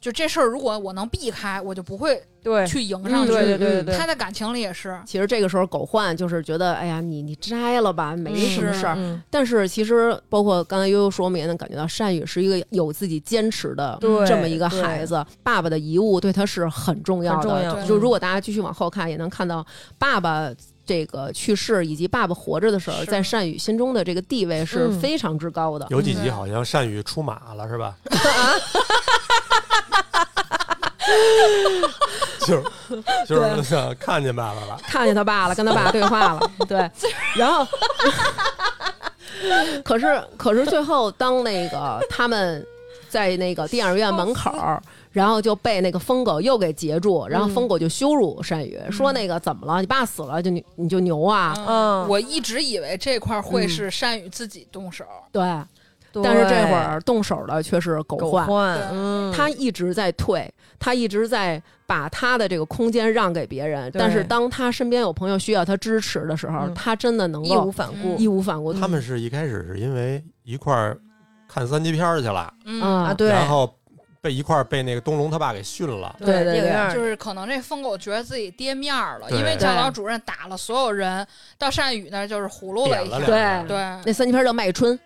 Speaker 4: 就这事儿，如果我能避开，我就不会
Speaker 3: 对
Speaker 4: 去迎
Speaker 3: 嗯
Speaker 4: 上去。
Speaker 3: 对对对对对，
Speaker 4: 他在感情里也是，
Speaker 1: 其实这个时候狗焕就是觉得，哎呀，你你摘了吧，没什么
Speaker 4: 是
Speaker 1: 事儿。
Speaker 3: 嗯
Speaker 1: 但是其实包括刚才悠悠说，我们也能感觉到善宇是一个有自己坚持的
Speaker 3: 对
Speaker 1: 这么一个孩子，爸爸的遗物对他是很重要的。
Speaker 3: 很重要嗯
Speaker 4: 对
Speaker 1: 就如果大家继续往后看，也能看到爸爸。这个去世以及爸爸活着的时候，
Speaker 4: 是
Speaker 1: 在善宇心中的这个地位是
Speaker 3: 嗯
Speaker 1: 非常之高的。
Speaker 2: 有几集好像善宇出马了是吧？ 就是就是想 看见爸爸了，
Speaker 1: 看见他爸了，跟他爸对 话了，对，然后， 可是可是最后，当那个他们在那个电影院门口儿，然后就被那个疯狗又给截住，然后疯狗就羞辱善宇，说那个怎么了？你爸死了就你你就牛啊？
Speaker 3: 嗯，
Speaker 4: 我一直以为这块儿会是善宇自己动手，
Speaker 1: 对，但是这会儿动手的却是狗
Speaker 3: 狗
Speaker 1: 焕，
Speaker 3: 换
Speaker 4: 对
Speaker 3: 嗯，
Speaker 1: 他一直在退，他一直在把他的这个空间让给别人，
Speaker 3: 对
Speaker 1: 但是当他身边有朋友需要他支持的时候，
Speaker 3: 嗯
Speaker 1: 他真的能
Speaker 3: 义无
Speaker 1: 够
Speaker 3: 反顾
Speaker 1: 义无反顾。
Speaker 2: 他们是一开始是因为一块儿看三级片儿去了，
Speaker 4: 嗯，
Speaker 1: 啊
Speaker 3: 啊，，对，
Speaker 2: 然后被一块儿被那个东龙他爸给训了。
Speaker 1: 对对
Speaker 3: 电影
Speaker 1: 对
Speaker 3: 院儿
Speaker 4: 就是可能这疯狗觉得自己跌面儿了，
Speaker 2: 对
Speaker 4: 因为教导主任打了所有人，到善宇那儿就是葫芦了一
Speaker 2: 点了
Speaker 4: 下，
Speaker 2: 两
Speaker 1: 对
Speaker 2: 下
Speaker 4: 对，
Speaker 1: 那三级片叫《麦春》，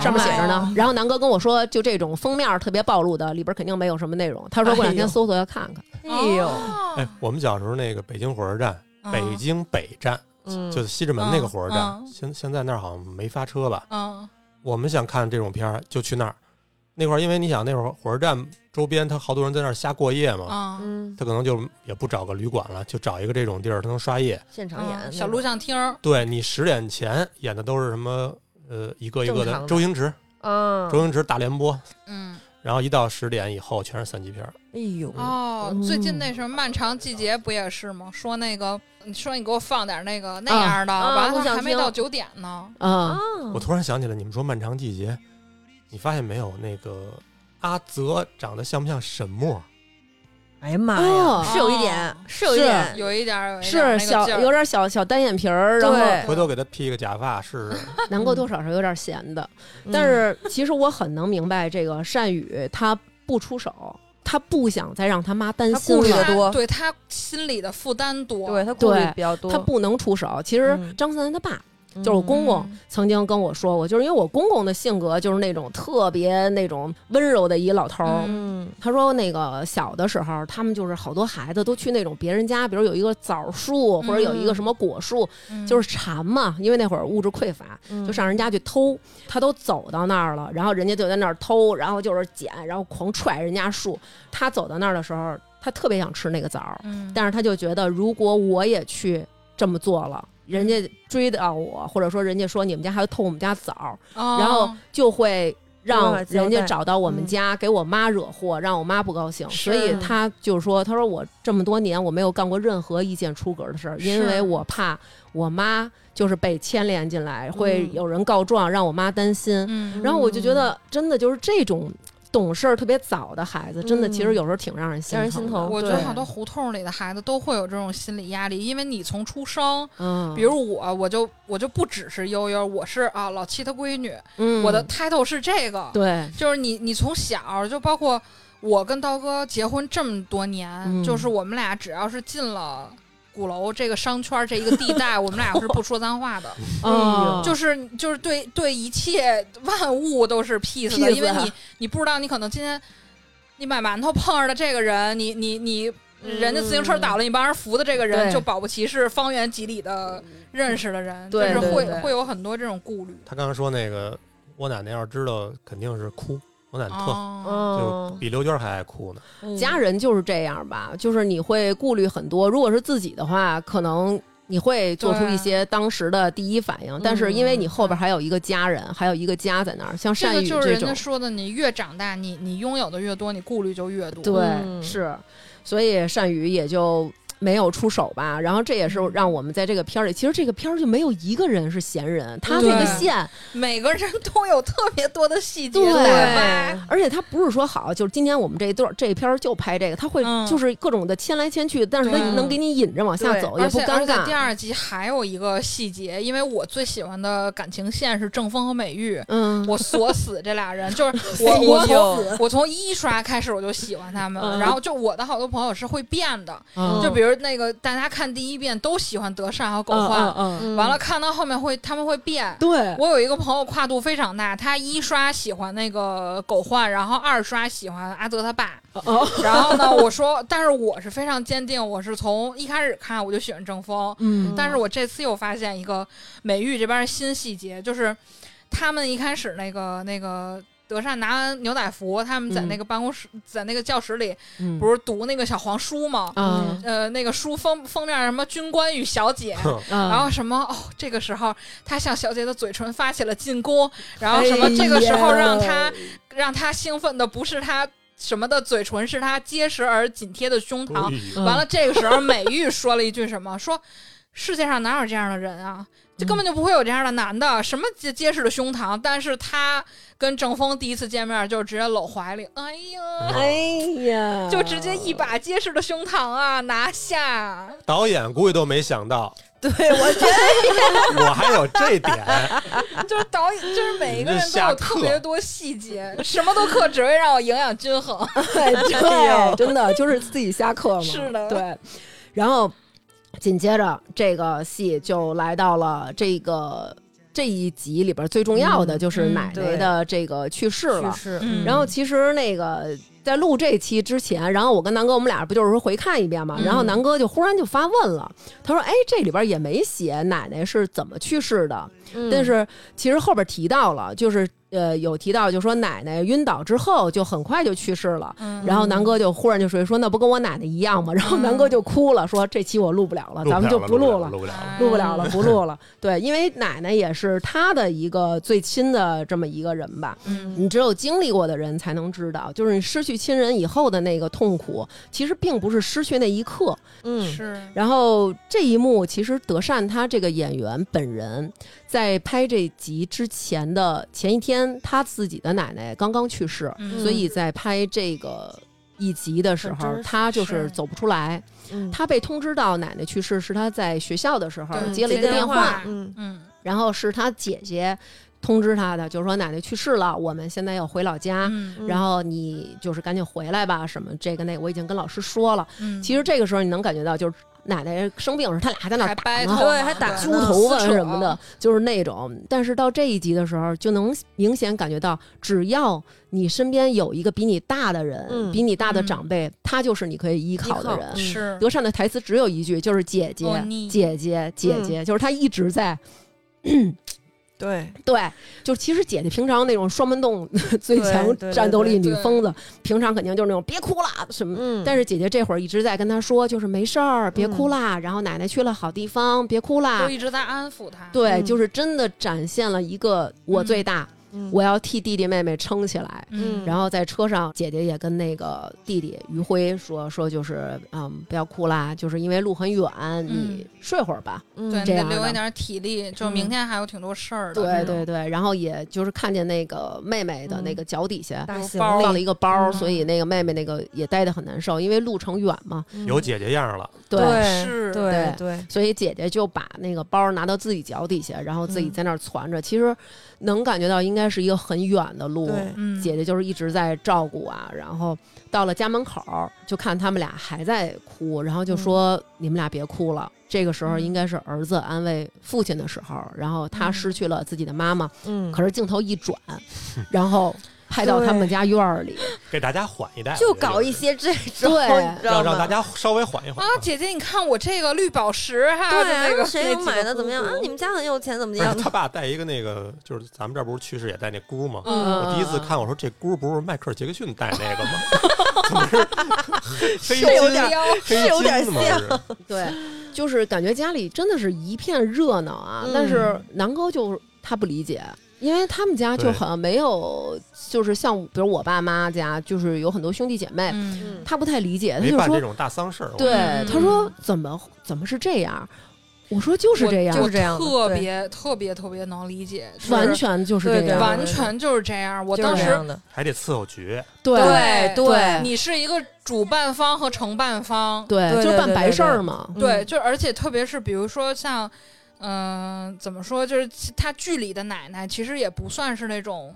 Speaker 1: 上面写着
Speaker 4: 哎
Speaker 1: 呢
Speaker 4: 呦。
Speaker 1: 然后南哥跟我说，就这种封面特别暴露的，里边肯定没有什么内容。他说过两天搜索要看看。
Speaker 3: 哎呦，
Speaker 1: 嗯
Speaker 2: 哎，我们小时候那个北京火车站，
Speaker 4: 哦嗯
Speaker 2: 北京北站，
Speaker 3: 嗯，
Speaker 2: 就是西直门那个火车
Speaker 4: 嗯
Speaker 2: 站，
Speaker 4: 嗯
Speaker 2: 现现在那儿好像没发车吧？
Speaker 4: 嗯，
Speaker 2: 我们想看这种片儿就去那儿，那块儿因为你想那会儿火车站周边，他好多人在那儿瞎过夜嘛，
Speaker 4: 嗯
Speaker 3: 嗯，
Speaker 2: 他可能就也不找个旅馆了，就找一个这种地儿，他能刷夜。
Speaker 3: 现场演
Speaker 4: 嗯，小录
Speaker 3: 鹿
Speaker 4: 像厅儿，
Speaker 2: 对你十点前演的都是什么？呃，一个一个
Speaker 3: 正常
Speaker 2: 的
Speaker 3: 的
Speaker 2: 周星驰，
Speaker 3: 啊，
Speaker 2: 周星驰大联播，
Speaker 4: 嗯，
Speaker 2: 然后一到十点以后全是三级片儿。
Speaker 3: 哎呦，
Speaker 4: 哦，最近那什么《漫长季节》不也是吗？说那个，你说你给我放点那个那样的，
Speaker 3: 啊
Speaker 4: 完
Speaker 3: 录
Speaker 4: 了
Speaker 3: 像
Speaker 4: 还没
Speaker 3: 厅
Speaker 4: 到九点呢。
Speaker 1: 啊
Speaker 3: 啊，
Speaker 2: 我突然想起来，你们说漫长季节，你发现没有？那个阿泽长得像不像沈墨？
Speaker 3: 哎呀妈
Speaker 1: 哦
Speaker 3: 呀，是有一点，是有一
Speaker 1: 是
Speaker 3: 点，
Speaker 4: 有一点儿有一点儿
Speaker 1: 是
Speaker 4: 那个
Speaker 1: 小
Speaker 4: 劲儿
Speaker 1: 有点小小单眼皮儿，然后
Speaker 3: 对
Speaker 2: 回头给他披个假发试试。
Speaker 1: 南哥多少是有点闲的。
Speaker 3: 嗯
Speaker 1: 但是其实我很能明白，这个善宇他不出手，他不想再让他妈担
Speaker 3: 他
Speaker 1: 心
Speaker 3: 顾虑
Speaker 1: 了
Speaker 3: 得。多
Speaker 4: 他对他心里的负担多。
Speaker 3: 对他顾虑
Speaker 1: 对
Speaker 3: 比较多，
Speaker 1: 他不能出手。其实
Speaker 3: 嗯
Speaker 1: 张三他爸
Speaker 3: 嗯
Speaker 1: 就是我公公
Speaker 4: 嗯
Speaker 1: 曾经跟我说过，就是因为我公公的性格就是那种特别那种温柔的一老头儿，
Speaker 4: 嗯
Speaker 3: 嗯
Speaker 1: 他说那个小的时候，他们就是好多孩子都去那种别人家，比如有一个枣树或者有一个什么果树，
Speaker 4: 嗯，
Speaker 1: 就是馋嘛，因为那会儿物质匮乏，
Speaker 3: 嗯
Speaker 1: 就上人家去偷。他都走到那儿了，然后人家就在那儿偷，然后就是捡，然后狂踹人家树。他走到那儿的时候，他特别想吃那个枣儿，
Speaker 4: 嗯，
Speaker 1: 但是他就觉得如果我也去这么做了。
Speaker 3: 嗯
Speaker 1: 人家追到我，或者说人家说你们家还偷我们家枣儿，
Speaker 4: 哦
Speaker 1: 然后就会让
Speaker 3: 没办法交代
Speaker 1: 人家找到我们家，
Speaker 3: 嗯
Speaker 1: 给我妈惹祸，让我妈不高兴。
Speaker 4: 是
Speaker 1: 所以他就是说，他说我这么多年我没有干过任何意见出格的事儿，
Speaker 4: 是
Speaker 1: 因为我怕我妈就是被牵连进来，
Speaker 3: 嗯
Speaker 1: 会有人告状，让我妈担心。
Speaker 4: 嗯，
Speaker 1: 然后我就觉得，真的就是这种懂事儿特别早的孩子，真的
Speaker 3: 嗯
Speaker 1: 其实有时候挺让人
Speaker 3: 让
Speaker 1: 心
Speaker 3: 人
Speaker 1: 疼
Speaker 3: 心
Speaker 1: 的。
Speaker 3: 疼
Speaker 4: 我觉
Speaker 3: 对
Speaker 4: 得好多胡同里的孩子都会有这种心理压力，因为你从出生，
Speaker 1: 嗯，
Speaker 4: 比如我，我就我就不只是悠悠，我是啊老七他闺女，
Speaker 1: 嗯
Speaker 4: 我的哎 title 是这个，
Speaker 1: 对，
Speaker 4: 就是你你从小就包括我跟刀哥结婚这么多年，
Speaker 1: 嗯
Speaker 4: 就是我们俩只要是进了。鼓楼这个商圈这一个地带，我们俩是不说脏话的，嗯
Speaker 1: 哦
Speaker 4: 就是就是对对一切万物都是 peace 的，
Speaker 1: Peace
Speaker 4: 因为你你不知道，你可能今天你买馒头碰上的这个人，你你你人家自行车倒了，你帮人扶的这个
Speaker 1: 嗯
Speaker 4: 人，
Speaker 1: 对嗯
Speaker 4: 就保不齐是方圆几里的认识的人，
Speaker 1: 对
Speaker 4: 就是会
Speaker 1: 对对
Speaker 4: 会有很多这种顾虑。
Speaker 2: 他刚才说那个， 我奶奶要是知道，肯定是哭。我奶奶特、
Speaker 4: 哦，
Speaker 2: 就
Speaker 3: 嗯，
Speaker 2: 比刘娟还爱哭呢。
Speaker 1: 家人就是这样吧，就是你会顾虑很多。如果是自己的话，可能你会做出一些当时的第一反应，但是因为你后边还有一个家人，还有一个家在那儿，像
Speaker 4: 这
Speaker 1: 善
Speaker 4: 个
Speaker 1: 宇
Speaker 4: 就是人
Speaker 1: 种
Speaker 4: 家，说的，你越长大，你你拥有的越多，你顾虑就越多。
Speaker 1: 对，
Speaker 3: 嗯
Speaker 1: 是，所以善宇也就没有出手吧。然后这也是让我们在这个片儿里，其实这个片儿就没有一个人是闲人，他这个
Speaker 4: 对
Speaker 1: 线，
Speaker 4: 每个人都有特别多的细节
Speaker 1: 对
Speaker 4: 在挖，
Speaker 1: 而且他不是说好，就是今天我们这一段这片儿就拍这个，他会
Speaker 4: 嗯
Speaker 1: 就是各种的牵来牵去，但是他
Speaker 4: 对
Speaker 1: 能给你引着往下
Speaker 3: 对
Speaker 1: 走，也
Speaker 4: 而
Speaker 1: 不
Speaker 4: 且而
Speaker 1: 尴
Speaker 4: 且第
Speaker 1: 尬。
Speaker 4: 二集还有一个细节，因为我最喜欢的感情线是郑峰和美玉，
Speaker 1: 嗯，
Speaker 4: 我锁死这俩人， 就是
Speaker 3: 哎
Speaker 4: 我
Speaker 3: 呦
Speaker 4: 我从我从一刷开始我就喜欢他们了，
Speaker 1: 嗯
Speaker 4: 然后就我的好多朋友是会变的，
Speaker 1: 嗯
Speaker 4: 就比如那个大家看第一遍都喜欢德善和狗焕，
Speaker 1: 嗯嗯嗯，
Speaker 3: 嗯
Speaker 4: 完了看到后面会他们会变。
Speaker 1: 对，
Speaker 4: 我有一个朋友跨度非常大，他一刷喜欢那个狗焕，然后二刷喜欢阿泽 他爸，
Speaker 1: 哦，
Speaker 4: 然后呢，我说，但是我是非常坚定，我是从一开始看我就喜欢郑峰，
Speaker 1: 嗯
Speaker 4: 但是我这次又发现一个美玉这边的新细节，就是他们一开始那个那个德善拿完牛仔服，他们在那个办公室、在那个教室里
Speaker 1: 嗯
Speaker 4: 不是读那个小黄书吗？
Speaker 1: 啊
Speaker 4: 呃，那个书封封面什么军官与 小姐。
Speaker 2: 哼
Speaker 1: 啊，
Speaker 4: 然后什么哦，这个时候他向小姐的嘴唇发起了进攻，然后什么
Speaker 1: 哎呀
Speaker 4: 这个时候让他、让他兴奋的不是他什么的嘴唇，是他结实而紧贴的胸
Speaker 2: 哎，
Speaker 4: 膛
Speaker 1: 嗯
Speaker 2: 呦
Speaker 4: 完了，这个时候美玉说了一句什么？ 说世界上哪有这样的人啊？这根本
Speaker 1: 嗯
Speaker 4: 就不会有这样的男的，什么结结实的胸膛？但是他跟郑峰第一次见面就直接搂怀里，哎呀，
Speaker 1: 哎呀，
Speaker 4: 就直接一把结实的胸膛啊拿下，
Speaker 2: 导演估计都没想到，
Speaker 3: 对我觉 得
Speaker 2: 我还有这 点，
Speaker 4: 就是导演，就是每一个人都有特别多细节，什么都克，只为让我营养均 衡。
Speaker 1: 对，真的就是自己瞎刻嘛。
Speaker 4: 是的
Speaker 1: 对。然后紧接着这个戏就来到了这个这一集里边最重要的就是
Speaker 4: 嗯
Speaker 1: 奶奶的这个去世了。
Speaker 3: 是
Speaker 4: 嗯
Speaker 1: 然后其实那个在录这期之前，然后我跟南哥我们俩不就是说回看一遍嘛，
Speaker 4: 嗯
Speaker 1: 然后南哥就忽然就发问了，他说：“哎，这里边也没写奶奶是怎么去世的，
Speaker 3: 嗯
Speaker 4: 嗯
Speaker 1: 但是其实后边提到了，就是呃有提到，就说奶奶晕倒之后就很快就去世了。”
Speaker 4: 嗯，
Speaker 1: 然后南哥就忽然就说：“说那不跟我奶奶一样吗？”然后南哥就哭了，说：“这期我录不了了，
Speaker 2: 录
Speaker 1: 咱们就
Speaker 2: 不
Speaker 1: 不录
Speaker 2: 了
Speaker 1: 了，
Speaker 2: 录不了了。
Speaker 4: 嗯
Speaker 1: 录不了了，不录了。”对，因为奶奶也是他的一个最亲的这么一个人吧。
Speaker 4: 嗯，
Speaker 1: 你只有经历过的人才能知道，就是你失去亲人以后的那个痛苦，其实并不是失去那一刻。
Speaker 3: 嗯
Speaker 4: 是，
Speaker 1: 然后这一幕，其实德善他这个演员本人在拍这集之前的前一天，他自己的奶奶刚刚去世，
Speaker 4: 嗯
Speaker 1: 所以在拍这个一集的时
Speaker 3: 很
Speaker 1: 候，
Speaker 3: 真实
Speaker 1: 他就是
Speaker 4: 是
Speaker 1: 走不出来。
Speaker 3: 嗯
Speaker 1: 他被通知到奶奶去世是他在学校的时候
Speaker 4: 对
Speaker 1: 接了一个电
Speaker 4: 接电
Speaker 1: 话
Speaker 4: 话，
Speaker 3: 嗯
Speaker 4: 嗯
Speaker 1: 然后是他姐姐通知他的，就是说奶奶去世了，我们现在要回老家。
Speaker 4: 嗯
Speaker 1: 然后你就是赶紧回来吧，什么这个那个，我已经跟老师说了。
Speaker 4: 嗯，
Speaker 1: 其实这个时候你能感觉到，就是奶奶生病的时候，他俩还在那
Speaker 4: 还
Speaker 1: 儿打
Speaker 4: 掰
Speaker 1: 呢
Speaker 4: 头，
Speaker 3: 对还打
Speaker 1: 揪
Speaker 3: 呢
Speaker 1: 头发
Speaker 4: 撕扯
Speaker 1: 什么的，就是那种。但是到这一集的时候，就能明显感觉到，只要你身边有一个比你大的人，
Speaker 3: 嗯
Speaker 1: 比你大的长辈，他就是你可以依靠的人。
Speaker 3: 嗯
Speaker 4: 是
Speaker 1: 德善的台词只有一句，就是姐姐
Speaker 4: 哦，你
Speaker 1: 姐姐，姐姐，就是他一直在。
Speaker 3: 对
Speaker 1: 对，就是其实姐姐平常那种双门洞 最强
Speaker 3: 对对
Speaker 1: 战斗力
Speaker 4: 对
Speaker 1: 女
Speaker 4: 对
Speaker 1: 疯子，平常肯定就是那种别哭了什么。
Speaker 3: 嗯
Speaker 1: 但是姐姐这会儿一直在跟她说，就是没事儿，别哭
Speaker 3: 嗯
Speaker 1: 啦。然后奶奶去了好地方，别哭
Speaker 4: 就
Speaker 1: 啦。
Speaker 4: 一直在安抚他。
Speaker 1: 啊对，
Speaker 3: 嗯
Speaker 1: 就是真的展现了一个我最大，
Speaker 3: 嗯
Speaker 1: 我要替弟弟妹妹撑起来。
Speaker 4: 嗯，
Speaker 1: 然后在车上，姐姐也跟那个弟弟于辉说说，就是嗯，不要哭啦，就是因为路很远，你睡会儿吧。
Speaker 3: 嗯
Speaker 4: 对，你
Speaker 1: 这
Speaker 4: 得
Speaker 1: 样
Speaker 4: 留
Speaker 1: 的
Speaker 4: 一点体力，就明天还有挺多事儿的。
Speaker 1: 对对对，然后也就是看见那个妹妹的那个脚底下
Speaker 3: 大
Speaker 4: 有
Speaker 3: 行
Speaker 1: 放
Speaker 4: 包
Speaker 3: 李
Speaker 1: 了一个包，
Speaker 3: 嗯
Speaker 1: 所以那个妹妹那个也待得很难受，因为路程远嘛。
Speaker 2: 有姐姐样了，
Speaker 1: 对。
Speaker 4: 是
Speaker 3: 嗯对对，
Speaker 1: 所以姐姐就把那个包拿到自己脚底下，然后自己
Speaker 3: 嗯
Speaker 1: 在那儿攒着。其实能感觉到应该是一个很远的路，
Speaker 3: 对
Speaker 4: 嗯，
Speaker 1: 姐姐就是一直在照顾啊，然后到了家门口儿，就看他们俩还在哭，然后就说、你们俩别哭了。这个时候
Speaker 4: 嗯
Speaker 1: 应该是儿子安慰父亲的时候，然后他
Speaker 4: 嗯
Speaker 1: 失去了自己的妈妈，
Speaker 3: 嗯
Speaker 1: 可是镜头一转，然后拍到他们家院儿里，
Speaker 2: 给大家缓一带，
Speaker 3: 就
Speaker 2: 我觉得
Speaker 3: 搞一些 这种，
Speaker 1: 对
Speaker 3: 你知道
Speaker 2: 让让
Speaker 3: 吗？
Speaker 2: 大家稍微缓一缓
Speaker 4: 啊，姐姐，你看我这个绿宝石，还有
Speaker 3: 对啊，
Speaker 4: 那个
Speaker 3: 谁又买的怎么样啊？你们家很有 钱，怎么
Speaker 2: 不是
Speaker 3: 样？
Speaker 2: 他爸带一个那个，就是咱们这儿不是去世也带那箍吗？
Speaker 1: 嗯
Speaker 2: 我第一次看，我说这箍不是迈克尔·杰克逊戴那个吗？ 怎么 是黑
Speaker 4: 是有
Speaker 2: 金
Speaker 4: 点
Speaker 2: 黑
Speaker 3: 是有点
Speaker 2: 金吗？
Speaker 3: 像
Speaker 2: 不是
Speaker 1: 对，就是感觉家里真的是一片热闹啊。
Speaker 3: 嗯
Speaker 1: 但是南哥就他不理解，因为他们家就
Speaker 2: 对
Speaker 1: 很没有，就是像比如我爸妈家，就是有很多兄弟姐妹，
Speaker 4: 嗯，
Speaker 1: 他不太理解，他
Speaker 2: 没
Speaker 1: 就
Speaker 2: 办这
Speaker 1: 说，
Speaker 2: 种大丧事儿。我
Speaker 1: 对，
Speaker 4: 嗯
Speaker 1: 他说怎么怎么是这样？我说就是这样，
Speaker 4: 我
Speaker 3: 就是这样的
Speaker 4: 特
Speaker 3: 对
Speaker 4: 别特别特别能理解，就是
Speaker 1: 完全就是这
Speaker 3: 对对
Speaker 1: 样，
Speaker 4: 完全就是这样。我当
Speaker 3: 就是这
Speaker 4: 时
Speaker 3: 样的，
Speaker 2: 还得伺候局，
Speaker 1: 对
Speaker 3: 哎
Speaker 4: 对
Speaker 3: 对
Speaker 4: 你是一个主办方和承办方，
Speaker 1: 对
Speaker 3: 对
Speaker 1: 就是办
Speaker 3: 对
Speaker 1: 白
Speaker 3: 对
Speaker 1: 事儿嘛，
Speaker 4: 对，
Speaker 3: 嗯
Speaker 4: 就而且特别是比如说像，嗯、怎么说，就是其他剧里的奶奶其实也不算是那种，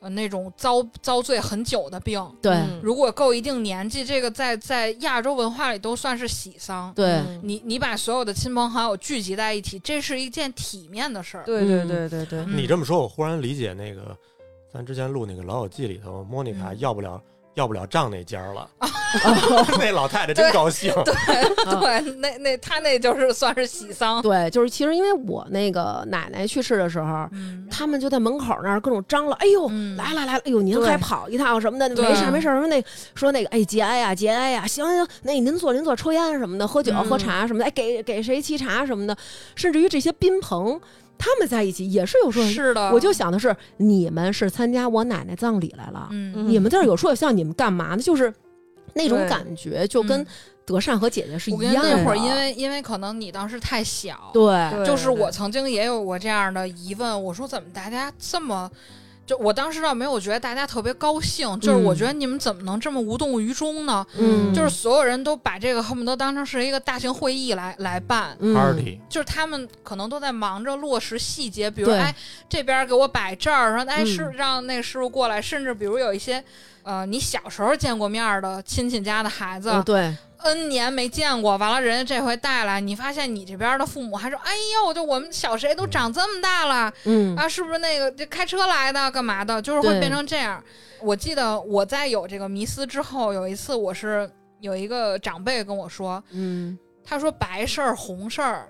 Speaker 4: 呃，那种遭遭罪很久的病。
Speaker 1: 对
Speaker 3: 嗯
Speaker 4: 如果够一定年纪，这个在在亚洲文化里都算是喜丧。
Speaker 1: 对
Speaker 3: 嗯
Speaker 4: 你你把所有的亲朋好友聚集在一起，这是一件体面的事儿。
Speaker 3: 对对对对对，
Speaker 4: 嗯
Speaker 2: 你这么说，我忽然理解那个，咱之前录那个《老友记》里头，莫妮卡
Speaker 4: 嗯
Speaker 2: 要不了要不了账那家儿 了， 那老太太真高兴。
Speaker 4: 对，那那他那就是算是喜丧。
Speaker 1: 对，就是其实因为我那个奶奶去世的时候，
Speaker 4: 嗯
Speaker 1: 他们就在门口那儿各种张罗，哎呦。
Speaker 4: 嗯
Speaker 1: 来了来了，哎呦，您
Speaker 3: 对
Speaker 1: 还跑一趟什么的，
Speaker 4: 对
Speaker 1: 没事儿没事儿，什么那说那个，哎，节哀呀，节哀呀，行行，那您坐您坐，抽烟什么的，喝酒、
Speaker 4: 嗯
Speaker 1: 喝茶什么的，哎，给给谁沏茶什么的，甚至于这些宾朋，他们在一起也是有说，
Speaker 4: 是啊的，
Speaker 1: 我就想的是，你们是参加我奶奶葬礼来了，
Speaker 4: 嗯
Speaker 3: 嗯
Speaker 1: 你们在这儿有说有笑，你们干嘛呢？就是那种
Speaker 3: 对
Speaker 1: 感觉，就跟
Speaker 4: 嗯
Speaker 1: 德善和姐姐是一
Speaker 4: 我跟
Speaker 1: 样的。
Speaker 4: 那会儿，因为因为可能你当时太小，
Speaker 1: 对
Speaker 3: 对
Speaker 4: 就是我曾经也有过这样的疑问，我说怎么大家这么。就我当时倒没有觉得大家特别高兴，就是我觉得你们怎么能这么无动于衷呢？
Speaker 1: 嗯
Speaker 4: 就是所有人都把这个恨不得当成是一个大型会议来来办，
Speaker 1: 嗯
Speaker 2: Party，
Speaker 4: 就是他们可能都在忙着落实细节，比如
Speaker 1: 对
Speaker 4: 哎这边给我摆这儿，然后哎
Speaker 1: 嗯
Speaker 4: 师让那个师傅过来，甚至比如有一些呃你小时候见过面儿的亲戚家的孩子，
Speaker 1: 嗯对，
Speaker 4: N 年没见过，完了人家这回带来，你发现你这边的父母还说：“哎呦，就我们小谁都长这么大了
Speaker 1: 嗯
Speaker 4: 啊，是不是那个这开车来的干嘛的？”就是
Speaker 1: 对
Speaker 4: 会变成这样。我记得我在有这个迷思之后，有一次我是有一个长辈跟我说，
Speaker 1: 嗯
Speaker 4: 他说白事儿红事儿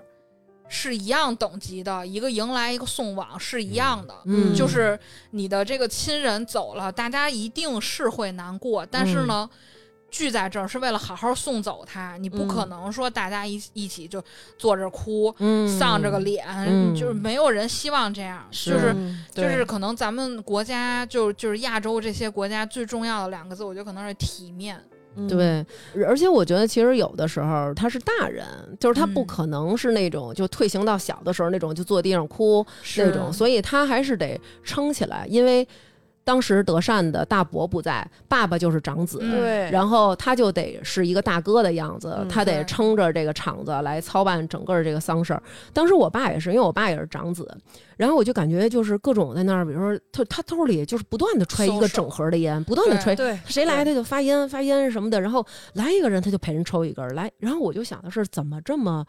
Speaker 4: 是一样等级的，一个迎来一个送往是一样的。
Speaker 1: 嗯，
Speaker 4: 就是你的这个亲人走了，大家一定是会难过，但是呢。
Speaker 1: 嗯
Speaker 4: 聚在这儿是为了好好送走他，你不可能说大家一、一起就坐着哭，
Speaker 1: 嗯
Speaker 4: 丧着个，脸，
Speaker 1: 嗯
Speaker 4: 就是没有人希望这样。
Speaker 1: 是
Speaker 4: 就是
Speaker 3: 嗯
Speaker 4: 就是可能咱们国家就就是亚洲这些国家最重要的两个字，我觉得可能是体面。
Speaker 3: 嗯
Speaker 4: 嗯
Speaker 1: 对，而且我觉得其实有的时候他是大人，就是他不
Speaker 4: 嗯
Speaker 1: 可能是那种就退行到小的时候那种就坐地上哭那
Speaker 4: 是啊
Speaker 1: 种，所以他还是得撑起来，因为当时德善的大伯不在，爸爸就是长子，
Speaker 4: 嗯
Speaker 3: 对，
Speaker 1: 然后他就得是一个大哥的样子，
Speaker 3: 嗯
Speaker 1: 他得
Speaker 4: 对
Speaker 1: 撑着这个场子来操办整个这个丧事儿。当时我爸也是，因为我爸也是长子，然后我就感觉就是各种在那儿，比如说他他兜里就是不断的揣一个
Speaker 4: Social
Speaker 1: 整盒的烟，不断的
Speaker 4: 对
Speaker 1: 揣。
Speaker 3: 对
Speaker 1: 谁来他就发烟发烟什么的，然后来一个人他就陪人抽一根儿来，然后我就想的是怎么这么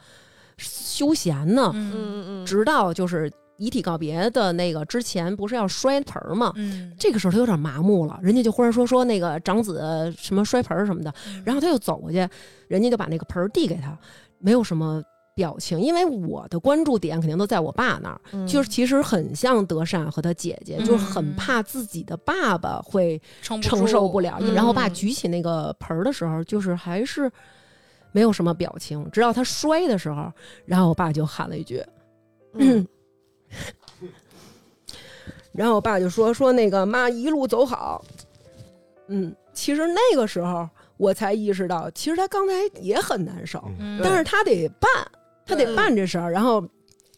Speaker 1: 休闲呢？
Speaker 4: 嗯
Speaker 3: 嗯嗯嗯，
Speaker 1: 直到就是遗体告别的那个之前不是要摔盆儿吗？
Speaker 4: 嗯，
Speaker 1: 这个时候他有点麻木了，人家就忽然说说那个长子什么摔盆儿什么的，
Speaker 3: 嗯
Speaker 1: 然后他又走过去，人家就把那个盆儿递给他，没有什么表情，因为我的关注点肯定都在我爸那儿，
Speaker 3: 嗯
Speaker 1: 就是其实很像德善和他姐姐，就是很
Speaker 4: 嗯
Speaker 1: 怕自己的爸爸会
Speaker 4: 承
Speaker 1: 承受不了。
Speaker 4: 了，
Speaker 3: 嗯
Speaker 1: 然后我爸举起那个盆儿的时候，就是还是没有什么表情，直到他摔的时候，然后我爸就喊了一句，
Speaker 3: 嗯
Speaker 1: 然后我爸就说说那个妈一路走好。嗯，其实那个时候我才意识到，其实他刚才也很难受，
Speaker 4: 嗯、
Speaker 1: 但是他得办，他得
Speaker 3: 嗯
Speaker 4: 对
Speaker 1: 办这事儿。然后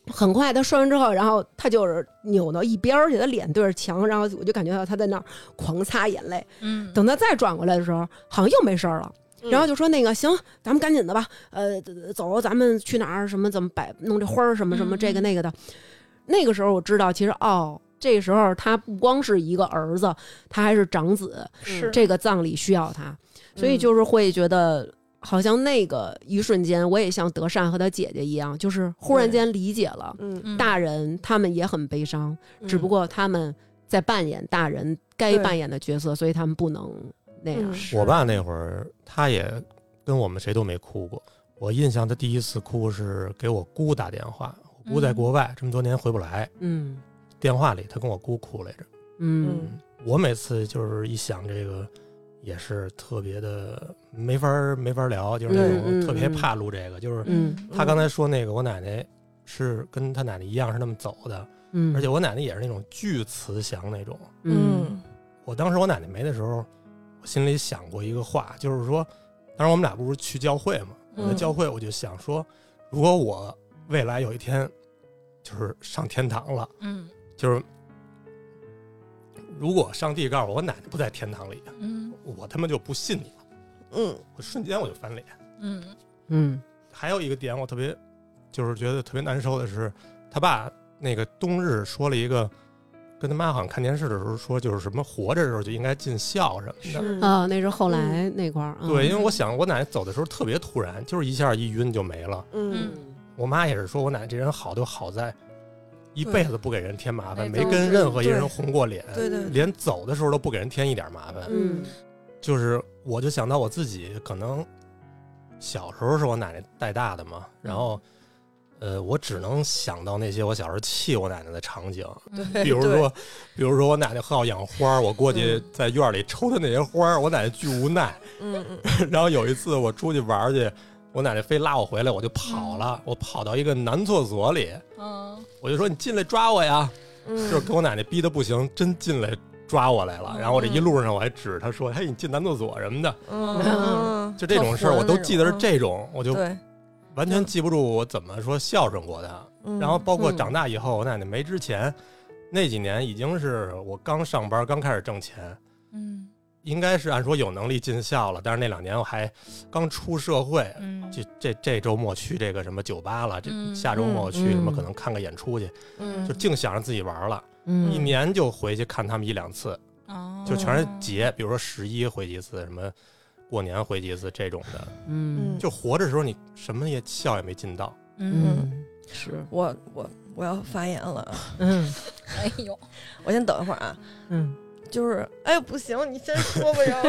Speaker 1: 很快他摔完之后，然后他就是扭到一边儿去，他脸对着墙，然后我就感觉到他在那儿狂擦眼泪。
Speaker 4: 嗯，
Speaker 1: 等他再转过来的时候，好像又没事儿了。然后就说那个行，咱们赶紧的吧，呃，走，咱们去哪儿？什么怎么摆弄这花儿？什么什么
Speaker 4: 嗯
Speaker 1: 这个那个的。那个时候我知道，其实哦，这时候他不光是一个儿子，他还是长子，
Speaker 3: 嗯
Speaker 4: 是嗯
Speaker 1: 这个葬礼需要他，所以就是会觉得，好像那个一瞬间，我也像德善和他姐姐一样，就是忽然间理解了，
Speaker 3: 嗯，
Speaker 4: 嗯
Speaker 1: 大人他们也很悲伤，只不过他们在扮演大人该
Speaker 3: 对
Speaker 1: 扮演的角色，所以他们不能那
Speaker 4: 嗯
Speaker 1: 样。
Speaker 3: 是
Speaker 2: 我爸那会儿他也跟我们谁都没哭过。我印象他第一次哭是给我姑打电话，我姑在
Speaker 4: 嗯
Speaker 2: 国外这么多年回不来，
Speaker 1: 嗯
Speaker 2: 电话里他跟我姑哭来着。
Speaker 1: 嗯
Speaker 2: 我每次就是一想这个，也是特别的没法儿没法儿聊，就是那
Speaker 1: 嗯嗯
Speaker 2: 种特别
Speaker 1: 嗯
Speaker 2: 怕录这个。就是
Speaker 1: 嗯
Speaker 2: 他刚才说那个，我奶奶是跟他奶奶一样是那么走的，
Speaker 1: 嗯，
Speaker 2: 而且我奶奶也是那种巨慈祥那种。
Speaker 1: 嗯，
Speaker 2: 我当时我奶奶没的时候，我心里想过一个话，就是说，当时我们俩不是去教会嘛，我在
Speaker 3: 嗯
Speaker 2: 教会我就想说，如果我未来有一天就是上天堂了，
Speaker 4: 嗯
Speaker 2: 就是如果上帝告诉我我奶奶不在天堂里，
Speaker 4: 嗯
Speaker 2: 我他妈就不信你了，
Speaker 3: 嗯
Speaker 2: 我瞬间我就翻脸。
Speaker 4: 嗯
Speaker 1: 嗯
Speaker 2: 还有一个点我特别就是觉得特别难受的是，他爸那个冬日说了一个，跟他妈好像看电视的时候说，就是什么活着的时候就应该尽孝什么的。
Speaker 3: 是
Speaker 4: 嗯
Speaker 1: 啊，那是后来那块儿，嗯
Speaker 2: 对，因为我想我奶奶走的时候特别突然，就是一下一晕就没了。
Speaker 3: 嗯
Speaker 2: 我妈也是说我奶奶这人好就好在一辈子不给人添麻烦，
Speaker 4: 对
Speaker 2: 没跟任何一人
Speaker 3: 对
Speaker 2: 红过脸，
Speaker 3: 对对对
Speaker 2: 连走的时候都不给人添一点麻烦。
Speaker 1: 嗯
Speaker 2: 就是我就想到我自己，可能小时候是我奶奶带大的嘛，然后，呃，我只能想到那些我小时候气我奶奶的场景，
Speaker 3: 哎对
Speaker 2: 比如说，比如说我奶奶很好养花儿，我过去在院儿里抽她那些花儿，我奶奶巨无奈。
Speaker 3: 嗯嗯
Speaker 2: 然后有一次我出去玩儿去，我奶奶非拉我回来，我就
Speaker 3: 嗯
Speaker 2: 跑了，我跑到一个男厕所里，
Speaker 4: 嗯
Speaker 2: 我就说你进来抓我呀，
Speaker 3: 嗯，
Speaker 2: 就是给我奶奶逼的不行，真进来抓我来了。然后我这一路上我还指着她说，嘿，你进男厕所什么的。
Speaker 3: 嗯嗯
Speaker 2: 就这种事儿，我都记得是这种，我就
Speaker 3: 对，
Speaker 2: 完全记不住我怎么说孝顺过他。
Speaker 3: 嗯
Speaker 2: 然后包括长大以后，我奶奶没之前那几年，已经是我刚上班，刚开始挣钱，
Speaker 4: 嗯
Speaker 2: 应该是按说有能力尽孝了。但是那两年我还刚出社会，
Speaker 4: 嗯，
Speaker 2: 这这这周末去这个什么酒吧了，这
Speaker 4: 嗯
Speaker 2: 下周末我去什么
Speaker 1: 嗯
Speaker 2: 可能看个演出去，
Speaker 3: 嗯
Speaker 2: 就净想着自己玩了。一
Speaker 1: 嗯
Speaker 2: 年就回去看他们一两次，
Speaker 4: 哦
Speaker 2: 就全是节，比如说十一回去一次，什么过年回去一次这种的。
Speaker 1: 嗯
Speaker 2: 就活着的时候，你什么也笑也没尽到。
Speaker 4: 嗯，
Speaker 1: 嗯是
Speaker 3: 我我我要发言了，
Speaker 1: 嗯
Speaker 4: 哎呦，
Speaker 3: 我先等一会儿啊。
Speaker 1: 嗯
Speaker 3: 就是，哎，不行，你先说吧，要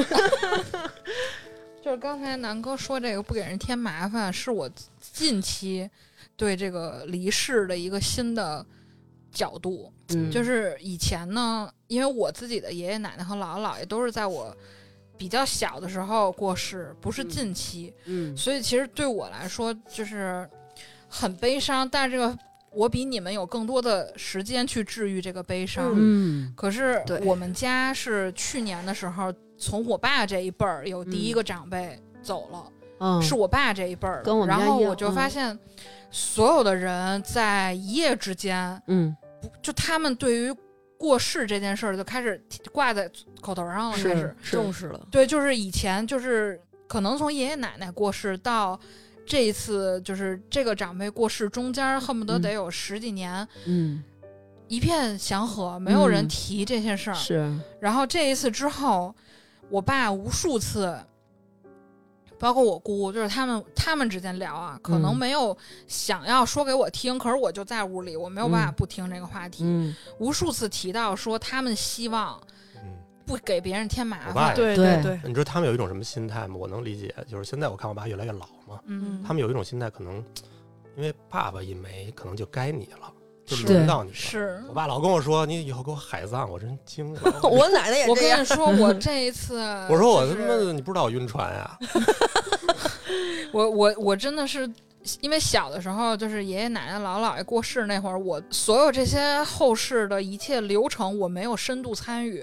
Speaker 4: 就是刚才南哥说这个不给人添麻烦，是我近期对这个离世的一个新的角度。
Speaker 1: 嗯
Speaker 4: 就是以前呢，因为我自己的爷爷奶奶和姥姥姥爷都是在我比较小的时候过世，不是近期，
Speaker 1: 嗯
Speaker 4: 所以其实对我来说就是很悲伤，但是这个我比你们有更多的时间去治愈这个悲伤。
Speaker 3: 嗯
Speaker 1: 嗯
Speaker 4: 可是
Speaker 1: 对
Speaker 4: 我们家是去年的时候，从我爸这一辈儿有第一个长辈走了，
Speaker 1: 嗯
Speaker 4: 是我爸这一辈儿的，
Speaker 1: 跟我们
Speaker 4: 然
Speaker 1: 家
Speaker 4: 后
Speaker 1: 一样
Speaker 4: 我就发
Speaker 1: 嗯
Speaker 4: 现，所有的人在一夜之间。
Speaker 1: 嗯
Speaker 4: 就他们对于过世这件事儿就开始挂在口头上了，开始
Speaker 1: 是
Speaker 3: 重
Speaker 1: 是
Speaker 3: 视了，
Speaker 4: 对，就是以前就是可能从爷爷奶奶过世到这一次，就是这个长辈过世中间，恨不得
Speaker 1: 嗯
Speaker 4: 得有十几年，
Speaker 1: 嗯
Speaker 4: 一片祥和，没有人
Speaker 1: 嗯
Speaker 4: 提这些事儿。
Speaker 1: 是
Speaker 4: 然后这一次之后，我爸无数次，包括我姑，就是他们他们之间聊啊，可能
Speaker 1: 嗯
Speaker 4: 没有想要说给我听，可是我就在屋里，我没有办法
Speaker 1: 嗯
Speaker 4: 不听这个话题。
Speaker 1: 嗯
Speaker 4: 无数次提到说他们希望
Speaker 2: 嗯，
Speaker 4: 不给别人添麻
Speaker 2: 我爸
Speaker 4: 烦
Speaker 2: 也，对
Speaker 1: 对
Speaker 3: 对，
Speaker 2: 你知道他们有一种什么心态吗？我能理解，就是现在我看我爸越来越老嘛，
Speaker 4: 嗯
Speaker 3: 嗯
Speaker 2: 他们有一种心态，可能因为爸爸一没，可能就该你了，就是轮到你了。
Speaker 4: 嗯是。
Speaker 2: 我爸老跟我说，你以后给我海葬，我真惊了。，
Speaker 3: 我奶奶也
Speaker 4: 我
Speaker 3: 这样
Speaker 4: 跟你，说，我这一 次
Speaker 3: 呃
Speaker 2: 我说我
Speaker 4: 就
Speaker 2: 他
Speaker 4: 是
Speaker 2: 妈的，你不知道我晕船 呀、
Speaker 4: 我我我真的是。因为小的时候，就是爷爷奶奶、姥姥姥爷过世那会儿，我所有这些后事的一切流程，我没有深度参与，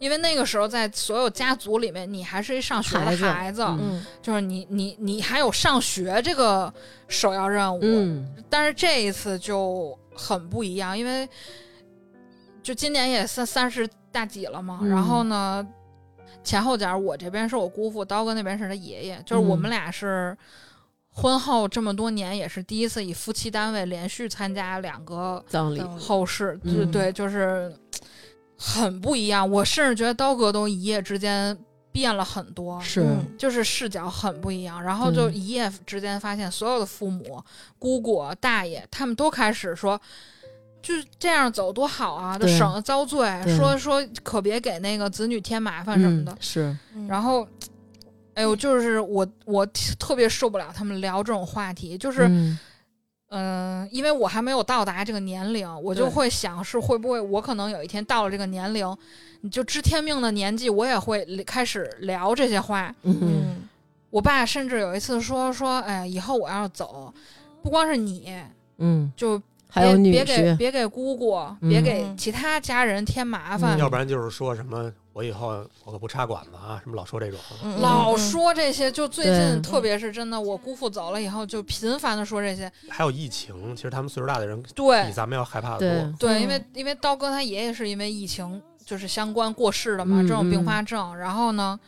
Speaker 4: 因为那个时候在所有家族里面，你还是一上学的
Speaker 1: 孩子
Speaker 4: 孩子，
Speaker 1: 嗯
Speaker 3: 嗯
Speaker 4: 就是你你你还有上学这个首要任务，
Speaker 1: 嗯
Speaker 4: 但是这一次就很不一样，因为就今年也三三十大几了嘛，
Speaker 1: 嗯
Speaker 4: 然后呢，前后脚我这边是我姑父，刀哥那边是他爷爷，就是我
Speaker 1: 嗯
Speaker 4: 们俩是婚后这么多年，也是第一次以夫妻单位连续参加两个
Speaker 1: 葬礼
Speaker 4: 后事，
Speaker 1: 嗯
Speaker 4: 对对，就是很不一样。我甚至觉得刀哥都一夜之间变了很多，
Speaker 1: 是
Speaker 3: 嗯
Speaker 4: 就是视角很不一样，然后就
Speaker 1: 嗯
Speaker 4: 一夜之间发现所有的父母、姑姑、大爷，他们都开始说，就是这样走多好啊，就
Speaker 1: 对
Speaker 4: 省了遭罪，
Speaker 1: 对
Speaker 4: 说说可别给那个子女添麻烦什么的。
Speaker 1: 嗯是
Speaker 4: 然后，哎呦，就是我我特别受不了他们聊这种话题，就是
Speaker 1: 嗯
Speaker 4: 嗯、因为我还没有到达这个年龄，我就
Speaker 3: 对
Speaker 4: 会想是会不会我可能有一天到了这个年龄，你就知天命的年纪，我也会开始聊这些话。
Speaker 1: 嗯
Speaker 3: 嗯
Speaker 4: 我爸甚至有一次说说，哎，以后我要是走，不光是你，
Speaker 1: 嗯
Speaker 4: 就
Speaker 1: 还有
Speaker 4: 别
Speaker 1: 女
Speaker 4: 别给
Speaker 1: 婿，
Speaker 4: 别给姑姑，
Speaker 1: 嗯
Speaker 4: 别给其他家人添麻
Speaker 1: 嗯，
Speaker 4: 烦
Speaker 2: 要不然就是说什么我以后我可不插管子啊，什么老说这种。
Speaker 3: 嗯
Speaker 4: 老说这些。就最近，
Speaker 1: 对
Speaker 4: 特别是真的，我姑父走了以后，就频繁的说这些。
Speaker 2: 还有疫情，其实他们岁数大的人比
Speaker 4: 对
Speaker 2: 咱们要害怕
Speaker 1: 对
Speaker 2: 的多。
Speaker 4: 对，
Speaker 3: 嗯
Speaker 4: 因为因为刀哥他爷爷是因为疫情就是相关过世的嘛，
Speaker 1: 嗯
Speaker 4: 这种并发症。然后呢，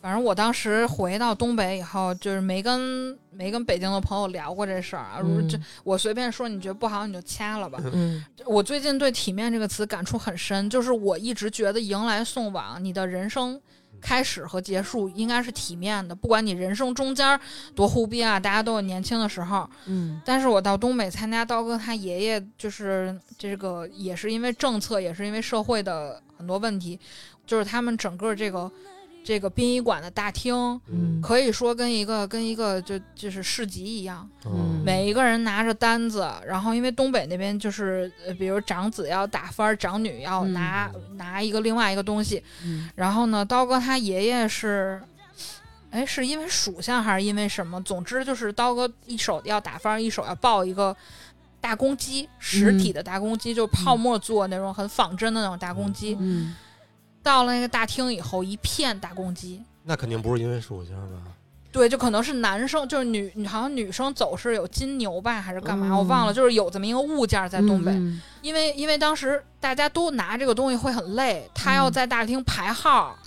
Speaker 4: 反正我当时回到东北以后，就是没跟没跟北京的朋友聊过这事儿啊。如
Speaker 1: 嗯
Speaker 4: 这我随便说你觉得不好你就掐了吧。
Speaker 1: 嗯
Speaker 4: 我最近对“体面”这个词感触很深，就是我一直觉得迎来送往，你的人生开始和结束应该是体面的，不管你人生中间多忽逼啊，大家都有年轻的时候。
Speaker 1: 嗯
Speaker 4: 但是我到东北参加刀哥他爷爷，就是这个也是因为政策，也是因为社会的很多问题，就是他们整个这个这个殡仪馆的大厅，
Speaker 1: 嗯
Speaker 4: 可以说跟一个跟一个就就是市集一样，
Speaker 1: 嗯
Speaker 4: 每一个人拿着单子，然后因为东北那边就是，呃比如长子要打分儿，长女要
Speaker 1: 嗯
Speaker 4: 拿、拿一个另外一个东西。
Speaker 1: 嗯
Speaker 4: 然后呢，刀哥他爷爷是，哎，是因为属相还是因为什么？总之就是刀哥一手要打分儿，一手要抱一个大公鸡，
Speaker 1: 嗯
Speaker 4: 实体的大公鸡，就泡沫做那种很仿真的那种大公鸡。
Speaker 1: 嗯，
Speaker 4: 到了那个大厅以后，一片大公鸡。
Speaker 2: 那肯定不是因为属相吧？
Speaker 4: 对，就可能是男生，就是女，女好像女生走是有金牛吧，还是干嘛？我忘了，
Speaker 1: 嗯
Speaker 4: 就是有这么一个物件儿在东北，
Speaker 1: 嗯
Speaker 4: 因为因为当时大家都拿这个东西会很累，他要在大厅排号，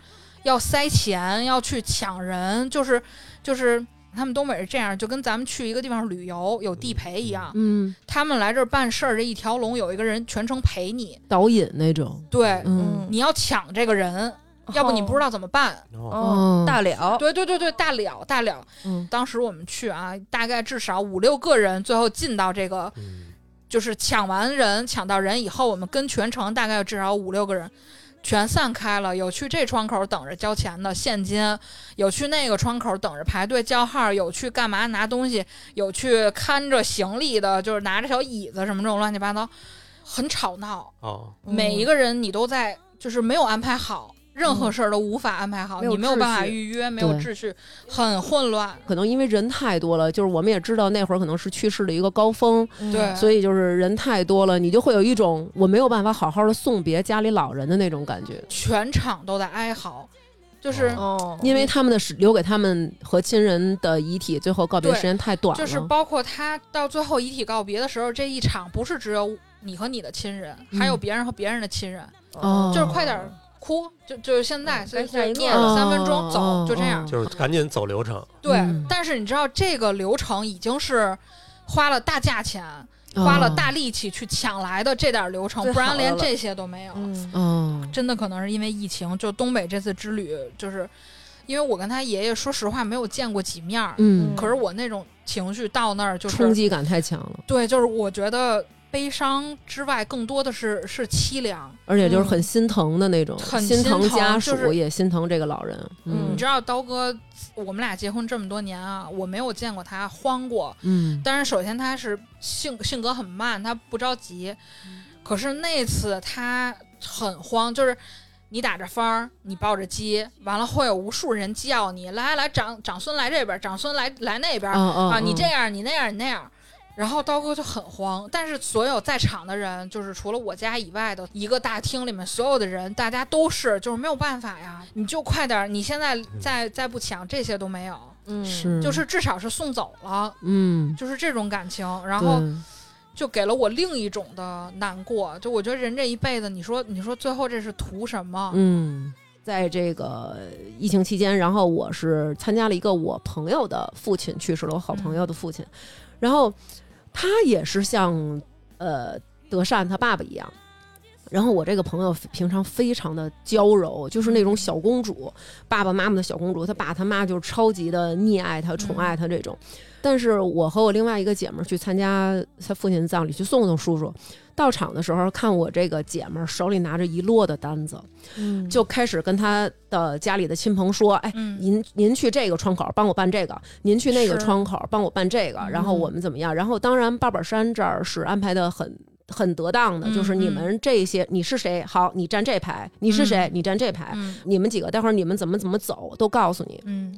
Speaker 4: 要塞钱，要去抢人，就是就是他们东北是这样，就跟咱们去一个地方旅游有地陪一样，
Speaker 1: 嗯，
Speaker 4: 他们来这儿办事儿，这一条龙有一个人全程陪你，
Speaker 1: 导引那种，
Speaker 4: 对，
Speaker 1: 嗯
Speaker 4: 你要抢这个人，要不你不知道怎么办。
Speaker 2: 哦，
Speaker 3: 哦
Speaker 1: 哦
Speaker 3: 大了，
Speaker 4: 对对对对，大了大了。
Speaker 1: 嗯
Speaker 4: 当时我们去啊，大概至少五六个人，最后进到这个
Speaker 2: 嗯，
Speaker 4: 就是抢完人抢到人以后，我们跟全城大概有至少五六个人。全散开了，有去这窗口等着交钱的现金，有去那个窗口等着排队叫号，有去干嘛拿东西，有去看着行李的，就是拿着小椅子什么这种乱七八糟，很吵闹。
Speaker 2: 哦，
Speaker 4: 每一
Speaker 3: 个
Speaker 4: 个人你都在，就是没有安排好，任何事儿都无法安排好，
Speaker 3: 嗯没有
Speaker 4: 你没有办法
Speaker 3: 秩序
Speaker 4: 预约，没有
Speaker 1: 对
Speaker 4: 秩序，很混乱。
Speaker 1: 可能因为人太多了，就是我们也知道那会儿可能是去世的一个高峰，
Speaker 3: 嗯
Speaker 4: 对
Speaker 1: 所以就是人太多了，你就会有一种我没有办法好好的送别家里老人的那种感觉，
Speaker 4: 全场都在哀嚎，就是、
Speaker 2: 哦
Speaker 3: 哦，
Speaker 1: 因为他们的时留给他们和亲人的遗体最后告别
Speaker 4: 对
Speaker 1: 时间太短了，
Speaker 4: 就是包括他到最后遗体告别的时候，这一场不是只有你和你的亲人，
Speaker 1: 嗯
Speaker 4: 还有别人和别人的亲人，
Speaker 1: 哦
Speaker 4: 就是快点儿哭，就就是现在，
Speaker 3: 嗯
Speaker 4: 所以
Speaker 3: 该下一个
Speaker 4: 就念
Speaker 3: 了
Speaker 4: 了三分钟、
Speaker 1: 哦
Speaker 4: 走，
Speaker 1: 哦
Speaker 4: 就这样。
Speaker 1: 哦
Speaker 2: 就是赶紧走流程。
Speaker 4: 对，
Speaker 1: 嗯
Speaker 4: 但是你知道这个流程已经是花了大价钱。花
Speaker 1: 哦嗯
Speaker 4: 了大力气去抢来的这点儿流程
Speaker 3: 最，
Speaker 4: 不然
Speaker 3: 好
Speaker 4: 连
Speaker 3: 了
Speaker 4: 这些都没有。
Speaker 3: 嗯
Speaker 1: 哦，哦
Speaker 4: 真的可能是因为疫情，就东北这次之旅，就是因为我跟他爷爷说实话没有见过几面儿，
Speaker 1: 嗯，
Speaker 4: 可是我那种情绪到那儿就是
Speaker 1: 冲击感太强了，
Speaker 4: 对，就是我觉得悲伤之外，更多的是是凄凉。
Speaker 1: 而且就是很心疼的那种，
Speaker 4: 嗯很
Speaker 1: 心
Speaker 4: 心疼
Speaker 1: 家
Speaker 4: 就
Speaker 1: 属
Speaker 4: 是
Speaker 1: 也心疼这个老人，
Speaker 4: 你
Speaker 1: 嗯
Speaker 4: 知道刀哥，我们俩结婚这么多年啊，我没有见过他慌过。
Speaker 1: 嗯
Speaker 4: 但是首先他是性性格很慢，他不着急。可是那次他很慌，就是你打着风儿，你抱着鸡，完了会有无数人叫你来来长长孙来这边，长孙来来那边、
Speaker 1: 啊啊
Speaker 4: 啊，你这样你那样你那样。然后刀哥就很慌，但是所有在场的人，就是除了我家以外的一个大厅里面所有的人，大家都是就是没有办法呀，你就快点儿，你现在再再不抢这些都没有，
Speaker 3: 嗯
Speaker 1: 是
Speaker 4: 就是至少是送走了，
Speaker 1: 嗯，
Speaker 4: 就是这种感情，然后
Speaker 1: 对
Speaker 4: 就给了我另一种的难过。就我觉得人这一辈子，你说你说最后这是图什么？
Speaker 1: 嗯，在这个疫情期间，然后我是参加了一个我朋友的父亲去世了，我好朋友的父亲，然后他也是像呃德善他爸爸一样。然后我这个朋友平常非常的娇柔，就是那种小公主，爸爸妈妈的小公主，她爸她妈就是超级的溺爱她、宠爱她这种。但是我和我另外一个姐们儿去参加她父亲的葬礼，去送送叔叔。到场的时候，看我这个姐们儿手里拿着一摞的单子，
Speaker 3: 嗯
Speaker 1: 就开始跟他的家里的亲朋说：“哎，
Speaker 4: 嗯
Speaker 1: 您您去这个窗口帮我办这个，您去那个
Speaker 4: 是嗯
Speaker 1: 窗口帮我办这个，然后我们怎么样？然后当然八宝山这儿是安排的很。”很得当的，
Speaker 4: 嗯
Speaker 1: 就是你们这些，你是谁？好，你站这排；你是谁？
Speaker 4: 嗯
Speaker 1: 你站这排。
Speaker 4: 嗯
Speaker 1: 你们几个，待会儿你们怎么怎么走，都告诉你。
Speaker 4: 嗯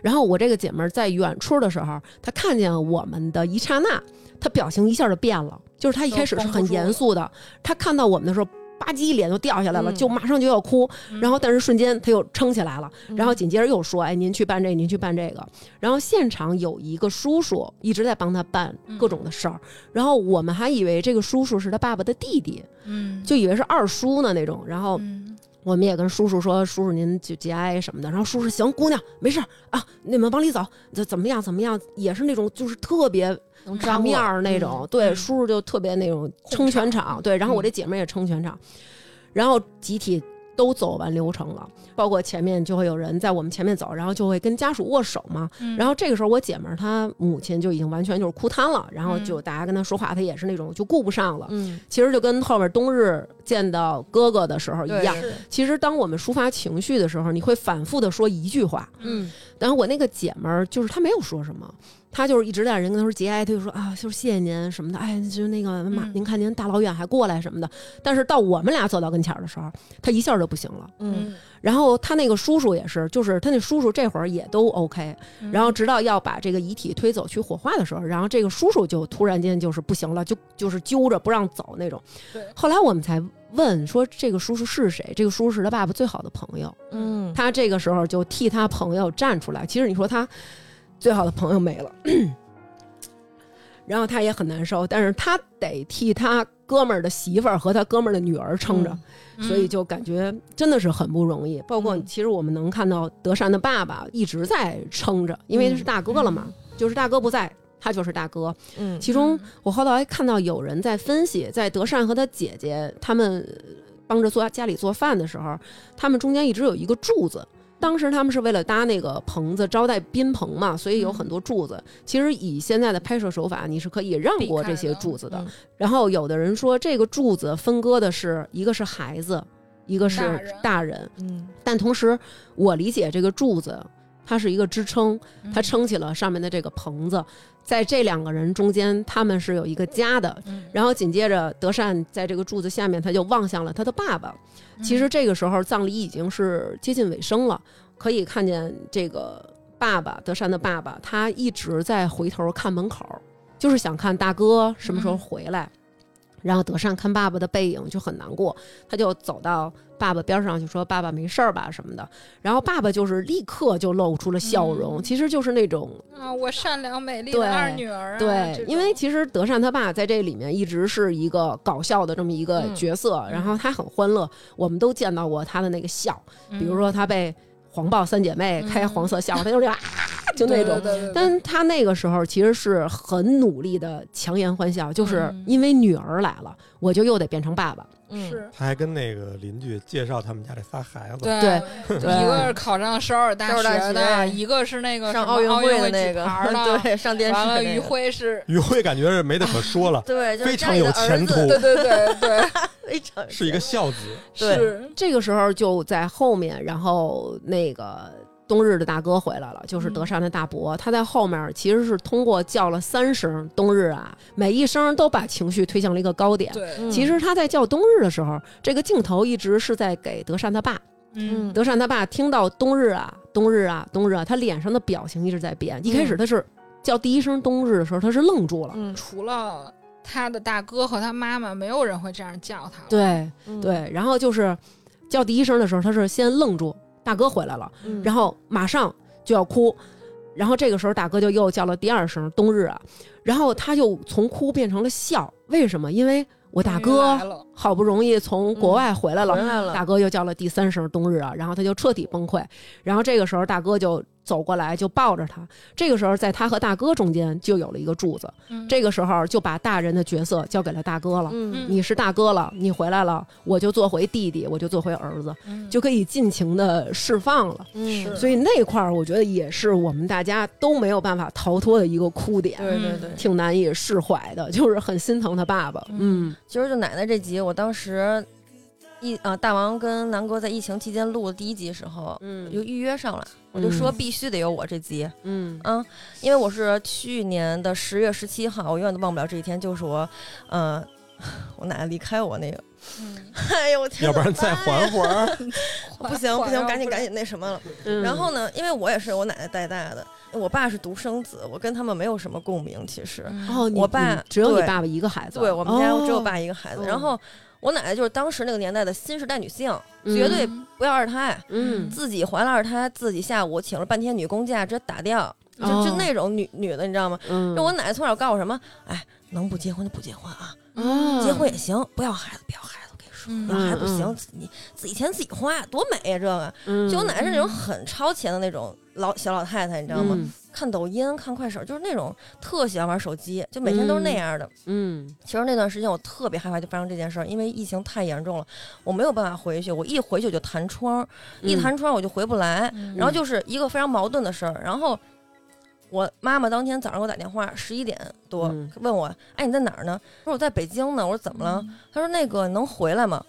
Speaker 1: 然后我这个姐们儿在远处的时候，她看见我们的一刹那，他表情一下就变了，就是他一开始是很严肃的，他嗯看到我们的时候。吧唧，脸就掉下来了，
Speaker 3: 嗯
Speaker 1: 就马上就要哭，
Speaker 4: 嗯
Speaker 1: 然后但是瞬间他又撑起来了，
Speaker 3: 嗯
Speaker 1: 然后紧接着又说：“哎，您去办这个，您去办这个。”然后现场有一个叔叔一直在帮他办各种的事儿，然后我们还以为这个叔叔是他爸爸的弟弟，
Speaker 4: 嗯，
Speaker 1: 就以为是二叔呢那种。然后
Speaker 4: 嗯
Speaker 1: 我们也跟叔叔说：“叔叔，您节节哀什么的。”然后叔叔行，姑娘没事儿啊，你们往里走，怎怎么样怎么样，也是那种就是特别
Speaker 3: 能
Speaker 1: 大
Speaker 3: 张
Speaker 1: 面儿那种。对，
Speaker 4: 嗯
Speaker 1: 叔叔就特别那种
Speaker 4: 控
Speaker 1: 撑全
Speaker 4: 场嗯
Speaker 1: 场，对。然后我这姐妹也撑全场，然后集体都走完流程了，包括前面就会有人在我们前面走，然后就会跟家属握手嘛。
Speaker 4: 嗯
Speaker 1: 然后这个时候我姐们儿她母亲就已经完全就是哭瘫了，然后就大家跟她说话，她也是那种就顾不上了。
Speaker 3: 嗯，
Speaker 1: 其实就跟后面冬日见到哥哥的时候
Speaker 3: 对
Speaker 1: 一样。
Speaker 3: 是
Speaker 1: 其实当我们抒发情绪的时候，你会反复的说一句话。
Speaker 3: 嗯，
Speaker 1: 然后我那个姐们儿就是她没有说什么，她就是一直在人跟她说节哀，她就说啊，就是谢谢您什么的，哎，就那个妈，
Speaker 4: 嗯
Speaker 1: 您看您大老远还过来什么的。但是到我们俩走到跟前儿的时候，她一下就不行了。
Speaker 3: 嗯，
Speaker 1: 然后她那个叔叔也是，就是她那叔叔这会儿也都 OK，
Speaker 4: 嗯
Speaker 1: 然后直到要把这个遗体推走去火化的时候，然后这个叔叔就突然间就是不行了，就就是揪着不让走那种
Speaker 4: 对。
Speaker 1: 后来我们才问说这个叔叔是谁？这个叔叔是他爸爸最好的朋友，
Speaker 3: 嗯，
Speaker 1: 他这个时候就替他朋友站出来。其实你说他最好的朋友没了，然后他也很难受，但是他得替他哥们儿的媳妇儿和他哥们儿的女儿撑
Speaker 4: 嗯
Speaker 1: 着。所以就感觉真的是很不容易。包括
Speaker 3: 嗯
Speaker 1: 其实我们能看到德善的爸爸一直在撑着，因为他是大哥了嘛，就是大哥不在，他就是大哥。
Speaker 3: 嗯，
Speaker 1: 其中我后来还看到有人在分析，在德善和他姐姐他们帮着做家里做饭的时候，他们中间一直有一个柱子。当时他们是为了搭那个棚子招待宾朋嘛，所以有很多柱子。其实以现在的拍摄手法，你是可以让过这些柱子的。
Speaker 3: 嗯
Speaker 1: 然后有的人说，这个柱子分割的是一个是孩子，一个是
Speaker 4: 大人
Speaker 1: 大人，
Speaker 3: 嗯
Speaker 1: 但同时我理解这个柱子它是一个支撑，它
Speaker 4: 称，
Speaker 1: 撑起了上面的这个棚子，在这两个人中间，他们是有一个家的。
Speaker 4: 嗯
Speaker 1: 然后紧接着，德善在这个柱子下面，他就望向了他的爸爸。
Speaker 4: 嗯
Speaker 1: 其实这个时候，葬礼已经是接近尾声了，可以看见这个爸爸，德善的爸爸，他一直在回头看门口，就是想看大哥什么时候
Speaker 4: 嗯
Speaker 1: 回来。然后德善看爸爸的背影就很难过，他就走到爸爸边上，就说：“爸爸没事儿吧？”什么的。然后爸爸就是立刻就露出了笑容，
Speaker 4: 嗯
Speaker 1: 其实就是那种
Speaker 4: 啊，我善良美丽
Speaker 1: 对
Speaker 4: 的二女儿啊，这
Speaker 1: 对，
Speaker 4: 种
Speaker 1: 因为其实德善他爸在这里面一直是一个搞笑的这么一个
Speaker 4: 嗯
Speaker 1: 角色，然后他很欢乐，我们都见到过他的那个笑，
Speaker 4: 嗯
Speaker 1: 比如说他被黄豹三姐妹开黄色笑话，他就这样 啊，就那种。
Speaker 4: 对对对对
Speaker 1: 但他那个时候其实是很努力的强颜欢笑，就是
Speaker 4: 嗯
Speaker 1: 因为女儿来了，我就又得变成爸爸。
Speaker 3: 嗯，
Speaker 4: 是
Speaker 2: 他还跟那个邻居介绍他们家这仨孩子，
Speaker 1: 对对
Speaker 4: 一个是考上首尔大
Speaker 3: 首尔大
Speaker 4: 学的，
Speaker 3: 学
Speaker 4: 一个是那个
Speaker 3: 上
Speaker 4: 什么
Speaker 3: 奥运
Speaker 4: 奥运
Speaker 3: 会的那
Speaker 4: 举
Speaker 3: 个
Speaker 4: 牌儿，的，
Speaker 3: 对，上电视
Speaker 4: 完了
Speaker 3: 那
Speaker 4: 于
Speaker 3: 个，，
Speaker 4: 辉是，
Speaker 2: 于辉感觉是没得可说了
Speaker 3: 对， 就是
Speaker 2: 非
Speaker 3: 家
Speaker 2: 常
Speaker 3: 里的
Speaker 2: 有前
Speaker 3: 儿子
Speaker 2: 途
Speaker 4: 对对 对对，
Speaker 3: 非常有
Speaker 2: 是一个孝子。
Speaker 3: 对
Speaker 4: 是
Speaker 1: 这个时候就在后面，然后那个冬日的大哥回来了，就是
Speaker 4: 嗯
Speaker 1: 德善的大伯，他在后面其实是通过叫了三声“冬日啊”，每一声都把情绪推向了一个高点。
Speaker 4: 对，
Speaker 3: 嗯
Speaker 1: 其实他在叫冬日的时候，这个镜头一直是在给德善他爸。
Speaker 4: 嗯
Speaker 1: 德善他爸听到冬日啊，冬日啊，冬日啊，他脸上的表情一直在变。一开始他是叫第一声冬日的时候，他是愣住了。
Speaker 3: 嗯
Speaker 4: 除了他的大哥和他妈妈，没有人会这样叫他了。
Speaker 1: 对
Speaker 3: 嗯
Speaker 1: 对，然后就是叫第一声的时候，他是先愣住，大哥回来了。
Speaker 3: 嗯
Speaker 1: 然后马上就要哭，然后这个时候大哥就又叫了第二声“冬日啊”，然后他就从哭变成了笑，为什么？因为我大
Speaker 4: 终于来
Speaker 1: 哥
Speaker 4: 了
Speaker 1: 好不容易从国外回来了，
Speaker 3: 回来了
Speaker 1: 大哥又叫了第三声“冬日啊”，然后他就彻底崩溃，然后这个时候大哥就走过来就抱着他，这个时候在他和大哥中间就有了一个柱子，
Speaker 4: 嗯
Speaker 1: 这个时候就把大人的角色交给了大哥了。
Speaker 3: 嗯
Speaker 1: 你是大哥了，你回来了，我就做回弟弟，我就做回儿子，
Speaker 4: 嗯
Speaker 1: 就可以尽情的释放了。
Speaker 3: 嗯
Speaker 4: 是
Speaker 1: 所以那块儿我觉得也是我们大家都没有办法逃脱的一个哭点，
Speaker 3: 对对对，
Speaker 1: 挺难以释怀的，就是很心疼他爸爸。嗯
Speaker 3: 其实就奶奶这集，我当时疫啊、大王跟南哥在疫情期间录的第一集时候，我就
Speaker 1: 嗯
Speaker 3: 预约上了，我就说必须得有我这集，
Speaker 1: 嗯
Speaker 3: 嗯，因为我是去年的十月十七号，我永远都忘不了这一天，就是我，嗯、 我奶奶离开我那个，
Speaker 4: 嗯
Speaker 3: 哎呦我天，
Speaker 2: 要不然
Speaker 3: 怎么
Speaker 2: 再
Speaker 3: 办
Speaker 2: 缓
Speaker 3: 呀，
Speaker 2: 会 儿，
Speaker 3: 不行不
Speaker 4: 缓
Speaker 3: 行，
Speaker 4: 缓
Speaker 3: 赶紧
Speaker 4: 缓
Speaker 3: 赶紧那什么了。
Speaker 1: 嗯
Speaker 3: 然后呢，因为我也是我奶奶带大的，我爸是独生子，我跟他们没有什么共鸣，其实。
Speaker 4: 嗯
Speaker 1: 哦，你
Speaker 3: 我爸
Speaker 1: 你只有你
Speaker 3: 对
Speaker 1: 爸爸一个孩子，
Speaker 3: 对我们家
Speaker 1: 哦
Speaker 3: 只有，爸一个孩子，
Speaker 1: 嗯
Speaker 3: 然后我奶奶就是当时那个年代的新时代女性，绝对不要二胎，
Speaker 1: 嗯，
Speaker 3: 自己怀了二胎，自己下午请了半天女工假，直接打掉，就
Speaker 1: 哦
Speaker 3: 就那种女女的，你知道吗？
Speaker 1: 嗯，
Speaker 3: 就我奶奶从小告诉我什么，哎，能不结婚就不结婚啊，
Speaker 1: 啊
Speaker 3: 结婚也行，不要孩子，不要孩子，我跟你说，
Speaker 4: 嗯
Speaker 3: 不要孩子不
Speaker 1: 嗯
Speaker 3: 行，你自己钱自己花，多美啊呀、这个。
Speaker 1: 嗯，
Speaker 3: 就我奶奶是那种
Speaker 4: 嗯
Speaker 3: 很超前的那种老小老太太，你知道吗？
Speaker 1: 嗯
Speaker 3: 看抖音、看快手，就是那种特喜欢玩手机，就每天都是那样的。
Speaker 1: 嗯
Speaker 3: 其实那段时间我特别害怕就发生这件事儿，因为疫情太严重了，我没有办法回去，我一回去我就弹窗，一
Speaker 1: 嗯
Speaker 3: 弹窗我就回不来，
Speaker 4: 嗯
Speaker 3: 然后就是一个非常矛盾的事儿。然后我妈妈当天早上给我打电话，十一点多、
Speaker 1: 嗯
Speaker 3: 问我，哎你在哪儿呢？我说我在北京呢。我说怎么了？？她说那个能回来吗？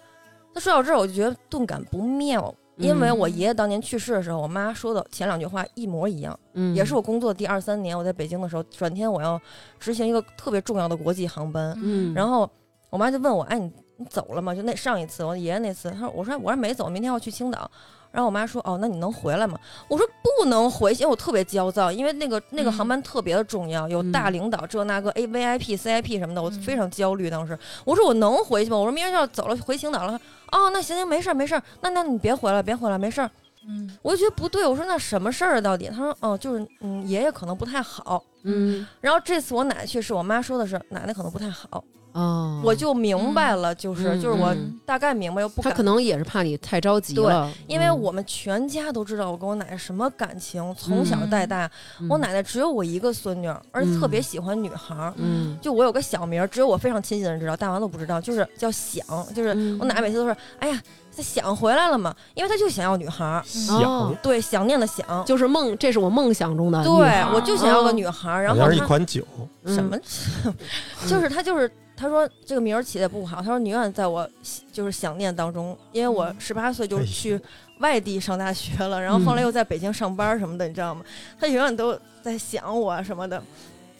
Speaker 3: 她说到这儿我就觉得顿感不妙，因为
Speaker 4: 嗯
Speaker 3: 我爷爷当年去世的时候，我妈说的前两句话一模一样，
Speaker 1: 嗯，
Speaker 3: 也是我工作第二三年，我在北京的时候，转天我要执行一个特别重要的国际航班，
Speaker 1: 嗯，
Speaker 3: 然后我妈就问我，哎，你你走了吗？就那上一次我爷爷那次，她说我说我说没走，明天要去青岛。然后我妈说，哦，那你能回来吗？我说不能回，因为我特别焦躁，因为那个那个
Speaker 4: 嗯
Speaker 3: 航班特别的重要，有大
Speaker 1: 嗯
Speaker 3: 领导这那个 A V I P C I P 什么的，我
Speaker 4: 嗯
Speaker 3: 非常焦虑。当时我说我能回去吗？我说明儿就要走了，回青岛了。哦，那行行，没事儿没事儿，那那你别回来，别回来，没事儿。
Speaker 4: 嗯
Speaker 3: 我就觉得不对，我说那什么事儿啊？到底？他说，哦，就是嗯，爷爷可能不太好。
Speaker 1: 嗯
Speaker 3: 然后这次我奶奶去世，我妈说的是奶奶可能不太好。
Speaker 2: 嗯
Speaker 1: 哦，
Speaker 3: 我就明白了，就是、
Speaker 1: 嗯
Speaker 3: 就是我
Speaker 1: 嗯
Speaker 3: 大概明白，又不
Speaker 1: 他
Speaker 3: 敢，
Speaker 1: 可能也是怕你太着急
Speaker 3: 对
Speaker 1: 了，
Speaker 3: 因为
Speaker 1: 嗯
Speaker 3: 我们全家都知道我跟我奶奶什么感情，从小
Speaker 1: 嗯
Speaker 3: 带大，我，奶奶只有我一个孙女儿，而且特别喜欢女孩儿。
Speaker 1: 嗯
Speaker 3: 就我有个小名儿，只有我非常亲近的人知道，大王都不知道，就是叫想，就是
Speaker 1: 嗯
Speaker 3: 我奶奶每次都是，哎呀，她想回来了嘛，因为她就想要女孩儿，
Speaker 1: 哦
Speaker 2: 想，
Speaker 3: 对，想念的想，
Speaker 1: 嗯，就是梦，这是我梦想中的
Speaker 3: 对
Speaker 1: 女孩儿
Speaker 3: 我就想要个
Speaker 1: 哦
Speaker 3: 女孩儿，然
Speaker 2: 好
Speaker 3: 后
Speaker 2: 像是一
Speaker 3: 她
Speaker 2: 款 酒，
Speaker 1: 嗯
Speaker 3: 什么，
Speaker 1: 嗯
Speaker 3: 就是他就是他说这个名儿起的不好，他说宁愿在我喜就是想念当中，因为我
Speaker 4: 嗯
Speaker 3: 十八岁就
Speaker 2: 哎呦嗯
Speaker 3: 去外地上大学了，然后后来又在北京上班什么的，你知道吗？他永远都在想我啊什么的。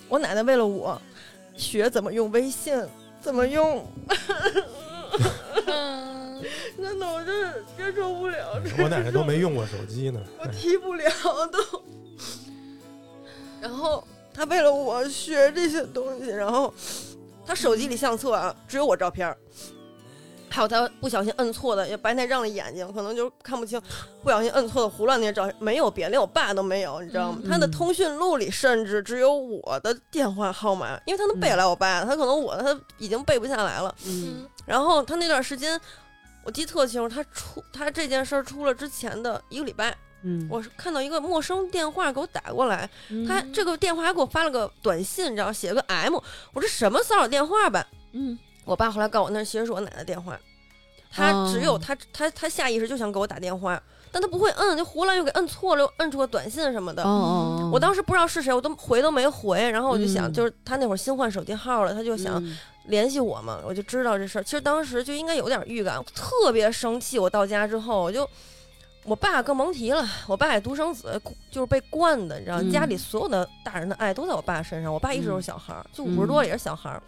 Speaker 3: 我奶奶为了我学怎么用微信，怎么用，
Speaker 4: 嗯
Speaker 3: 真的我真是接受不了，这
Speaker 2: 我奶奶都没用过手机 呢。
Speaker 3: 我提不了都。然后他为了我学这些东西，然后他手机里相册啊只有我照片儿，还有他不小心摁错的，也白内障的眼睛可能就看不清，不小心摁错的胡乱那些照片没有别的，连我爸都没有，你知道吗？
Speaker 4: 嗯
Speaker 3: 他的通讯录里甚至只有我的电话号码，因为他能背下来我爸，他可能我的他已经背不下来了。
Speaker 1: 嗯
Speaker 4: 嗯
Speaker 3: 然后他那段时间。我记得特清楚，他出他这件事儿出了之前的一个礼拜，
Speaker 1: 嗯，
Speaker 3: 我是看到一个陌生电话给我打过来，他
Speaker 4: 嗯
Speaker 3: 这个电话还给我发了个短信，你知道，写个 M，我说什么骚扰电话吧？
Speaker 1: 嗯
Speaker 3: 我爸后来告诉我，那其实是我奶奶电话，他只有
Speaker 1: 哦
Speaker 3: 他他他下意识就想给我打电话，但他不会摁，就胡乱又给摁错了，又摁出个短信什么
Speaker 1: 哦
Speaker 3: 的。
Speaker 1: 哦，哦
Speaker 3: 嗯我当时不知道是谁，我都回都没回，然后我就想，
Speaker 1: 嗯
Speaker 3: 就是他那会儿新换手机号了，他就想，
Speaker 1: 嗯
Speaker 3: 联系我嘛，我就知道这事儿。其实当时就应该有点预感，我特别生气。我到家之后，我就我爸更甭提了，我爸也独生子，就是被惯的，你知道，
Speaker 1: 嗯
Speaker 3: 家里所有的大人的爱都在我爸身上。我爸一直都是小孩儿，就五十多了也是小孩儿，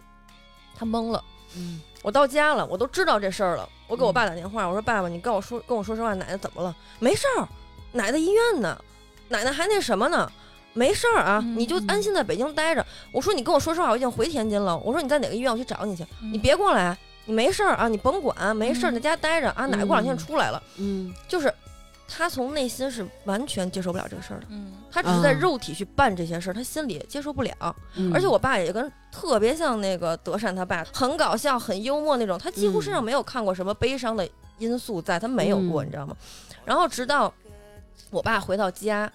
Speaker 3: 他懵了。
Speaker 1: 嗯
Speaker 3: 我到家了，我都知道这事儿了。我
Speaker 4: 嗯
Speaker 3: 给我爸打电话，我说：“爸爸，你跟我说，跟我说实话，奶奶怎么了？没事儿，奶奶在医院呢，奶奶还那什么呢，没事儿啊，
Speaker 4: 嗯
Speaker 3: 你就安心在北京待着。”我说：“你跟我说实话，我已经回天津了。我说你在哪个医院，我去找你去。你别过来，你没事儿啊，你甭管，没事儿，
Speaker 4: 嗯
Speaker 3: 在家待着啊。奶奶过两天就出来了，
Speaker 1: 嗯
Speaker 3: 就是他从内心是完全接受不了这个事儿的，
Speaker 4: 嗯
Speaker 3: 他只是在
Speaker 1: 嗯
Speaker 3: 肉体去办这些事儿，他心里接受不了。”
Speaker 1: 嗯，
Speaker 3: 而且我爸也跟特别像那个德善他爸，很搞笑、很幽默那种。他几乎身上没有看过什么悲伤的因素在，他没有过，
Speaker 1: 嗯
Speaker 3: 你知道吗？然后直到我爸回到家，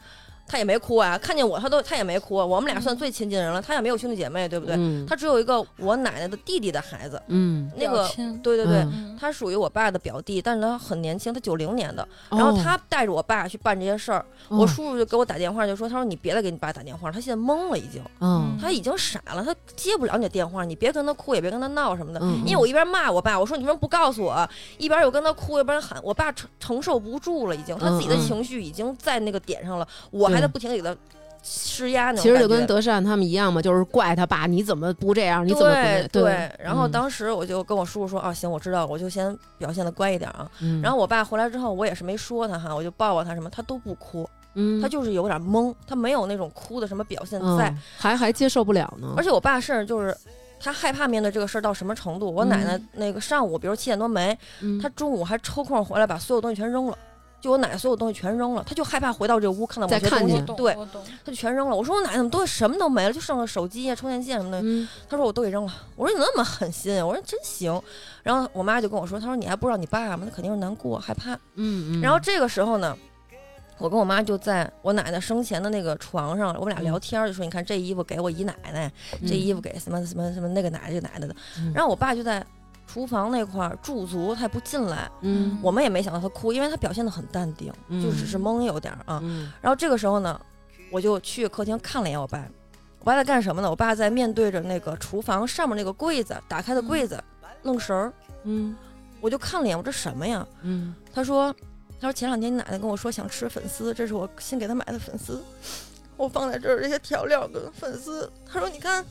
Speaker 3: 他也没哭啊，看见我他都他也没哭啊。我们俩算最亲近人了，他也没有兄弟姐妹，对不对？
Speaker 1: 嗯
Speaker 3: 他只有一个我奶奶的弟弟的孩子，
Speaker 1: 嗯，
Speaker 3: 那个
Speaker 4: 表亲
Speaker 3: 对对对。
Speaker 1: 嗯
Speaker 3: 他属于我爸的表弟，但是他很年轻，他九零年的。然后
Speaker 1: 哦
Speaker 3: 他带着我爸去办这些事儿，
Speaker 1: 哦
Speaker 3: 我叔叔就给我打电话，就说：“他说你别再给你爸打电话，他现在懵了已经。”
Speaker 1: 嗯
Speaker 3: 他已经傻了，他接不了你的电话，你别跟他哭，也别跟他闹什么的。
Speaker 1: 嗯
Speaker 3: 因为我一边骂我爸，我说你为什么不告诉我？一边又跟他哭，一边喊，我爸承承受不住了，已经他自己的
Speaker 1: 嗯嗯
Speaker 3: 情绪已经在那个点上了，我还在不停的给他施压呢。
Speaker 1: 其实就跟德善他们一样嘛，就是怪他爸，你怎么不这样？你怎么不那
Speaker 3: 对
Speaker 1: 对？
Speaker 3: 然后
Speaker 1: 嗯
Speaker 3: 当时我就跟我叔叔说啊，行，我知道，我就先表现的乖一点啊。
Speaker 1: 嗯
Speaker 3: 然后我爸回来之后，我也是没说他哈，我就抱抱他什么，他都不哭。
Speaker 1: 嗯
Speaker 3: 他就是有点懵，他没有那种哭的什么表现
Speaker 1: 嗯
Speaker 3: 在。
Speaker 1: 还还接受不了呢
Speaker 3: 而。且我爸甚至就是他害怕面对这个事儿到什么程度。我奶奶
Speaker 1: 嗯
Speaker 3: 那个上午，比如七点多没，
Speaker 1: 嗯
Speaker 3: 她中午还抽空回来把所有东西全扔了。就我奶奶所有东西全扔了，她就害怕回到这屋看到某
Speaker 1: 再
Speaker 3: 些
Speaker 1: 看
Speaker 3: 东
Speaker 4: 我
Speaker 3: 西
Speaker 1: 见，
Speaker 3: 嗯
Speaker 4: 懂，
Speaker 3: 对，
Speaker 4: 我懂。嗯
Speaker 3: 她就全扔了。我说我奶奶怎么东西什么都没了，就剩了手机啊、充电器啊什么的。
Speaker 1: 嗯
Speaker 3: 她说我都给扔了。我说你那么狠心啊！我说真行。然后我妈就跟我说，她说你还不知道你爸吗？他肯定是难过、害怕。
Speaker 1: 嗯，嗯
Speaker 3: 然后这个时候呢，我跟我妈就在我奶奶生前的那个床上，我
Speaker 1: 嗯
Speaker 3: 们俩聊天儿就说，你看这衣服给我姨奶奶，这衣服给什么什么什么那个奶奶这个奶奶的
Speaker 1: 嗯。
Speaker 3: 然后我爸就在厨房那块儿驻足，他也不进来。
Speaker 1: 嗯
Speaker 3: 我们也没想到他哭，因为他表现的很淡定，
Speaker 1: 嗯
Speaker 3: 就只是懵有点儿啊。
Speaker 1: 嗯
Speaker 3: 然后这个时候呢，我就去客厅看了一眼我爸，我爸在干什么呢？我爸在面对着那个厨房上面那个柜子，打开的柜子，愣神儿。
Speaker 1: 嗯
Speaker 3: 我就看了一眼，我这什么呀？
Speaker 1: 嗯
Speaker 3: 他说，他说前两天你奶奶跟我说想吃粉丝，这是我新给她买的粉丝，我放在这儿这些调料跟粉丝。他说你看，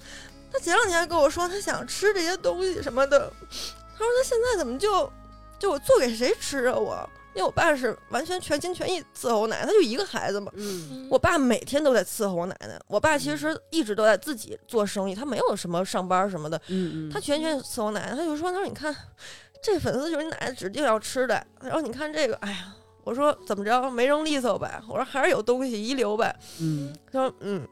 Speaker 3: 他前两天还跟我说他想吃这些东西什么的，他说他现在怎么就就我做给谁吃啊我？因为我爸是完全全心全意伺候我奶奶，他就一个孩子嘛。
Speaker 1: 嗯
Speaker 3: 我爸每天都在伺候我奶奶，我爸其实一直都在自己做生意，他没有什么上班什么的，
Speaker 1: 嗯，
Speaker 3: 他全全伺候奶奶，他就说：“他说你看，这粉丝就是你奶奶指定要吃的。然后你看这个，哎呀，我说怎么着没扔利索吧？我说还是有东西遗留吧。
Speaker 1: 嗯
Speaker 3: 他说嗯。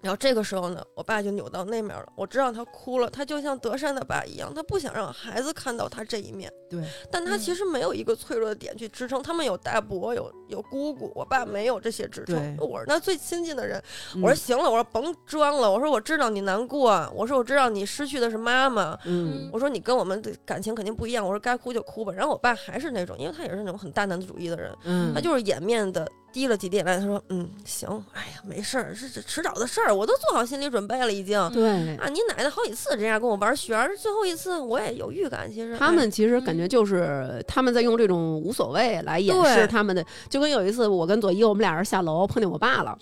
Speaker 3: 然后这个时候呢，我爸就扭到那面了。我知道他哭了，他就像德善的爸一样，他不想让孩子看到他这一面。
Speaker 1: 对，
Speaker 3: 但他
Speaker 4: 嗯
Speaker 3: 其实没有一个脆弱的点去支撑。他们有大伯，有有姑姑，我爸没有这些支撑。
Speaker 1: 对
Speaker 3: 我是他最亲近的人，
Speaker 1: 嗯
Speaker 3: 我说行了，我说甭装了，我说我知道你难过，我说我知道你失去的是妈妈，
Speaker 1: 嗯
Speaker 3: 我说你跟我们的感情肯定不一样，我说该哭就哭吧。然后我爸还是那种，因为他也是那种很大男子主义的人，
Speaker 1: 嗯，
Speaker 3: 他就是掩面的滴了几滴眼泪，他说嗯行，哎呀没事儿，是这迟早的事儿，我都做好心理准备了已经。
Speaker 1: 嗯对。
Speaker 3: 啊，你奶奶好几次这样跟我玩旋儿，最后一次我也有预感，其实
Speaker 1: 他们其实感觉就是他们在用这种无所谓来掩
Speaker 3: 嗯对
Speaker 1: 饰他们的，就跟有一次我跟左一我们俩人下楼碰见我爸了，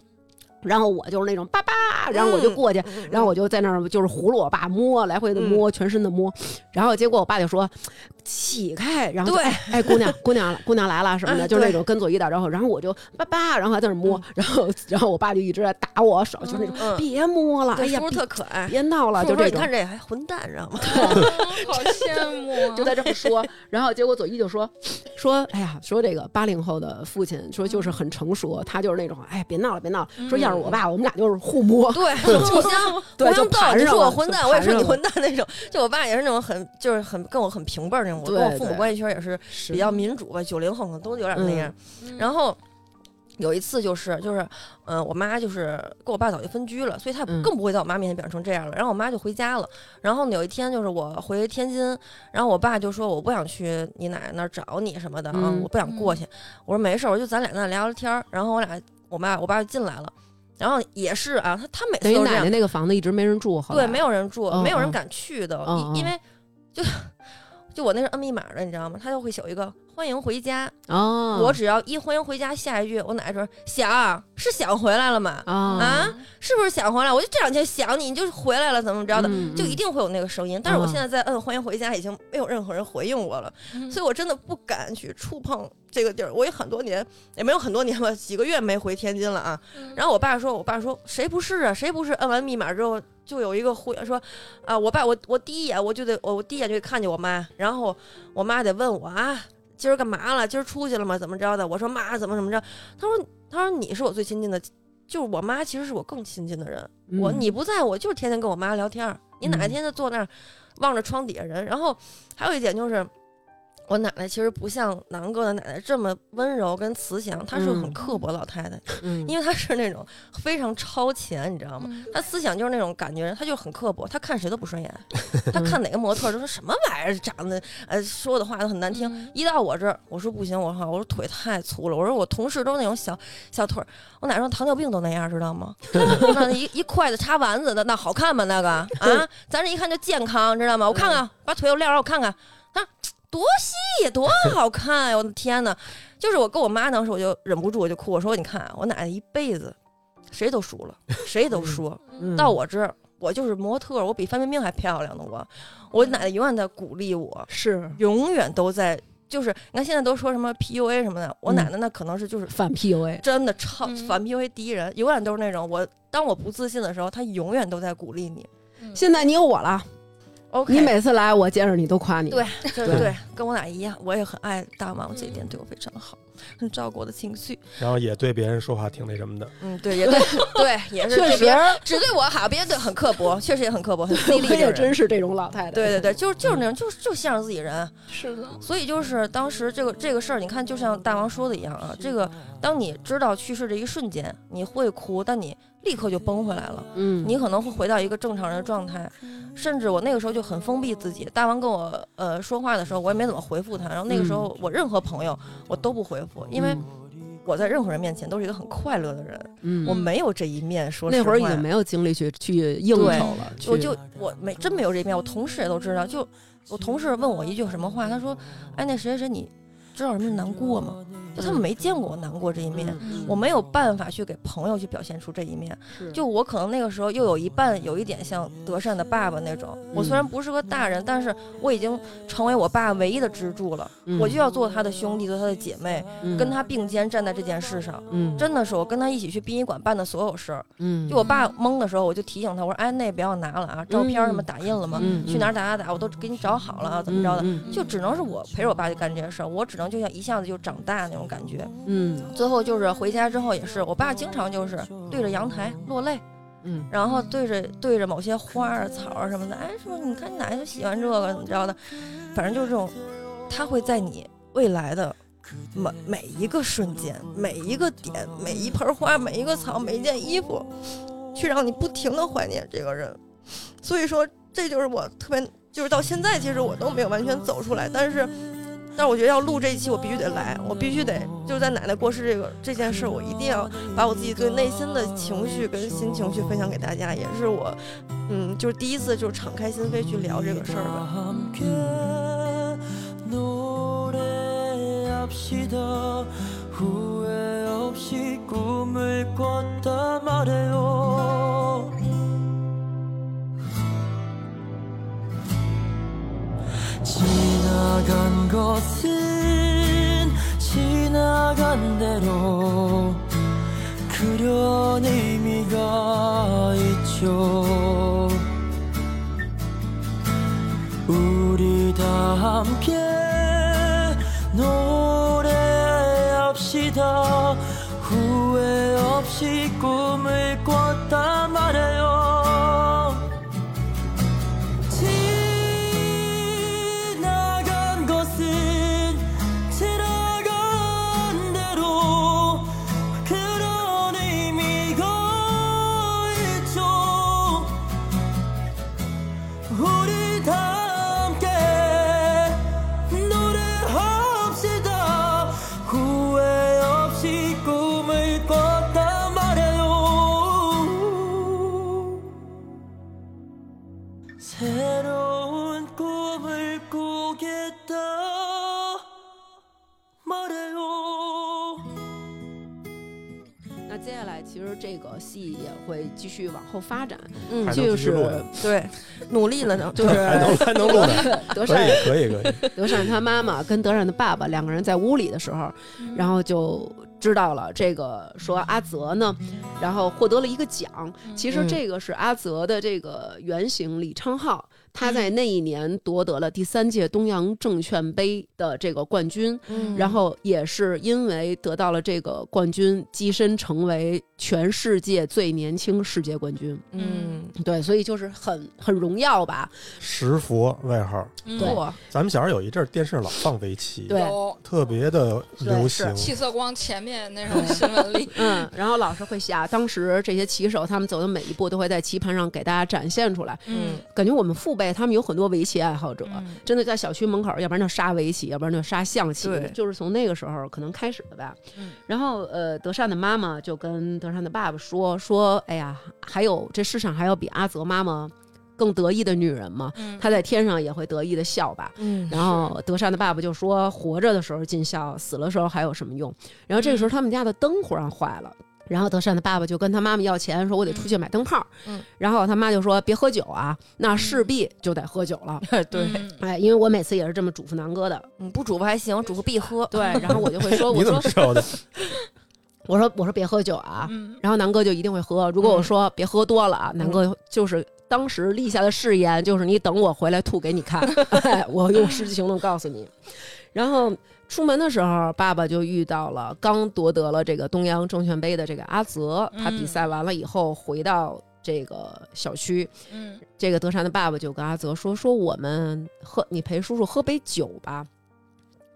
Speaker 1: 然后我就是那种爸爸，然后我就过去，
Speaker 3: 哎嗯
Speaker 1: 然后我就在那儿就是葫芦我爸摸，来回的摸，全身的摸，然后结果我爸就说起开，然后就
Speaker 3: 对
Speaker 1: 哎哎姑娘姑娘了姑娘来了什么的，
Speaker 3: 哎
Speaker 1: 就是那
Speaker 3: 对
Speaker 1: 种跟左一打招呼，然后我就爸爸，然后还在那儿摸，然后然后我爸就一直在打我手，就是那种、
Speaker 3: 嗯
Speaker 1: 别摸了，哎
Speaker 3: 对
Speaker 1: 呀
Speaker 3: 叔叔
Speaker 1: 别
Speaker 3: 特可爱，
Speaker 1: 别闹了，
Speaker 3: 叔
Speaker 1: 就
Speaker 3: 叔说
Speaker 1: 这
Speaker 3: 你
Speaker 1: 种
Speaker 3: 看。这还混蛋，知道 吗？
Speaker 4: 好羡慕啊
Speaker 1: 就在这么 说，然后结果左一就说说，哎呀，说这个八零后的父亲说
Speaker 3: 嗯
Speaker 1: 就是很成熟，他就是那种，哎，别闹了，别闹了。说要是我爸，我们俩就是互摸，
Speaker 3: 对，互相
Speaker 1: 对
Speaker 3: 互
Speaker 1: 就
Speaker 3: 相斗，
Speaker 1: 盘
Speaker 3: 你
Speaker 1: 上
Speaker 3: 说我
Speaker 1: 了
Speaker 3: 混
Speaker 1: 就
Speaker 3: 蛋，我也
Speaker 1: 盘
Speaker 3: 说你
Speaker 1: 上
Speaker 3: 混蛋那种。就我爸也是那种很，就是很跟我很平辈儿那种。我跟
Speaker 1: 对
Speaker 3: 我父母
Speaker 1: 对
Speaker 3: 关系圈也是
Speaker 1: 是
Speaker 3: 比较民主吧，九零后可能都有点那样。
Speaker 4: 嗯
Speaker 3: 然后有一次就是就是，嗯、我妈就是跟我爸早就分居了，所以她
Speaker 1: 嗯
Speaker 3: 更不会在我妈面前表现成这样了。然后我妈就回家了。然后呢有一天就是我回天津，然后我爸就说我不想去你奶奶那儿找你什么的啊，
Speaker 1: 嗯
Speaker 3: 我不想过去。我说没事儿，我就咱俩在那聊聊天儿。然后我俩我妈我爸就进来了。然后也是啊，他他每
Speaker 1: 等
Speaker 3: 次
Speaker 1: 于
Speaker 3: 都这
Speaker 1: 奶
Speaker 3: 样
Speaker 1: 奶，那个房子一直没人住，后
Speaker 3: 对，
Speaker 1: 来
Speaker 3: 没有人住，
Speaker 1: 嗯
Speaker 3: 没有人
Speaker 1: 嗯
Speaker 3: 敢去的，
Speaker 1: 嗯
Speaker 3: 因
Speaker 1: 嗯
Speaker 3: 因为就就我那是摁密码的，你知道吗？他就会写一个欢迎回家，
Speaker 1: 哦，
Speaker 3: 我只要一欢迎回家，下一句我奶奶说想是想回来了吗？
Speaker 1: 啊
Speaker 3: 啊，是不是想回来？我就这两天想你，你就回来了，怎么着的？
Speaker 1: 嗯
Speaker 3: 就一
Speaker 1: 嗯
Speaker 3: 定会有那个声音，但是我
Speaker 1: 嗯
Speaker 3: 现在在摁欢迎回家，已经没有任何人回应我了，
Speaker 4: 嗯
Speaker 3: 所以我真的不敢去触碰这个地儿。我有很多年，也没有很多年吧，几个月没回天津了啊。
Speaker 1: 嗯
Speaker 3: 然后我爸说，我爸说谁不是啊？谁不是摁完密码之后就有一个回说啊？我爸我我第一眼我就得我我第一眼就得看见我妈，然后我妈得问我啊，今儿干嘛了？今儿出去了吗？怎么着的？我说妈怎么怎么着？他说他说你是我最亲近的，就是我妈其实是我更亲近的人。我你不在我就是天天跟我妈聊天儿，你
Speaker 1: 嗯
Speaker 3: 哪一天就坐那儿望着窗底下人。然后还有一点就是，我奶奶其实不像南哥的奶奶这么温柔跟慈祥，她是个
Speaker 1: 嗯
Speaker 3: 很刻薄老太太，
Speaker 1: 嗯
Speaker 3: 因为她是那种非常超前，你知道吗？
Speaker 4: 嗯
Speaker 3: 她思想就是那种感觉，她就很刻薄，她看谁都不 顺眼，她看哪个模特儿都说什么玩意儿，长得呃说的话都很难听。
Speaker 4: 嗯
Speaker 3: 一到我这儿，我说不行，我说我说腿太粗了，我说我同事都是那种小小腿儿，我奶说糖尿病都那样，知道吗？那一一筷子插丸子的，那好看 吗？那个啊，咱这一看就健康，知道吗？我看
Speaker 1: 嗯
Speaker 3: 看，把腿又撂上，我看看，啊，多细，多好看呀、我的天呐，就是我跟我妈当时我就忍不住我就哭，我说你看啊我奶奶一辈子谁都输了，谁都输，
Speaker 1: 嗯
Speaker 3: 到我这儿我就是模特儿，我比范冰冰还漂亮呢，我我奶奶永远在鼓励我，
Speaker 1: 是
Speaker 3: 永远都在就是你看现在都说什么 PUA 什么的，我
Speaker 1: 嗯
Speaker 3: 奶奶那可能是就是
Speaker 1: 反 PUA，
Speaker 3: 真的超
Speaker 4: 嗯
Speaker 3: 反 PUA 第一人，永远都是那种我当我不自信的时候，她永远都在鼓励你。
Speaker 1: 现在你有我了，
Speaker 3: OK，
Speaker 1: 你每次来我见着你都夸你，
Speaker 3: 对，就是
Speaker 1: 对
Speaker 3: 对，跟我奶一样，我也很爱大妈，我这一点对我非常好，很照顾我的情绪。
Speaker 2: 然后也对别人说话挺那什么的。
Speaker 3: 嗯，对， 也对，对，也是
Speaker 1: 确
Speaker 3: 对
Speaker 1: 实
Speaker 3: 别人，只对我好，别人对很刻薄，确实也很刻薄，很犀
Speaker 1: 我
Speaker 3: 利的嗯
Speaker 1: 也
Speaker 3: 人。
Speaker 1: 真是这种老太太。
Speaker 3: 对对对，就是就是那种，就是就向着自己人，
Speaker 4: 是的，
Speaker 3: 所以就是当时这个这个事儿，你看，就像大王说的一样啊，这个当你知道去世这一瞬间，你会哭，但你立刻就崩回来了，
Speaker 1: 嗯，
Speaker 3: 你可能会回到一个正常人的状态，甚至我那个时候就很封闭自己。大王跟我呃说话的时候，我也没怎么回复他，然后那个时
Speaker 1: 嗯
Speaker 3: 候我任何朋友我都不回复，因为我在任何人面前都是一个很快乐的人，
Speaker 1: 嗯
Speaker 3: 我没有这一面，说实
Speaker 1: 那
Speaker 3: 话。
Speaker 1: 会儿已经没有精力去去应酬
Speaker 3: 对
Speaker 1: 了，去
Speaker 3: 我就我没真没有这面，我同事也都知道。就我同事问我一句什么话，他说：“哎，那谁谁谁，你知道什么是难过吗？”就他们没见过我难过这一面，
Speaker 1: 嗯
Speaker 3: 我没有办法去给朋友去表现出这一面。
Speaker 1: 是
Speaker 3: 就我可能那个时候又有一半有一点像德善的爸爸那种。我虽
Speaker 1: 嗯
Speaker 3: 然不是个大人，但是我已经成为我爸唯一的支柱了。
Speaker 1: 嗯
Speaker 3: 我就要做他的兄弟，做他的姐妹，跟他并肩站在这件事上。
Speaker 1: 嗯
Speaker 3: 真的是我跟他一起去殡仪馆办的所有事儿，
Speaker 1: 嗯
Speaker 3: 就我爸懵的时候，我就提醒他，我说：“哎，那不要拿了啊，照片儿什么打印了吗？
Speaker 1: 嗯
Speaker 3: 去哪儿打打打，我都给你找好了啊，怎么着的？”
Speaker 1: 嗯
Speaker 3: 就只能是我陪着我爸去干这些事儿，我只能就像一下子就长大那种感觉。
Speaker 1: 嗯
Speaker 3: 最后就是回家之后也是，我爸经常就是对着阳台落泪，
Speaker 1: 嗯
Speaker 3: 然后对着对着某些花儿、草儿什么的，哎，说你看你奶奶就喜欢这个，怎么着的，反正就是这种，他会在你未来的每每一个瞬间、每一个点、每一盆花、每一个草、每一件衣服，去让你不停的怀念这个人。所以说，这就是我特别，就是到现在其实我都没有完全走出来，但是。但是我觉得要录这一期，我必须得来，我必须得就是在奶奶过世这个这件事，我一定要把我自己最内心的
Speaker 1: 哦
Speaker 3: 情绪跟心情去分享给大家，也是我，嗯，就是第一次就是敞开心扉去聊这个事儿吧。
Speaker 6: 함께 노래합시다 후회 없이 꿈을 꿨다 말해요 지나간 것은 지나간 대로 그런 의미가 있죠 우리 다 함께 노래합시다 후회 없이 꿈을 꿨다 말해요 지나간 것은 지나간 대로 그런 의미가 있죠 우리 다 함께 노래합시다 후회 없이 꿈을 꿨다 말해요 새로운 꿈을 꾸겠다 말해요
Speaker 1: 那接下来其实这个戏也会继续往后发展，
Speaker 3: 嗯
Speaker 2: 还能
Speaker 1: 就
Speaker 2: 继续
Speaker 1: 是
Speaker 2: 录呢
Speaker 3: 对，努力了呢，
Speaker 1: 就是
Speaker 2: 还能还能录呢，
Speaker 1: 德
Speaker 2: 可
Speaker 1: 善
Speaker 2: 以可以可以。
Speaker 1: 德善他妈妈跟德善的爸爸两个人在屋里的时候，
Speaker 3: 嗯
Speaker 1: 然后就知道了这个说阿泽呢，然后获得了一个奖。
Speaker 4: 嗯
Speaker 1: 其实这个是阿泽的这个原型李昌镐，他在
Speaker 3: 嗯
Speaker 1: 那一年夺得了第三届东洋证券杯的这个冠军，
Speaker 3: 嗯
Speaker 1: 然后也是因为得到了这个冠军，跻身成为全世界最年轻世界冠军。
Speaker 3: 嗯，
Speaker 1: 对，所以就是很很荣耀吧。
Speaker 2: 石 佛外号，
Speaker 4: 嗯
Speaker 1: 对
Speaker 3: 哇
Speaker 2: 咱们小时候有一阵儿电视老放围棋，
Speaker 1: 对
Speaker 4: 有
Speaker 2: 特别的流行。
Speaker 4: 气色光前面那种新闻 里，
Speaker 1: 嗯，然后老师会下，当时这些棋手他们走的每一步都会在棋盘上给大家展现出来。
Speaker 4: 嗯，
Speaker 1: 感觉我们父辈他们有很多围棋爱好者，
Speaker 4: 嗯
Speaker 1: 真的在小区门口，要不然就杀围棋，要不然就杀象棋
Speaker 3: 对，
Speaker 1: 就是从那个时候可能开始的吧。
Speaker 4: 嗯
Speaker 1: 然后呃，德善的妈妈就跟德善的爸爸说说，哎呀，还有这世上还有比阿泽妈妈更得意的女人吗？
Speaker 4: 嗯
Speaker 1: 她在天上也会得意的笑吧。
Speaker 3: 嗯
Speaker 1: 然后德善的爸爸就
Speaker 3: 嗯
Speaker 1: 说：“活着的时候尽孝，死了时候还有什么用？”然后这个时候他们家的灯忽然坏了，然后德善的爸爸就跟他妈妈要钱，说我得出去买灯泡。
Speaker 3: 嗯嗯嗯
Speaker 1: 然后他妈就说别喝酒啊，那势必就得喝酒了。
Speaker 7: 对，
Speaker 4: 嗯
Speaker 1: 哎，因为我每次也是这么嘱咐南哥的。
Speaker 3: 嗯，不嘱咐还行，嘱咐必喝。
Speaker 1: 对，然后我就会 说，我
Speaker 2: 你怎么
Speaker 1: 说
Speaker 2: 知道的？
Speaker 1: 我说我说别喝酒 啊。
Speaker 4: 嗯，
Speaker 1: 然后南哥就一定会喝。如果我说别喝多了啊，南哥就是当时立下的誓言，就是你等我回来吐给你看， 哎我用实际行动告诉你。然后出门的时候，爸爸就遇到了刚夺得了这个东洋证券杯的这个阿泽，他比赛完了以后回到这个小区，
Speaker 4: 嗯
Speaker 1: 这个德善的爸爸就跟阿泽说：“说我们喝，你陪叔叔喝杯酒吧。”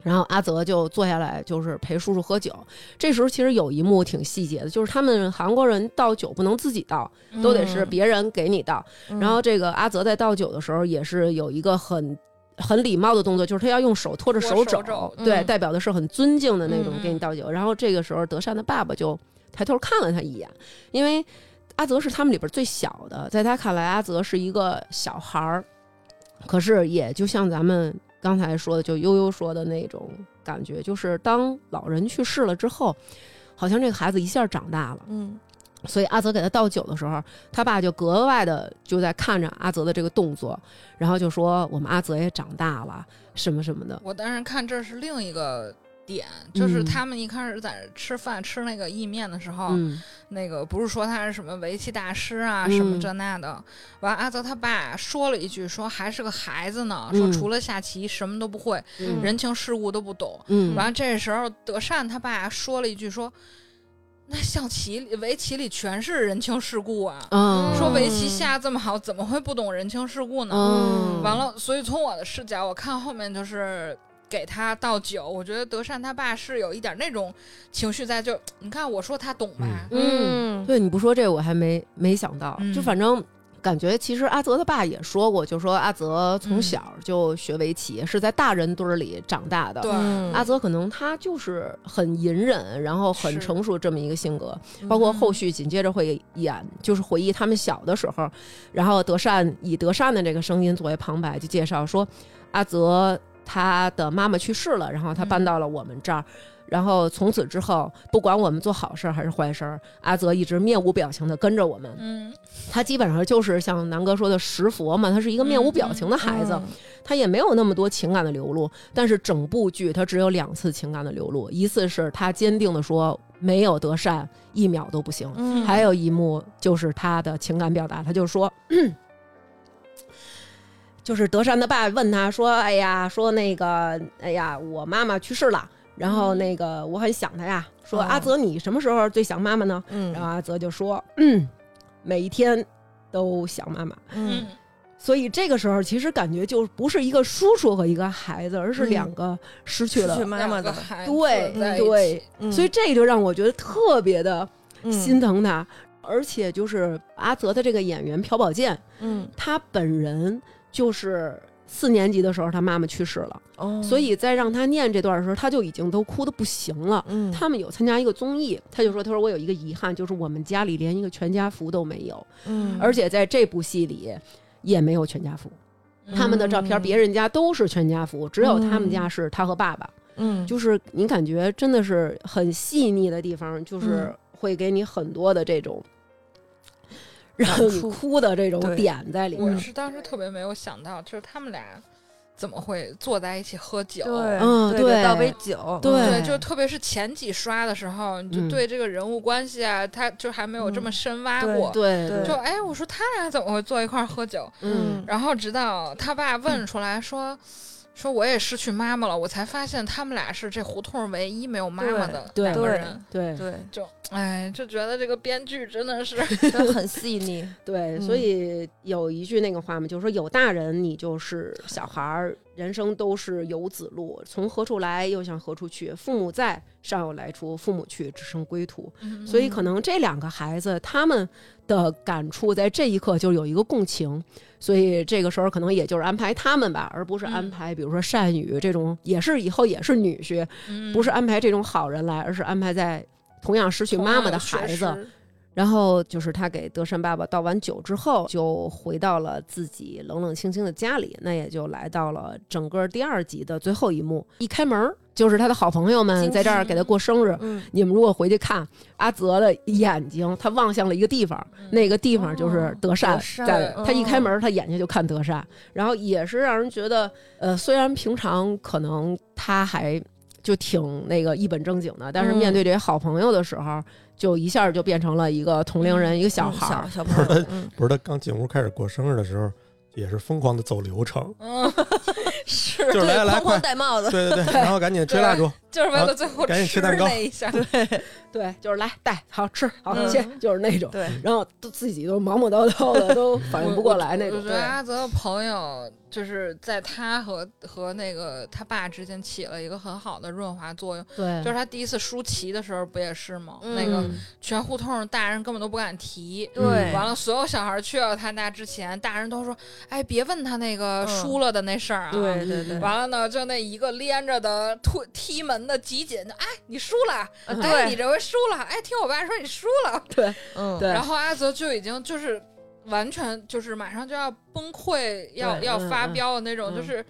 Speaker 1: 然后阿泽就坐下来，就是陪叔叔喝酒。这时候其实有一幕挺细节的，就是他们韩国人倒酒不能自己倒，都得
Speaker 4: 嗯
Speaker 1: 是别人给你倒。然后这个阿泽在倒酒的时候，也是有一个很很礼貌的动作，就是他要用手托着手肘，
Speaker 4: 托手肘
Speaker 1: 对，
Speaker 3: 嗯
Speaker 1: 代表的是很尊敬的那种
Speaker 4: 嗯嗯
Speaker 1: 给你倒酒。然后这个时候，德善的爸爸就抬头看了他一眼，因为阿泽是他们里边最小的，在他看来，阿泽是一个小孩儿，可是也就像咱们刚才说的，就悠悠说的那种感觉，就是当老人去世了之后，好像这个孩子一下长大了。
Speaker 3: 嗯，
Speaker 1: 所以阿泽给他倒酒的时候，他爸就格外的就在看着阿泽的这个动作，然后就说我们阿泽也长大了，什么什么的。
Speaker 4: 我当时看这是另一个点，就是
Speaker 1: 嗯
Speaker 4: 他们一开始在吃饭吃那个意面的时候，
Speaker 1: 嗯
Speaker 4: 那个不是说他是什么围棋大师啊，
Speaker 1: 嗯
Speaker 4: 什么这那的。完，阿泽他爸说了一句，说还是个孩子呢，
Speaker 1: 嗯
Speaker 4: 说除了下棋什么都不会，
Speaker 1: 嗯
Speaker 4: 人情世故都不懂。
Speaker 1: 嗯，
Speaker 4: 完，这时候德善他爸说了一句说，那象棋里围棋里全是人情世故啊，
Speaker 1: 嗯
Speaker 4: 说围棋下这么好，怎么会不懂人情世故呢？
Speaker 1: 嗯
Speaker 4: 完了，所以从我的视角，我看后面就是给他倒酒，我觉得德善他爸是有一点那种情绪在，就你看我说他懂吧，
Speaker 1: 嗯，对你不说这个我还没没想到，
Speaker 4: 嗯
Speaker 1: 就反正。感觉其实阿泽他爸也说过，就说阿泽
Speaker 4: 嗯
Speaker 1: 从小就学围棋，是在大人堆儿里长大的。
Speaker 3: 嗯
Speaker 4: 对，
Speaker 1: 阿泽可能他就是很隐忍，然后很
Speaker 4: 是嗯
Speaker 1: 成熟这么一个性格。包括后续紧接着会演，就是回忆他们小的时候，然后德善以德善的这个声音作为旁白，就介绍说，阿泽他的妈妈去世了，然后他
Speaker 4: 嗯
Speaker 1: 搬到了我们这儿。然后从此之后，不管我们做好事儿还是坏事儿，阿泽一直面无表情的跟着我们。
Speaker 4: 嗯，
Speaker 1: 他基本上就是像南哥说的石佛嘛，他是一个面无表情的孩子，他也没有那么多情感的流露。但是整部剧他只有两次情感的流露，一次是他坚定的说没有德善一秒都不行，
Speaker 3: 嗯
Speaker 1: 还有一幕就是他的情感表达，他就说。 就是德善的爸问他说：“哎呀，说那个，哎呀，我妈妈去世了，然后那个我很想她呀。说、
Speaker 3: 哦
Speaker 1: 阿泽，你什么时候最想妈妈呢？
Speaker 3: 嗯
Speaker 1: 然后阿泽就说：“嗯每一天都想妈妈。
Speaker 3: 嗯
Speaker 4: 嗯，”
Speaker 1: 所以这个时候，其实感觉就不是一个叔叔和一个孩子，而是
Speaker 3: 嗯
Speaker 1: 两个失去了。
Speaker 3: 去妈妈
Speaker 4: 两个
Speaker 3: 的，
Speaker 4: 孩子
Speaker 1: 对
Speaker 4: 在一起
Speaker 1: 对，
Speaker 3: 嗯
Speaker 1: 所以这就让我觉得特别的心
Speaker 3: 的，
Speaker 1: 疼他。而且就是阿泽的这个演员朴宝剑，
Speaker 3: 嗯
Speaker 1: 他本人就是四年级的时候，他妈妈去世了，
Speaker 3: 哦，
Speaker 1: 所以在让他念这段的时候，他就已经都哭的不行了。
Speaker 3: 嗯
Speaker 1: 他们有参加一个综艺，他就说：“他说我有一个遗憾，就是我们家里连一个全家福都没有，
Speaker 3: 嗯
Speaker 1: 而且在这部戏里也没有全家福。他们的
Speaker 4: 嗯
Speaker 1: 嗯照
Speaker 3: 嗯
Speaker 1: 片，别人家都是全家福，只有他们家是他和爸爸。
Speaker 3: 嗯
Speaker 1: 就是你感觉真的是很细腻的地方，
Speaker 3: 嗯
Speaker 1: 就是会给你很多的这种让你哭的这种
Speaker 3: 对嗯
Speaker 1: 点在里
Speaker 4: 我
Speaker 1: 面。
Speaker 4: 是当时特别没有想到，就是他们俩怎么会坐在一起喝酒？
Speaker 3: 对，
Speaker 1: 嗯
Speaker 3: 对
Speaker 1: 对
Speaker 3: 得倒杯酒，
Speaker 1: 对
Speaker 4: 对就特别是前几刷的时候，你
Speaker 1: 嗯
Speaker 4: 就对这个人物关系啊，他就还没有这么深挖
Speaker 3: 嗯
Speaker 4: 过。
Speaker 1: 对
Speaker 3: 对
Speaker 4: 就哎，我说他俩怎么会坐一块儿喝酒？
Speaker 1: 嗯
Speaker 4: 然后直到他爸问出来说。说我也失去妈妈了，我才发现他们俩是这胡同唯一没有妈妈的
Speaker 1: 对
Speaker 4: 两个
Speaker 3: 对
Speaker 4: 人，
Speaker 1: 对
Speaker 3: 对
Speaker 4: 就哎就觉得这个编剧真 的是
Speaker 3: 对，很细腻，
Speaker 1: 对，
Speaker 3: 嗯
Speaker 1: 所以有一句那个话嘛，就是说有大人你就是小孩儿，人生都是游子路，从何处来又向何处去，父母在，尚有来处；父母去，只剩归途。
Speaker 4: 嗯
Speaker 1: 所以可能这两个孩子他们的感触在这一刻就有一个共情，所以这个时候可能也就是安排他们吧，而不是安
Speaker 4: 嗯
Speaker 1: 排比如说善宇这种也是以后也是女婿，
Speaker 4: 嗯
Speaker 1: 不是安排这种好人来，而是安排在同样失去
Speaker 4: 同
Speaker 1: 妈
Speaker 4: 样
Speaker 1: 妈的
Speaker 4: 有缺
Speaker 1: 孩子
Speaker 4: 失
Speaker 1: 然后就是他给德善爸爸倒完酒之后，就回到了自己冷冷清清的家里，那也就来到了整个第二集的最后一幕。一开门儿，就是他的好朋友们在这儿给他过生日。
Speaker 3: 嗯，
Speaker 1: 你们如果回去看阿泽的眼睛，他望向了一个地方，那个地方就是德善
Speaker 3: 德善
Speaker 1: 在。
Speaker 3: 嗯
Speaker 1: 他一开门，他眼睛就看德善，然后也是让人觉得，呃，虽然平常可能他还就挺那个一本正经的，但是
Speaker 3: 嗯
Speaker 1: 面对这些好朋友的时候，就一下就变成了一个同龄人，一个小孩儿
Speaker 3: 小。小朋友，嗯，
Speaker 2: 不是他刚进屋开始过生日的时候，也是疯狂的走流 程，
Speaker 4: 嗯，
Speaker 3: 是
Speaker 2: 就是来
Speaker 3: 对
Speaker 2: 来
Speaker 3: 哐哐
Speaker 2: 快
Speaker 3: 戴帽 子，
Speaker 2: 对对对，然后赶紧吹蜡烛，
Speaker 4: 就是为了最后
Speaker 2: 赶紧
Speaker 4: 吃
Speaker 2: 吃蛋糕
Speaker 4: 那一下，
Speaker 1: 对，就是来带好吃好
Speaker 3: 嗯
Speaker 1: 切，就是那种。
Speaker 3: 对，
Speaker 1: 然后都自己都忙忙叨叨的，都反应不过来那
Speaker 4: 我
Speaker 1: 种
Speaker 4: 觉。得阿泽的朋友就是在他和和那个他爸之间起了一个很好的润滑作用。
Speaker 1: 对
Speaker 4: 就是他第一次输棋的时候不也是吗？
Speaker 3: 嗯
Speaker 4: 那个全胡同大人根本都不敢提。
Speaker 3: 对
Speaker 4: 完了，所有小孩去到他那之前，大人都说：“哎，别问他那个
Speaker 3: 嗯
Speaker 4: 输了的那事儿啊。
Speaker 3: 对对对，
Speaker 4: 完了呢，就那一个连着的推踢门的集锦，哎，你输了，哎，你
Speaker 3: 对，
Speaker 4: 这回输了，哎，听我爸说你输了。
Speaker 3: 嗯，
Speaker 1: 对
Speaker 4: 然后阿泽就已经就是完全就是马上就要崩溃，要
Speaker 1: 对
Speaker 4: 要
Speaker 1: 嗯
Speaker 4: 发
Speaker 1: 嗯
Speaker 4: 飙的那种，就
Speaker 3: 嗯
Speaker 4: 是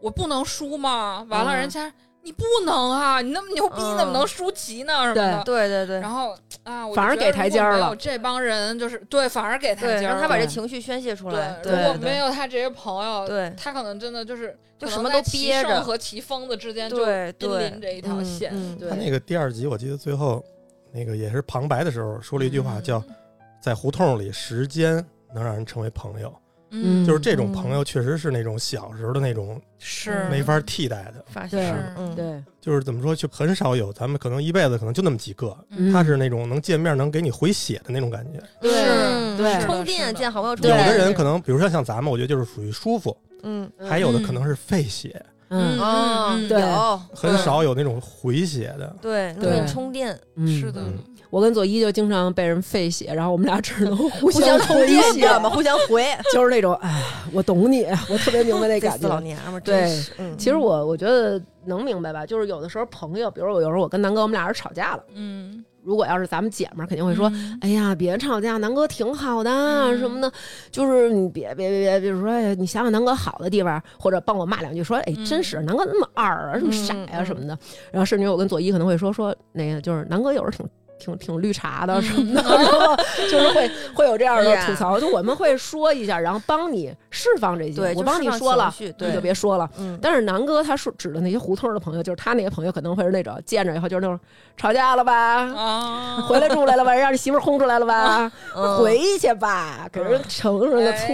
Speaker 4: 我不能输吗？完了，
Speaker 3: 嗯
Speaker 4: 人家你不能啊，你那么牛逼，
Speaker 3: 嗯
Speaker 4: 你怎么能输棋呢？什么的。
Speaker 3: 对对对，
Speaker 4: 然后啊，我就
Speaker 1: 反而
Speaker 4: 觉得
Speaker 1: 给台阶儿
Speaker 4: 如果没
Speaker 1: 了
Speaker 4: 有这帮人就是对，反而给台
Speaker 3: 对，
Speaker 4: 阶儿
Speaker 3: 让
Speaker 4: 了。
Speaker 3: 他把这
Speaker 1: 对
Speaker 3: 情绪宣泄出来，
Speaker 4: 对，
Speaker 1: 对
Speaker 4: 如果
Speaker 3: 对
Speaker 4: 没有他这些朋友，
Speaker 3: 对
Speaker 4: 他可能真的就是
Speaker 3: 就
Speaker 4: 可
Speaker 3: 什
Speaker 4: 能
Speaker 3: 么
Speaker 4: 在
Speaker 3: 都
Speaker 4: 棋
Speaker 3: 憋
Speaker 4: 圣
Speaker 3: 着
Speaker 4: 和棋风的之间就
Speaker 3: 对
Speaker 4: 濒
Speaker 3: 对
Speaker 4: 临这一条线。
Speaker 3: 嗯嗯
Speaker 1: 对
Speaker 2: 他那个第二集，我记得最后那个也是旁白的时候说了一句
Speaker 1: 嗯
Speaker 2: 话，啊
Speaker 4: 嗯
Speaker 2: 叫“在胡同里，时间能让人成为朋友”。
Speaker 1: 嗯
Speaker 2: 就是这种朋友，确实是那种小时候的那种
Speaker 4: 是
Speaker 2: 嗯
Speaker 1: 嗯
Speaker 3: 嗯
Speaker 2: 没法替代的。
Speaker 3: 发
Speaker 1: 对
Speaker 3: 现了，嗯，
Speaker 1: 对，
Speaker 2: 就是怎么说，就很少有咱们可能一辈子可能就那么几个，
Speaker 1: 嗯
Speaker 2: 他是那种能见面能给你回血的那种感觉。
Speaker 1: 对
Speaker 4: 是
Speaker 1: 对
Speaker 4: 是的
Speaker 3: 充
Speaker 4: 是
Speaker 3: 电
Speaker 4: 的
Speaker 3: 见好朋友充
Speaker 2: 有
Speaker 3: 电，
Speaker 2: 的人可能，比如说像咱们，我觉得就是属于舒服，
Speaker 3: 嗯
Speaker 1: 嗯
Speaker 2: 还有的可能是费血，
Speaker 4: 嗯
Speaker 1: 嗯
Speaker 3: 哦
Speaker 4: 嗯嗯
Speaker 1: 对
Speaker 3: 有
Speaker 2: 很少有那种回血的。
Speaker 3: 对，能
Speaker 1: 对
Speaker 3: 给你充电，
Speaker 1: 嗯
Speaker 4: 是的，
Speaker 2: 嗯
Speaker 1: 我跟佐伊就经常被人废血，然后我们俩 只能互
Speaker 3: 互相充
Speaker 1: 回
Speaker 3: 电，你
Speaker 1: 血
Speaker 3: 知，道吗？互相回，
Speaker 1: 就是那种哎，我懂你，我特别明白那
Speaker 3: 这
Speaker 1: 感
Speaker 3: 死老
Speaker 1: 觉。
Speaker 3: 娘们儿，
Speaker 1: 对
Speaker 3: 真是，嗯，
Speaker 1: 其实我我觉得能明白吧，就是有的时候朋友，比如我有时候我跟南哥我们俩人吵架了，
Speaker 4: 嗯，
Speaker 1: 如果要是咱们姐们儿，肯定会说。
Speaker 4: 嗯
Speaker 1: 哎呀，别吵架，南哥挺好的、
Speaker 4: 嗯
Speaker 1: 什么的，就是你别别别别，比如说，哎呀，你想想南哥好的地方，或者帮我骂两句，说，哎，
Speaker 4: 嗯
Speaker 1: 真是南哥那么二啊，这么傻呀、
Speaker 3: 嗯嗯
Speaker 1: 什么的。然后甚至我跟左一可能会说说那个，就是南哥有时候挺挺挺绿茶的什么的，然后 就是会会有这样的
Speaker 3: 嗯哎呀
Speaker 1: 吐槽，就我们会说一下，然后帮你释放这些，
Speaker 3: 对，
Speaker 1: 我
Speaker 3: 就
Speaker 1: 帮
Speaker 3: 释
Speaker 1: 你
Speaker 3: 放
Speaker 1: 说
Speaker 3: 情
Speaker 1: 了
Speaker 3: 绪，
Speaker 1: 你
Speaker 3: 对，
Speaker 1: 就别说了。
Speaker 3: 嗯，
Speaker 1: 但是南哥他说指的那些胡同的朋友，就是他那些朋友可能会是那种见着以后就是那种吵架了吧，
Speaker 3: 哦
Speaker 4: 啊，
Speaker 1: 回来住来了吧，让你媳妇儿轰出来了吧，
Speaker 3: 嗯
Speaker 1: 回去吧，
Speaker 4: 嗯
Speaker 1: 给人承认个错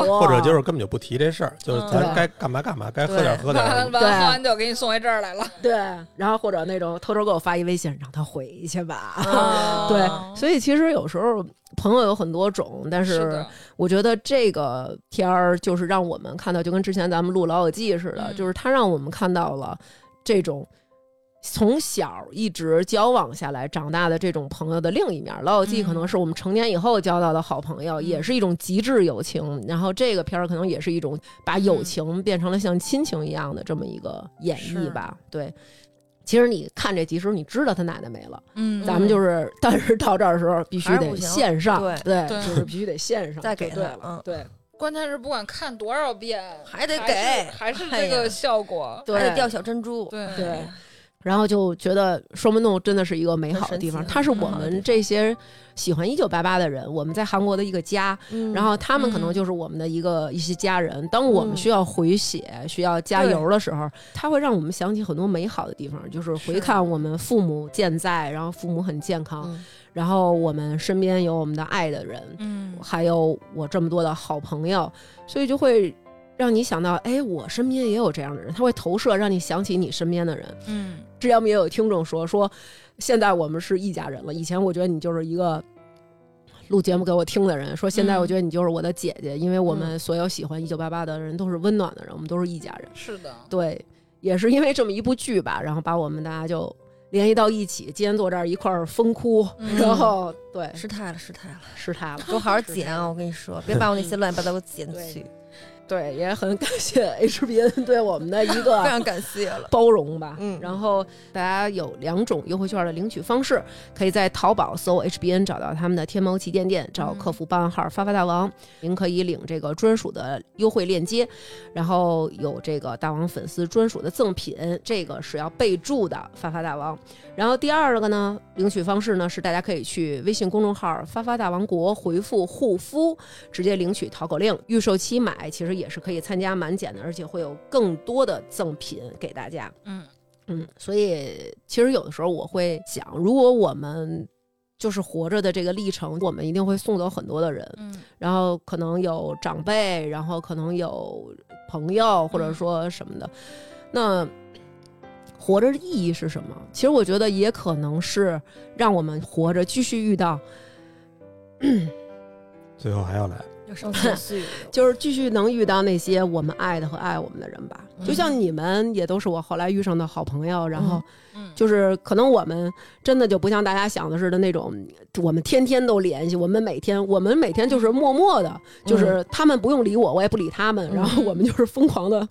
Speaker 4: 哎
Speaker 1: 误，
Speaker 2: 或者就是根本就不提这事儿，就是咱
Speaker 1: 嗯
Speaker 2: 该干嘛干嘛，该喝点
Speaker 3: 对
Speaker 2: 喝点什
Speaker 4: 完
Speaker 2: 么的。
Speaker 4: 完喝完酒给你送回这儿来了。
Speaker 1: 对，然后或者那种偷偷给我发一微信，让他回去吧。
Speaker 3: 啊
Speaker 4: 嗯
Speaker 1: 哦对，所以其实有时候朋友有很多种，但
Speaker 4: 是
Speaker 1: 是
Speaker 4: 的，
Speaker 1: 我觉得这个片儿就是让我们看到，就跟之前咱们录《老友记》似的，
Speaker 4: 嗯
Speaker 1: 就是它让我们看到了这种。从小一直交往下来，长大的这种朋友的另一面，《老友记》
Speaker 4: 嗯
Speaker 1: 可能是我们成年以后交到的好朋友，
Speaker 4: 嗯
Speaker 1: 也是一种极致友情。然后这个片儿可能也是一种把友
Speaker 3: 嗯
Speaker 1: 情变成了像亲情一样的这么一个演绎吧。对，其实你看这集时候，你知道他奶奶没了，
Speaker 4: 嗯
Speaker 1: 咱们就是，但是到这儿的时候必须
Speaker 3: 还是
Speaker 1: 得
Speaker 3: 不行
Speaker 1: 线上，
Speaker 3: 对
Speaker 1: 对
Speaker 4: 对
Speaker 1: 就是必须得线上，
Speaker 3: 再给他
Speaker 1: 对了
Speaker 3: 嗯
Speaker 1: 对
Speaker 4: 关键是不管看多少遍，
Speaker 3: 还得
Speaker 4: 还
Speaker 3: 给
Speaker 4: 是还是
Speaker 3: 哎
Speaker 4: 这个
Speaker 3: 呀
Speaker 4: 效果。
Speaker 3: 还得
Speaker 1: 对
Speaker 3: 掉小珍珠，
Speaker 4: 对
Speaker 1: 对，然后就觉得双门洞真的是一个美好的地方，
Speaker 3: 很神奇
Speaker 1: 它是
Speaker 3: 嗯
Speaker 1: 我们这些喜欢一九八八的人，我们在韩国的一个家，
Speaker 3: 嗯嗯
Speaker 1: 然后他们可能就是我们的一个、一些家人。当我们需要回血、需要加油的时候，它会让我们想起很多美好的地方，就是回看我们父母健在，然后父母很健康，
Speaker 3: 嗯
Speaker 1: 然后我们身边有我们的爱的人，
Speaker 4: 嗯，
Speaker 1: 还有我这么多的好朋友，所以就会让你想到，哎，我身边也有这样的人，他会投射让你想起你身边的人。
Speaker 4: 嗯
Speaker 1: 之前我们也有听众说说，现在我们是一家人了，以前我觉得你就是一个。录节目给我听的人说，现在我觉得你就是我的姐姐，因为我们所有喜欢一九八八的人都是温暖的人，我们都是一家人。
Speaker 4: 是的，
Speaker 1: 对，也是因为这么一部剧吧，然后把我们大家就联系到一起，今天坐这儿一块儿疯哭，
Speaker 4: 嗯
Speaker 1: 然后对
Speaker 3: 失态了，失态了，
Speaker 1: 失态了。
Speaker 3: 嗯给我好好剪啊！我跟你说，别把我那些乱七八糟给我剪
Speaker 1: 对
Speaker 3: 去。
Speaker 1: 对，也很感谢 HBN 对我们的一
Speaker 3: 非
Speaker 1: 个
Speaker 3: 常感谢了。
Speaker 1: 包容吧。
Speaker 3: 嗯
Speaker 1: 然后大家有两种优惠券的领取方式，可以在淘宝搜 HBN 找到他们的天猫旗舰店，找客服报暗号“发发大王”，您可以领这个专属的优惠链接，然后有这个大王粉丝专属的赠品，这个是要备注的“发发大王”。然后第二个呢，领取方式呢是大家可以去微信公众号“发发大王国”回复“护肤”，直接领取淘口令，预售期买其实也是可以参加满减的，而且会有更多的赠品给大家。
Speaker 4: 嗯，
Speaker 1: 嗯，所以其实有的时候我会想，如果我们就是活着的这个历程，我们一定会送走很多的人，
Speaker 4: 嗯
Speaker 1: 然后可能有长辈，然后可能有朋友，或者说什么的。那活着的意义是什么？其实我觉得也可能是让我们活着继续遇到，
Speaker 2: 最后还要来，
Speaker 3: 有伤心细雨，
Speaker 1: 就是继续能遇到那些我们爱的和爱我们的人吧。就像你们也都是我后来遇上的好朋友，然后
Speaker 4: 嗯，
Speaker 1: 就是可能我们真的就不像大家想的似的那种，我们天天都联系，我们每天我们每天就是默默的，就是
Speaker 3: 嗯
Speaker 1: 他们不用理我，我也不理他们，然后我们就是疯狂的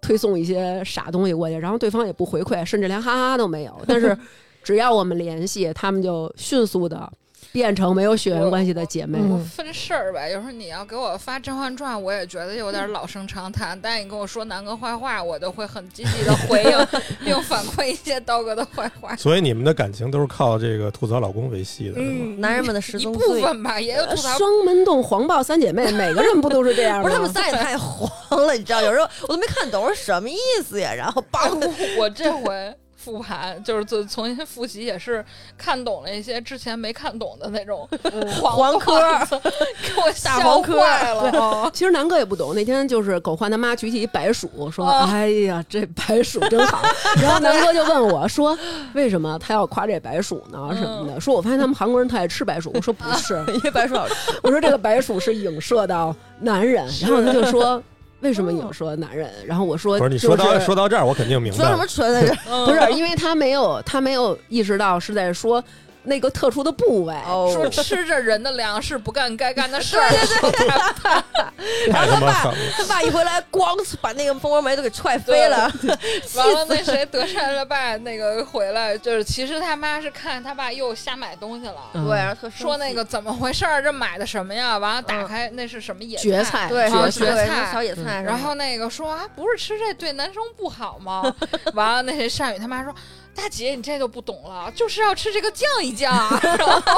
Speaker 1: 推送一些傻东西过去，然后对方也不回馈，甚至连哈哈都没有。但 是只要我们联系，他们就迅速的变成没有血缘关系的姐妹。
Speaker 3: 嗯
Speaker 4: 我分事儿吧。有时候你要给我发《甄嬛传》，我也觉得有点老生常谈，但你跟我说南哥坏话，我都会很积极的回 应，并反馈一些刀哥的坏话。
Speaker 2: 所以你们的感情都是靠这个吐槽老公维系的，是吗？
Speaker 4: 嗯，
Speaker 3: 男人们的十
Speaker 4: 一
Speaker 3: 宗
Speaker 4: 部
Speaker 3: 罪，
Speaker 4: 分吧，也有吐槽。
Speaker 1: 双门洞黄暴三姐妹，每个人不都是这样吗？
Speaker 3: 不是他们仨也太黄了，你知道？有时候我都没看懂是什么意思呀。然后叭，
Speaker 4: 我这回复盘就是重重新复习，也是看懂了一些之前没看懂的那种
Speaker 3: 嗯黄科
Speaker 4: 段子，给我
Speaker 3: 大
Speaker 4: 吓
Speaker 3: 黄科
Speaker 4: 坏
Speaker 3: 哦
Speaker 4: 了。
Speaker 1: 其实南哥也不懂，那天就是狗焕他妈举起一白鼠，说：“
Speaker 4: 哦
Speaker 1: 哎呀，这白鼠真 好。”然后南哥就问我说：“为什么他要夸这白鼠呢？
Speaker 3: 嗯
Speaker 1: 什么的？”说：“我发现他们韩国人特爱吃白鼠。”我说：“不是，
Speaker 3: 因为白鼠老师
Speaker 1: 我说这个白鼠是影射到男 人。”然后他就说：“
Speaker 3: 嗯
Speaker 1: 为什么影射男人？”然后我说：“
Speaker 2: 不是你
Speaker 1: 就
Speaker 2: 说到
Speaker 1: 是
Speaker 2: 说到这儿，我肯定明
Speaker 3: 说
Speaker 2: 白
Speaker 3: 什么
Speaker 2: 了。
Speaker 3: 纯的？
Speaker 1: 不是，因为他没有他没有意识到是在说那个特殊的部位。
Speaker 3: 哦
Speaker 4: 说吃着人的粮食，不干该干的事儿，说 他
Speaker 2: 太他妈狠了！
Speaker 3: 他爸一回来，咣把那个蜂窝煤都给踹飞了， 气
Speaker 4: 完了，那
Speaker 3: 死！
Speaker 4: 谁德善他爸那个回来，就是其实他妈是看他爸又瞎买东西了，
Speaker 1: 嗯
Speaker 3: 对，然后特生气
Speaker 4: 说那个怎么回事儿，这买的什么呀？完了
Speaker 3: 嗯
Speaker 4: 打开、那是什么野
Speaker 1: 蕨菜
Speaker 3: 对
Speaker 4: 好像
Speaker 1: 蕨
Speaker 4: 蕨
Speaker 1: 菜
Speaker 4: 菜
Speaker 3: 对那小野菜，嗯
Speaker 4: 然后那个说啊，不是吃这对男生不好吗？ 完了，那谁善宇他妈说，大姐你这就不懂了，就是要吃这个酱一酱啊。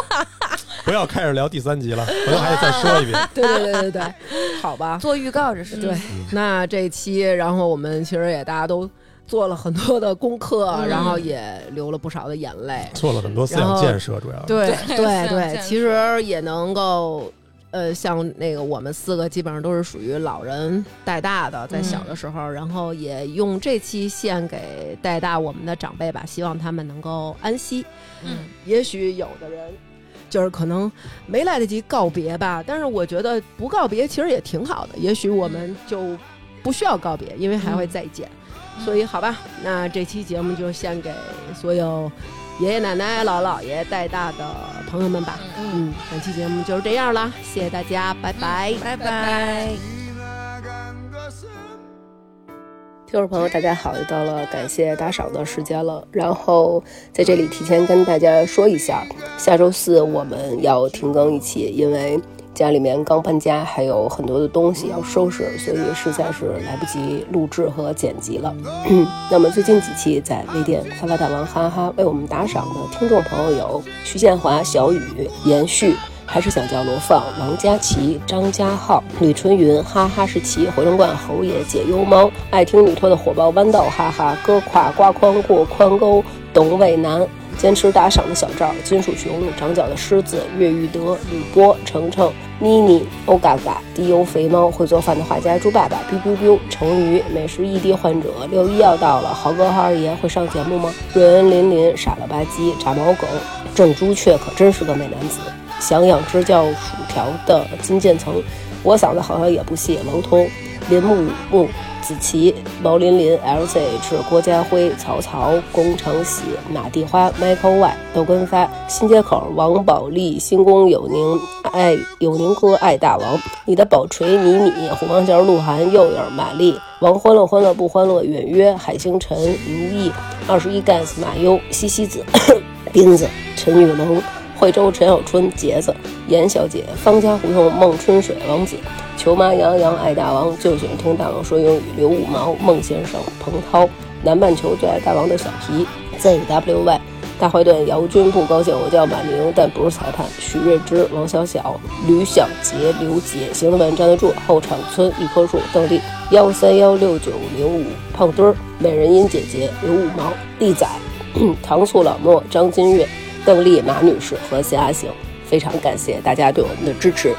Speaker 2: 不要开始聊第三集了，回头还得再说一 遍。
Speaker 1: 对对对对对，好吧。”
Speaker 3: 做预告这是
Speaker 1: 对，那这期，然后我们其实也大家都做了很多的功课，
Speaker 3: 嗯
Speaker 1: 然后也流了不少的眼泪。
Speaker 2: 做了很多思想建设，主要 是
Speaker 1: 对
Speaker 4: 对
Speaker 1: 对
Speaker 4: 像
Speaker 1: 对，
Speaker 4: 像
Speaker 1: 其实也能够。呃，像那个我们四个基本上都是属于老人带大的，在小的时候，然后也用这期献给带大我们的长辈吧，希望他们能够安息。
Speaker 4: 嗯，
Speaker 1: 也许有的人就是可能没来得及告别吧，但是我觉得不告别其实也挺好的。也许我们
Speaker 3: 嗯
Speaker 1: 就不需要告别，因为还会再见。
Speaker 3: 嗯
Speaker 4: 嗯
Speaker 1: 所以好吧，那这期节目就献给所有爷爷奶奶、姥姥姥爷带大的朋友们吧。嗯，本期节目就是这样啦，谢谢大家，拜拜。
Speaker 3: 嗯拜拜。
Speaker 6: 지나간 것은
Speaker 1: 听众朋友，大家好，又到了感谢打赏的时间了。然后在这里提前跟大家说一下，下周四我们要停更一期，因为家里面刚搬家，还有很多的东西要收拾，所以实在是来不及录制和剪辑了。 那么最近几期在微店发发大王哈哈为我们打赏的听众朋友有徐建华、小雨、延续。还是想叫罗放、王佳琪、张家浩、吕春云、哈哈士奇、回龙观、侯爷、解忧猫、爱听女托的火爆豌豆、哈哈、哥胯、刮筐过宽沟、董伟南、坚持打赏的小赵、金属雄鹿、长角的狮子、越狱德、吕波、程程、妮妮、欧嘎嘎、低油肥猫、会做饭的画家猪爸爸、biu biu biu、成鱼、美食异地患者、六一要到了，豪哥和二爷会上节目吗？瑞恩琳琳、傻了吧唧、炸毛狗、郑朱雀可真是个美男子。想养只叫薯条的金渐层，我嗓子好像也不细。楼通、林木木、
Speaker 7: 子琪、毛琳琳、LCH、郭家辉、曹操、宫城喜、马蒂花、Michael Y、窦根发、新街口、王宝利、新宫有宁、爱有宁哥、爱大王、你的宝锤、米米、虎王桥、鹿晗、右眼、玛丽、王欢乐、欢乐不欢乐、远约、海星辰、如意、二十一 gas、马优、西西子、 钉子、陈雨龙、惠州陈小春、杰子、严小姐、方家胡同、孟春水、王子、球妈杨洋、爱大王，就喜欢听大王说英语，刘五毛、孟先生、彭涛，南半球最爱大王的小皮，ZWY。大坏蛋姚军不高兴，我叫马明，但不是裁判。许瑞之、王小小、吕小杰、刘杰，行政们站得住。后场村一棵树，邓丽幺三幺六九零五，胖墩儿，美人音姐姐，刘五毛，丽仔，糖醋老莫，张金月，邓丽、马女士和谢阿行。非常感谢大家对我们的支持，